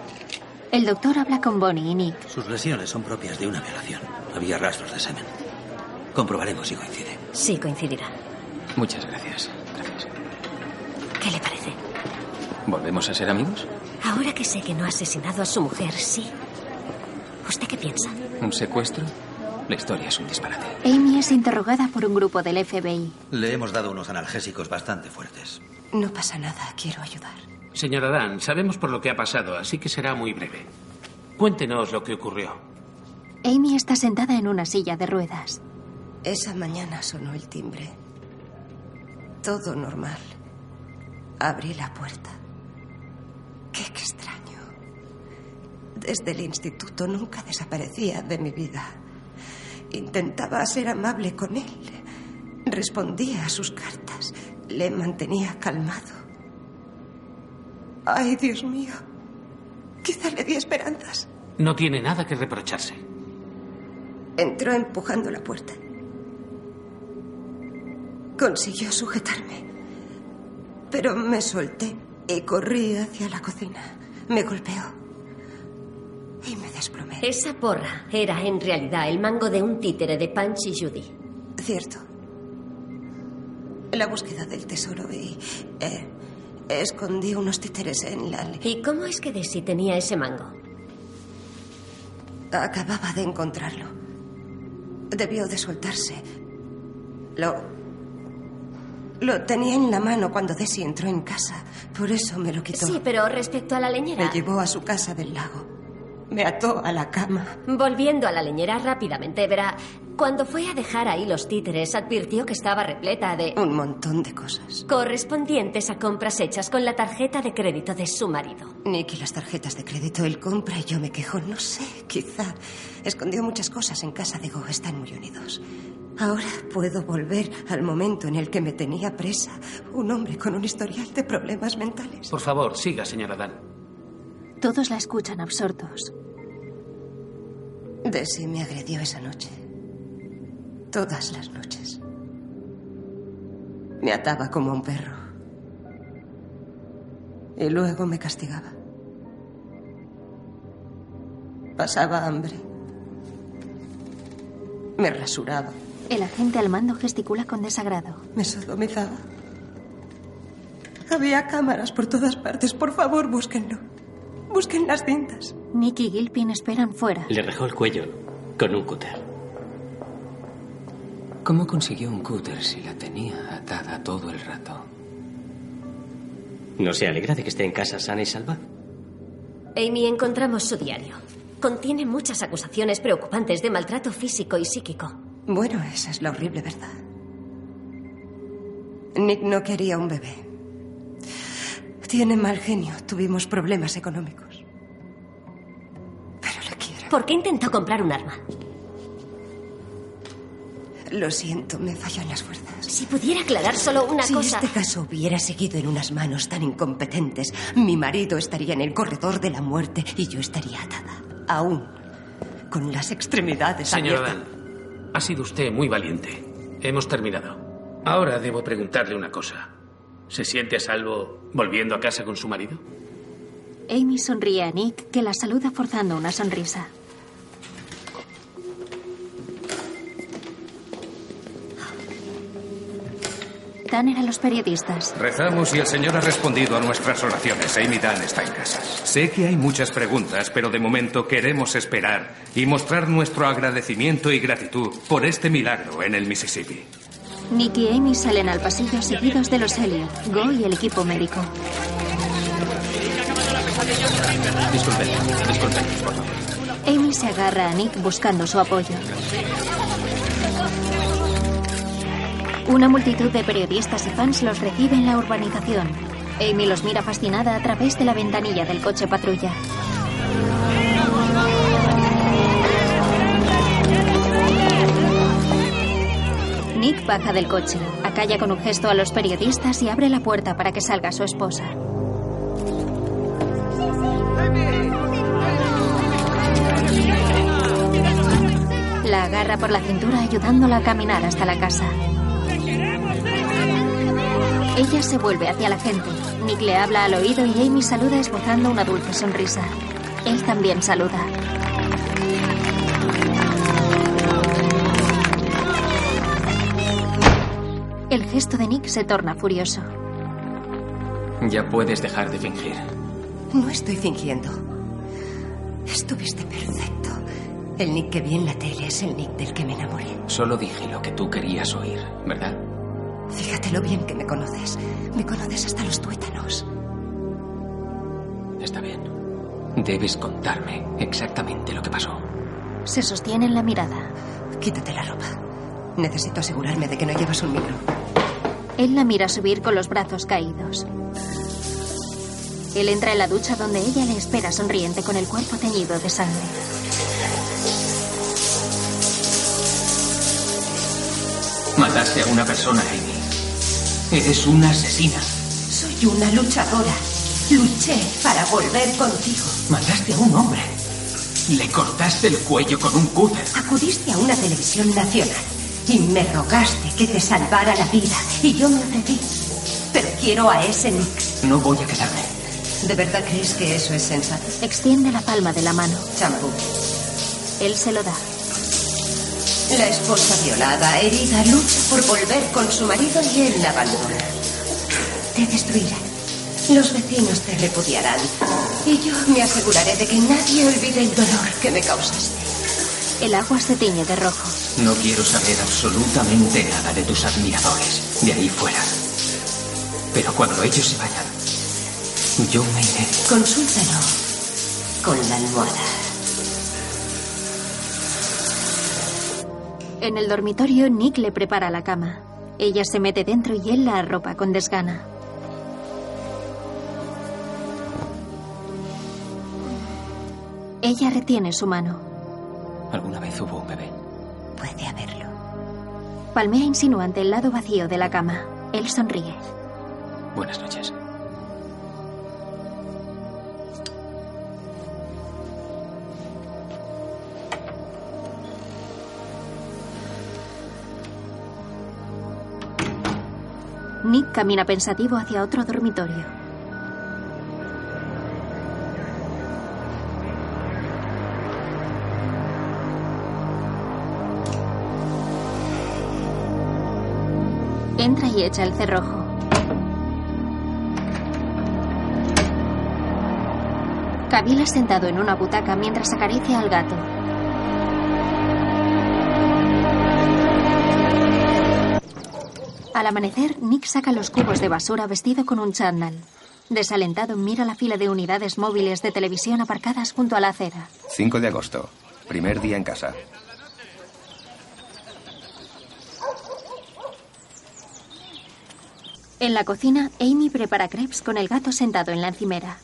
el doctor habla con Bonnie y Nick.
Sus lesiones son propias de una violación. Había rastros de semen. Comprobaremos si coincide.
Sí, coincidirá.
Muchas gracias. Gracias.
¿Qué le parece?
¿Volvemos a ser amigos?
Ahora que sé que no ha asesinado a su mujer, sí. ¿Usted qué piensa?
¿Un secuestro? La historia es un disparate.
Amy es interrogada por un grupo del FBI.
Le hemos dado unos analgésicos bastante fuertes.
No pasa nada, quiero ayudar.
Señora Dan, sabemos por lo que ha pasado, así que será muy breve. Cuéntenos lo que ocurrió.
Amy está sentada en una silla de ruedas.
Esa mañana sonó el timbre. Todo normal. Abrí la puerta. Qué extraño. Desde el instituto nunca desaparecía de mi vida. Intentaba ser amable con él. Respondía a sus cartas. Le mantenía calmado. Ay, Dios mío. Quizá le di esperanzas.
No tiene nada que reprocharse.
Entró empujando la puerta. Consiguió sujetarme. Pero me solté y corrí hacia la cocina. Me golpeó. Y me desplomé.
Esa porra era en realidad el mango de un títere de Punch y Judy.
Cierto. La búsqueda del tesoro y. eh, escondí unos títeres en la. li-
¿Y cómo es que Desi tenía ese mango?
Acababa de encontrarlo. Debió de soltarse. Lo. Lo tenía en la mano cuando Desi entró en casa. Por eso me lo quitó.
Sí, pero respecto a la
Me
leñera.
llevó a su casa del lago. Me ató a la cama.
Volviendo a la leñera rápidamente, verá. Cuando fue a dejar ahí los títeres, advirtió que estaba repleta de.
Un montón de cosas.
correspondientes a compras hechas con la tarjeta de crédito de su marido.
Nick y las tarjetas de crédito, él compra y yo me quejo. No sé, quizá. Escondió muchas cosas en casa. Digo, están muy unidos. Ahora puedo volver al momento en el que me tenía presa, un hombre con un historial de problemas mentales.
Por favor, siga, señora Dan.
Todos la escuchan absortos.
Desi me agredió esa noche. Todas las noches. Me ataba como a un perro. Y luego me castigaba. Pasaba hambre. Me rasuraba.
El agente al mando gesticula con desagrado.
Me sodomizaba. Había cámaras por todas partes. Por favor, búsquenlo. Busquen las cintas.
Nick y Gilpin esperan fuera.
Le rajó el cuello con un cúter.
¿Cómo consiguió un cúter si la tenía atada todo el rato?
¿No se alegra de que esté en casa sana y salva?
Amy, encontramos su diario.
Contiene muchas acusaciones preocupantes de maltrato físico y psíquico.
Bueno, esa es la horrible verdad. Nick no quería un bebé. Tiene mal genio. Tuvimos problemas económicos.
¿Por qué intentó comprar un arma?
Lo siento, me fallan las fuerzas.
Si pudiera aclarar solo una
si
cosa.
este caso hubiera seguido en unas manos tan incompetentes, mi marido estaría en el corredor de la muerte y yo estaría atada. Aún. Con las extremidades
Señora
abiertas.
Dan, ha sido usted muy valiente. Hemos terminado. Ahora debo preguntarle una cosa. ¿Se siente a salvo volviendo a casa con su marido?
Amy sonríe a Nick, que la saluda forzando una sonrisa. Tanner a los periodistas.
Rezamos y el Señor ha respondido a nuestras oraciones. Amy Dan está en casa. Sé que hay muchas preguntas, pero de momento queremos esperar y mostrar nuestro agradecimiento y gratitud por este milagro en el Mississippi.
Nick y Amy salen al pasillo seguidos de los Elliot, Go y el equipo médico.
Disculpen, disculpen, por favor.
Amy se agarra a Nick buscando su apoyo. Una multitud de periodistas y fans los recibe en la urbanización. Amy los mira fascinada a través de la ventanilla del coche patrulla. Nick baja del coche, acalla con un gesto a los periodistas y abre la puerta para que salga su esposa. La agarra por la cintura ayudándola a caminar hasta la casa. Ella se vuelve hacia la gente. Nick le habla al oído y Amy saluda esbozando una dulce sonrisa. Él también saluda. El gesto de Nick se torna furioso.
Ya puedes dejar de fingir.
No estoy fingiendo. Estuviste perfecto. El Nick que vi en la tele es el Nick del que me enamoré.
Solo dije lo que tú querías oír, ¿verdad?
Fíjate lo bien que me conoces. Me conoces hasta los tuétanos.
Está bien. Debes contarme exactamente lo que pasó.
Se sostienen la mirada.
Quítate la ropa. Necesito asegurarme de que no llevas un micro.
Él la mira subir con los brazos caídos. Él entra en la ducha donde ella le espera sonriente con el cuerpo teñido de sangre.
Mataste a una persona, Amy. Eres una asesina.
Soy una luchadora. Luché para volver contigo.
Mataste a un hombre. Le cortaste el cuello con un cúter.
Acudiste a una televisión nacional y me rogaste que te salvara la vida y yo me ofrecí. Pero quiero a ese Nick.
No voy a quedarme.
¿De verdad crees que eso es sensato?
Extiende la palma de la mano.
Champú.
Él se lo da.
La esposa violada, herida, lucha por volver con su marido y él la abandona. Te destruirán. Los vecinos te repudiarán. Y yo me aseguraré de que nadie olvide el dolor que me causaste.
El agua se tiñe de rojo.
No quiero saber absolutamente nada de tus admiradores. De ahí fuera. Pero cuando ellos se vayan, yo me iré.
Consúltalo con la almohada.
En el dormitorio, Nick le prepara la cama. Ella se mete dentro y él la arropa con desgana. Ella retiene su mano.
¿Alguna vez hubo un bebé?
Puede haberlo.
Palmea insinuante el lado vacío de la cama. Él sonríe.
Buenas noches.
Nick camina pensativo hacia otro dormitorio.
Entra y echa el cerrojo. Kabila sentado en una butaca mientras acaricia al gato. Al amanecer, Nick saca los cubos de basura vestido con un chándal. Desalentado, mira la fila de unidades móviles de televisión aparcadas junto a la acera.
5 de agosto, primer día en casa.
En la cocina, Amy prepara crepes con el gato sentado en la encimera.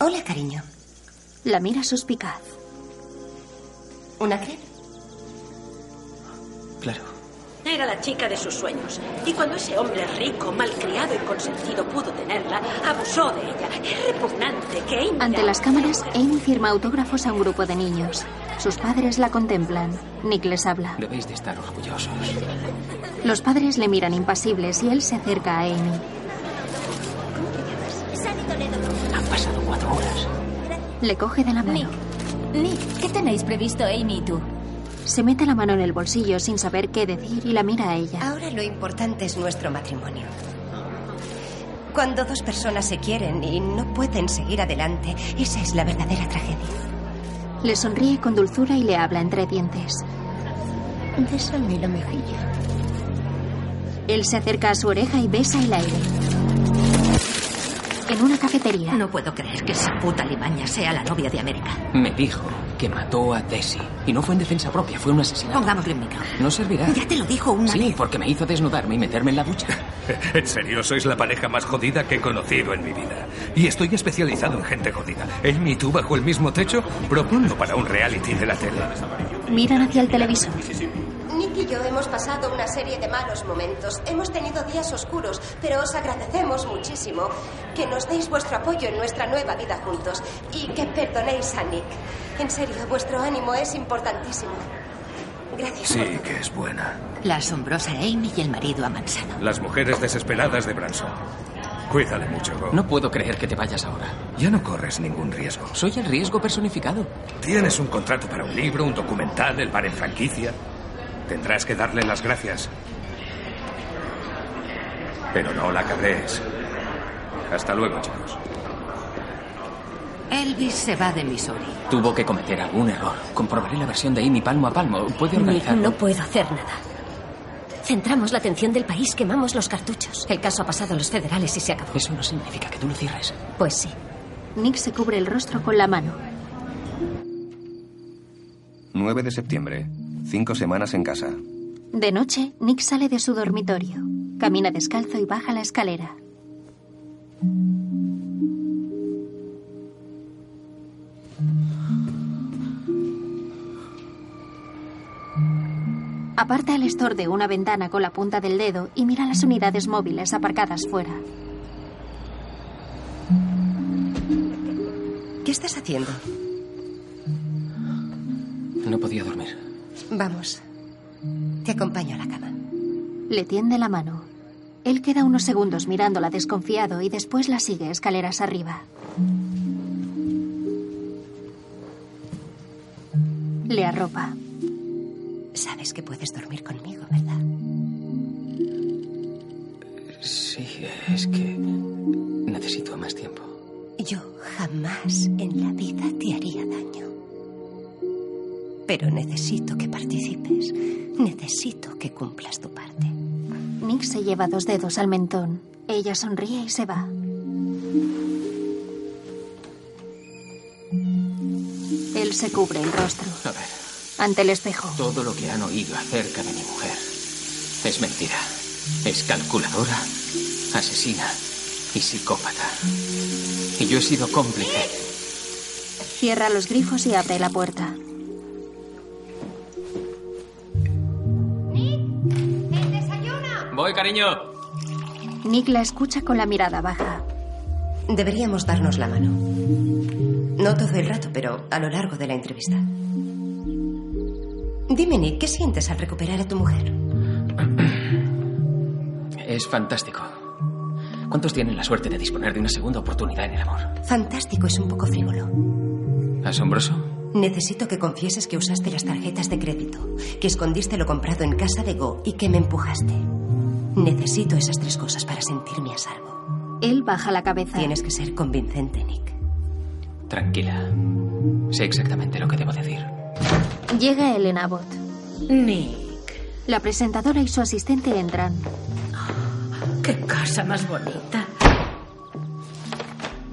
Hola, cariño.
La mira suspicaz.
¿Una crepe?
Claro.
Era la chica de sus sueños. Y cuando ese hombre rico, malcriado y consentido pudo tenerla, abusó de ella. Es repugnante que Amy...
Ante las cámaras, Amy firma autógrafos a un grupo de niños. Sus padres la contemplan. Nick les habla.
Debéis de estar orgullosos.
Los padres le miran impasibles y él se acerca a Amy.
Han pasado cuatro horas.
Le coge de la mano.
Nick, Nick, ¿qué tenéis previsto, Amy y tú?
Se mete la mano en el bolsillo sin saber qué decir y la mira a ella.
Ahora lo importante es nuestro matrimonio. Cuando dos personas se quieren y no pueden seguir adelante, esa es la verdadera tragedia.
Le sonríe con dulzura y le habla entre dientes.
Deshonne la mejilla.
Él se acerca a su oreja y besa el aire. En una cafetería.
No puedo creer que esa puta Limaña sea la novia de América.
Me dijo que mató a Tessie. Y no fue en defensa propia, fue un asesinato.
Pongámosle en micro.
No servirá.
Ya te lo dijo una
sí,
vez.
Sí, porque me hizo desnudarme y meterme en la ducha.
en serio, sois la pareja más jodida que he conocido en mi vida. Y estoy especializado en gente jodida. ¿El y tú bajo el mismo techo? Proponlo para un reality de la tele.
Miran hacia el televisor.
Nick y yo hemos pasado una serie de malos momentos. Hemos tenido días oscuros, pero os agradecemos muchísimo que nos deis vuestro apoyo en nuestra nueva vida juntos y que perdonéis a Nick. En serio, vuestro ánimo es importantísimo. Gracias.
Sí,
por todo.
que es buena.
La asombrosa Amy y el marido amansado.
Las mujeres desesperadas de Branson. Cuídale mucho, Go.
No puedo creer que te vayas ahora.
Ya no corres ningún riesgo.
Soy el riesgo personificado.
Tienes un contrato para un libro, un documental, el bar en franquicia. Tendrás que darle las gracias. Pero no la cabrees. Hasta luego, chicos.
Elvis se va de Missouri.
Tuvo que cometer algún error. Comprobaré la versión de Amy palmo a palmo. Puede organizar.
No puedo hacer nada. Centramos la atención del país, quemamos los cartuchos. El caso ha pasado a los federales y se acabó.
Eso no significa que tú lo cierres.
Pues sí.
Nick se cubre el rostro con la mano.
9 de septiembre. Cinco semanas en casa.
De noche, Nick sale de su dormitorio. Camina descalzo y baja la escalera.
Aparta el estor de una ventana con la punta del dedo y mira las unidades móviles aparcadas fuera.
¿Qué estás haciendo?
No podía dormir.
Vamos. Te acompaño a la cama.
Le tiende la mano. Él queda unos segundos mirándola desconfiado y después la sigue escaleras arriba. Le arropa.
Sabes que puedes dormir conmigo, ¿verdad?
Sí, es que necesito más tiempo.
Yo jamás en la vida te haría daño pero necesito que participes. Necesito que cumplas tu parte.
Nick se lleva dos dedos al mentón. Ella sonríe y se va. Él se cubre el rostro.
A ver.
Ante el espejo.
Todo lo que han oído acerca de mi mujer es mentira. Es calculadora, asesina y psicópata. Y yo he sido cómplice.
Cierra los grifos y abre la puerta.
Voy, cariño.
Nick la escucha con la mirada baja.
Deberíamos darnos la mano. No todo el rato, pero a lo largo de la entrevista. Dime, Nick, ¿qué sientes al recuperar a tu mujer?
Es fantástico. ¿Cuántos tienen la suerte de disponer de una segunda oportunidad en el amor?
Fantástico es un poco frívolo.
¿Asombroso?
Necesito que confieses que usaste las tarjetas de crédito, que escondiste lo comprado en casa de Go y que me empujaste. Necesito esas tres cosas para sentirme a salvo.
Él baja la cabeza.
Tienes que ser convincente, Nick.
Tranquila. Sé exactamente lo que debo decir.
Llega Elena Abbott.
Nick.
La presentadora y su asistente entran.
¡Qué casa más bonita!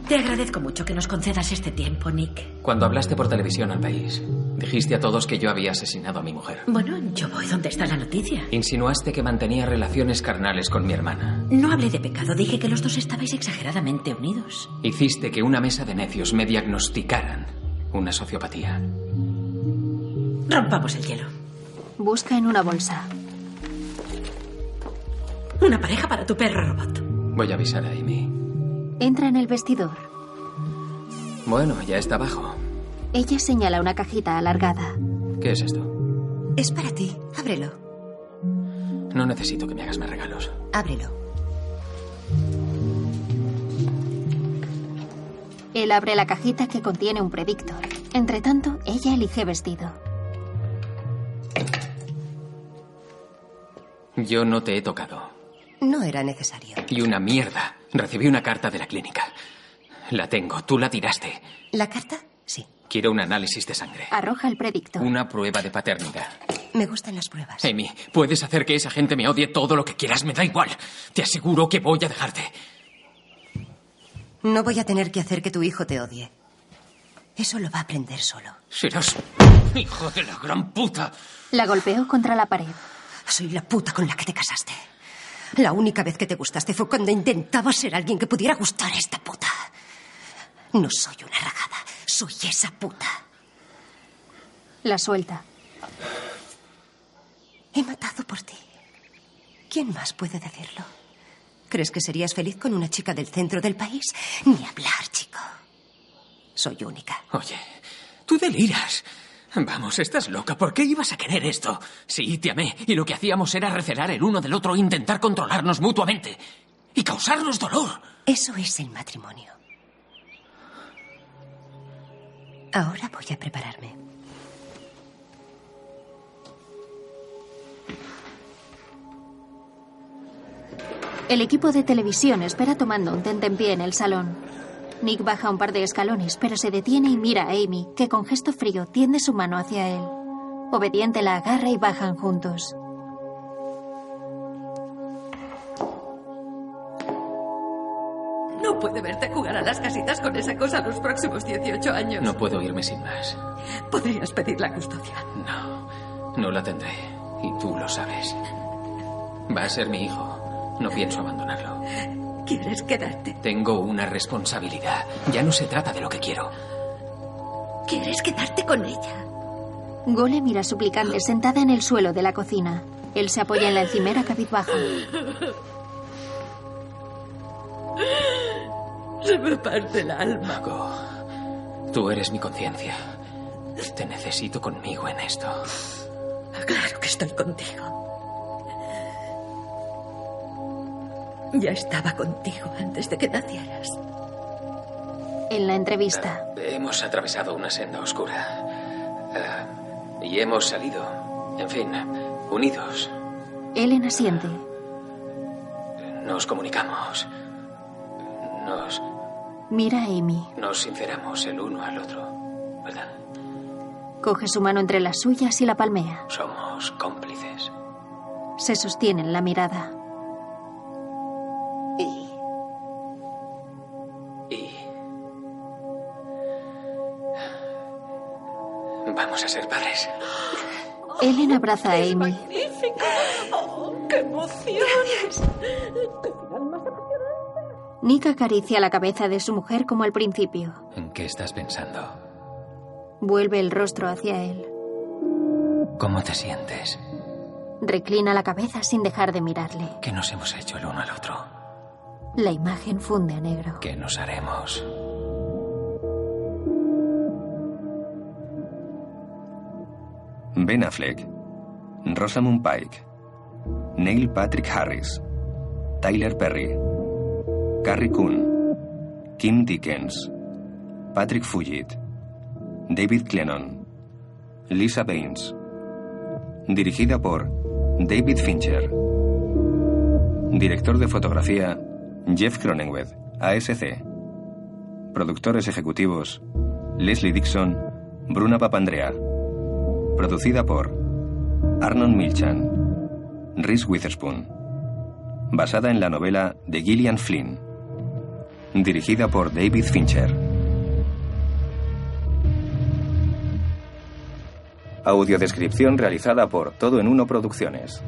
Te agradezco mucho que nos concedas este tiempo, Nick.
Cuando hablaste por televisión al país, dijiste a todos que yo había asesinado a mi mujer.
Bueno, yo voy donde está la noticia.
Insinuaste que mantenía relaciones carnales con mi hermana.
No hablé de pecado, dije que los dos estabais exageradamente unidos.
Hiciste que una mesa de necios me diagnosticaran una sociopatía.
Rompamos pues el hielo.
Busca en una bolsa.
Una pareja para tu perro robot.
Voy a avisar a Amy.
Entra en el vestidor.
Bueno, ya está abajo.
Ella señala una cajita alargada.
¿Qué es esto?
Es para ti. Ábrelo.
No necesito que me hagas más regalos.
Ábrelo.
Él abre la cajita que contiene un predictor. Entre tanto, ella elige vestido.
Yo no te he tocado.
No era necesario.
Y una mierda. Recibí una carta de la clínica. La tengo. Tú la tiraste.
¿La carta? Sí.
Quiero un análisis de sangre.
Arroja el predictor.
Una prueba de paternidad.
Me gustan las pruebas.
Amy, puedes hacer que esa gente me odie todo lo que quieras. Me da igual. Te aseguro que voy a dejarte.
No voy a tener que hacer que tu hijo te odie. Eso lo va a aprender solo.
Serás hijo de la gran puta.
La golpeó contra la pared.
Soy la puta con la que te casaste. La única vez que te gustaste fue cuando intentaba ser alguien que pudiera gustar a esta puta. No soy una rajada, soy esa puta.
La suelta.
He matado por ti. ¿Quién más puede decirlo? ¿Crees que serías feliz con una chica del centro del país? Ni hablar, chico. Soy única.
Oye, tú deliras. Vamos, estás loca. ¿Por qué ibas a querer esto? Sí, te amé. Y lo que hacíamos era recelar el uno del otro e intentar controlarnos mutuamente. Y causarnos dolor.
Eso es el matrimonio. Ahora voy a prepararme.
El equipo de televisión espera tomando un tentempié en el salón. Nick baja un par de escalones, pero se detiene y mira a Amy, que con gesto frío tiende su mano hacia él. Obediente la agarra y bajan juntos.
No puede verte jugar a las casitas con esa cosa los próximos 18 años.
No puedo irme sin más.
Podrías pedir la custodia.
No, no la tendré. Y tú lo sabes. Va a ser mi hijo. No pienso abandonarlo.
¿Quieres quedarte?
Tengo una responsabilidad. Ya no se trata de lo que quiero.
¿Quieres quedarte con ella?
Gole mira suplicante sentada en el suelo de la cocina. Él se apoya en la encimera cabizbajo.
Se me parte el alma.
Mago, tú eres mi conciencia. Te necesito conmigo en esto.
Claro que estoy contigo. Ya estaba contigo antes de que nacieras.
En la entrevista,
Hemos atravesado una senda oscura. Ah, y hemos salido. En fin, unidos.
Ellen asiente.
Nos comunicamos. Nos,
Mira a Amy.
nos sinceramos el uno al otro. ¿Verdad?
Coge su mano entre las suyas y la palmea.
Somos cómplices.
Se sostienen la mirada.
Y... Vamos a ser padres.
Ellen abraza a Amy.
¡Magnífico! ¡Oh, qué emoción!
Nick acaricia la cabeza de su mujer como al principio.
¿En qué estás pensando?
Vuelve el rostro hacia él.
¿Cómo te sientes?
Reclina la cabeza sin dejar de mirarle.
Que nos hemos hecho el uno al otro.
La imagen funde a negro.
Que nos haremos.
Ben Affleck, Rosamund Pike, Neil Patrick Harris, Tyler Perry, Carrie Coon, Kim Dickens, Patrick Fugit, David Clennon, Lisa Baines. Dirigida por David Fincher. Director de fotografía Jeff Cronenweth, ASC. Productores ejecutivos Leslie Dixon, Bruna Papandrea. Producida por Arnon Milchan, Reese Witherspoon. Basada en la novela de Gillian Flynn. Dirigida por David Fincher. Audiodescripción realizada por Todo en Uno Producciones.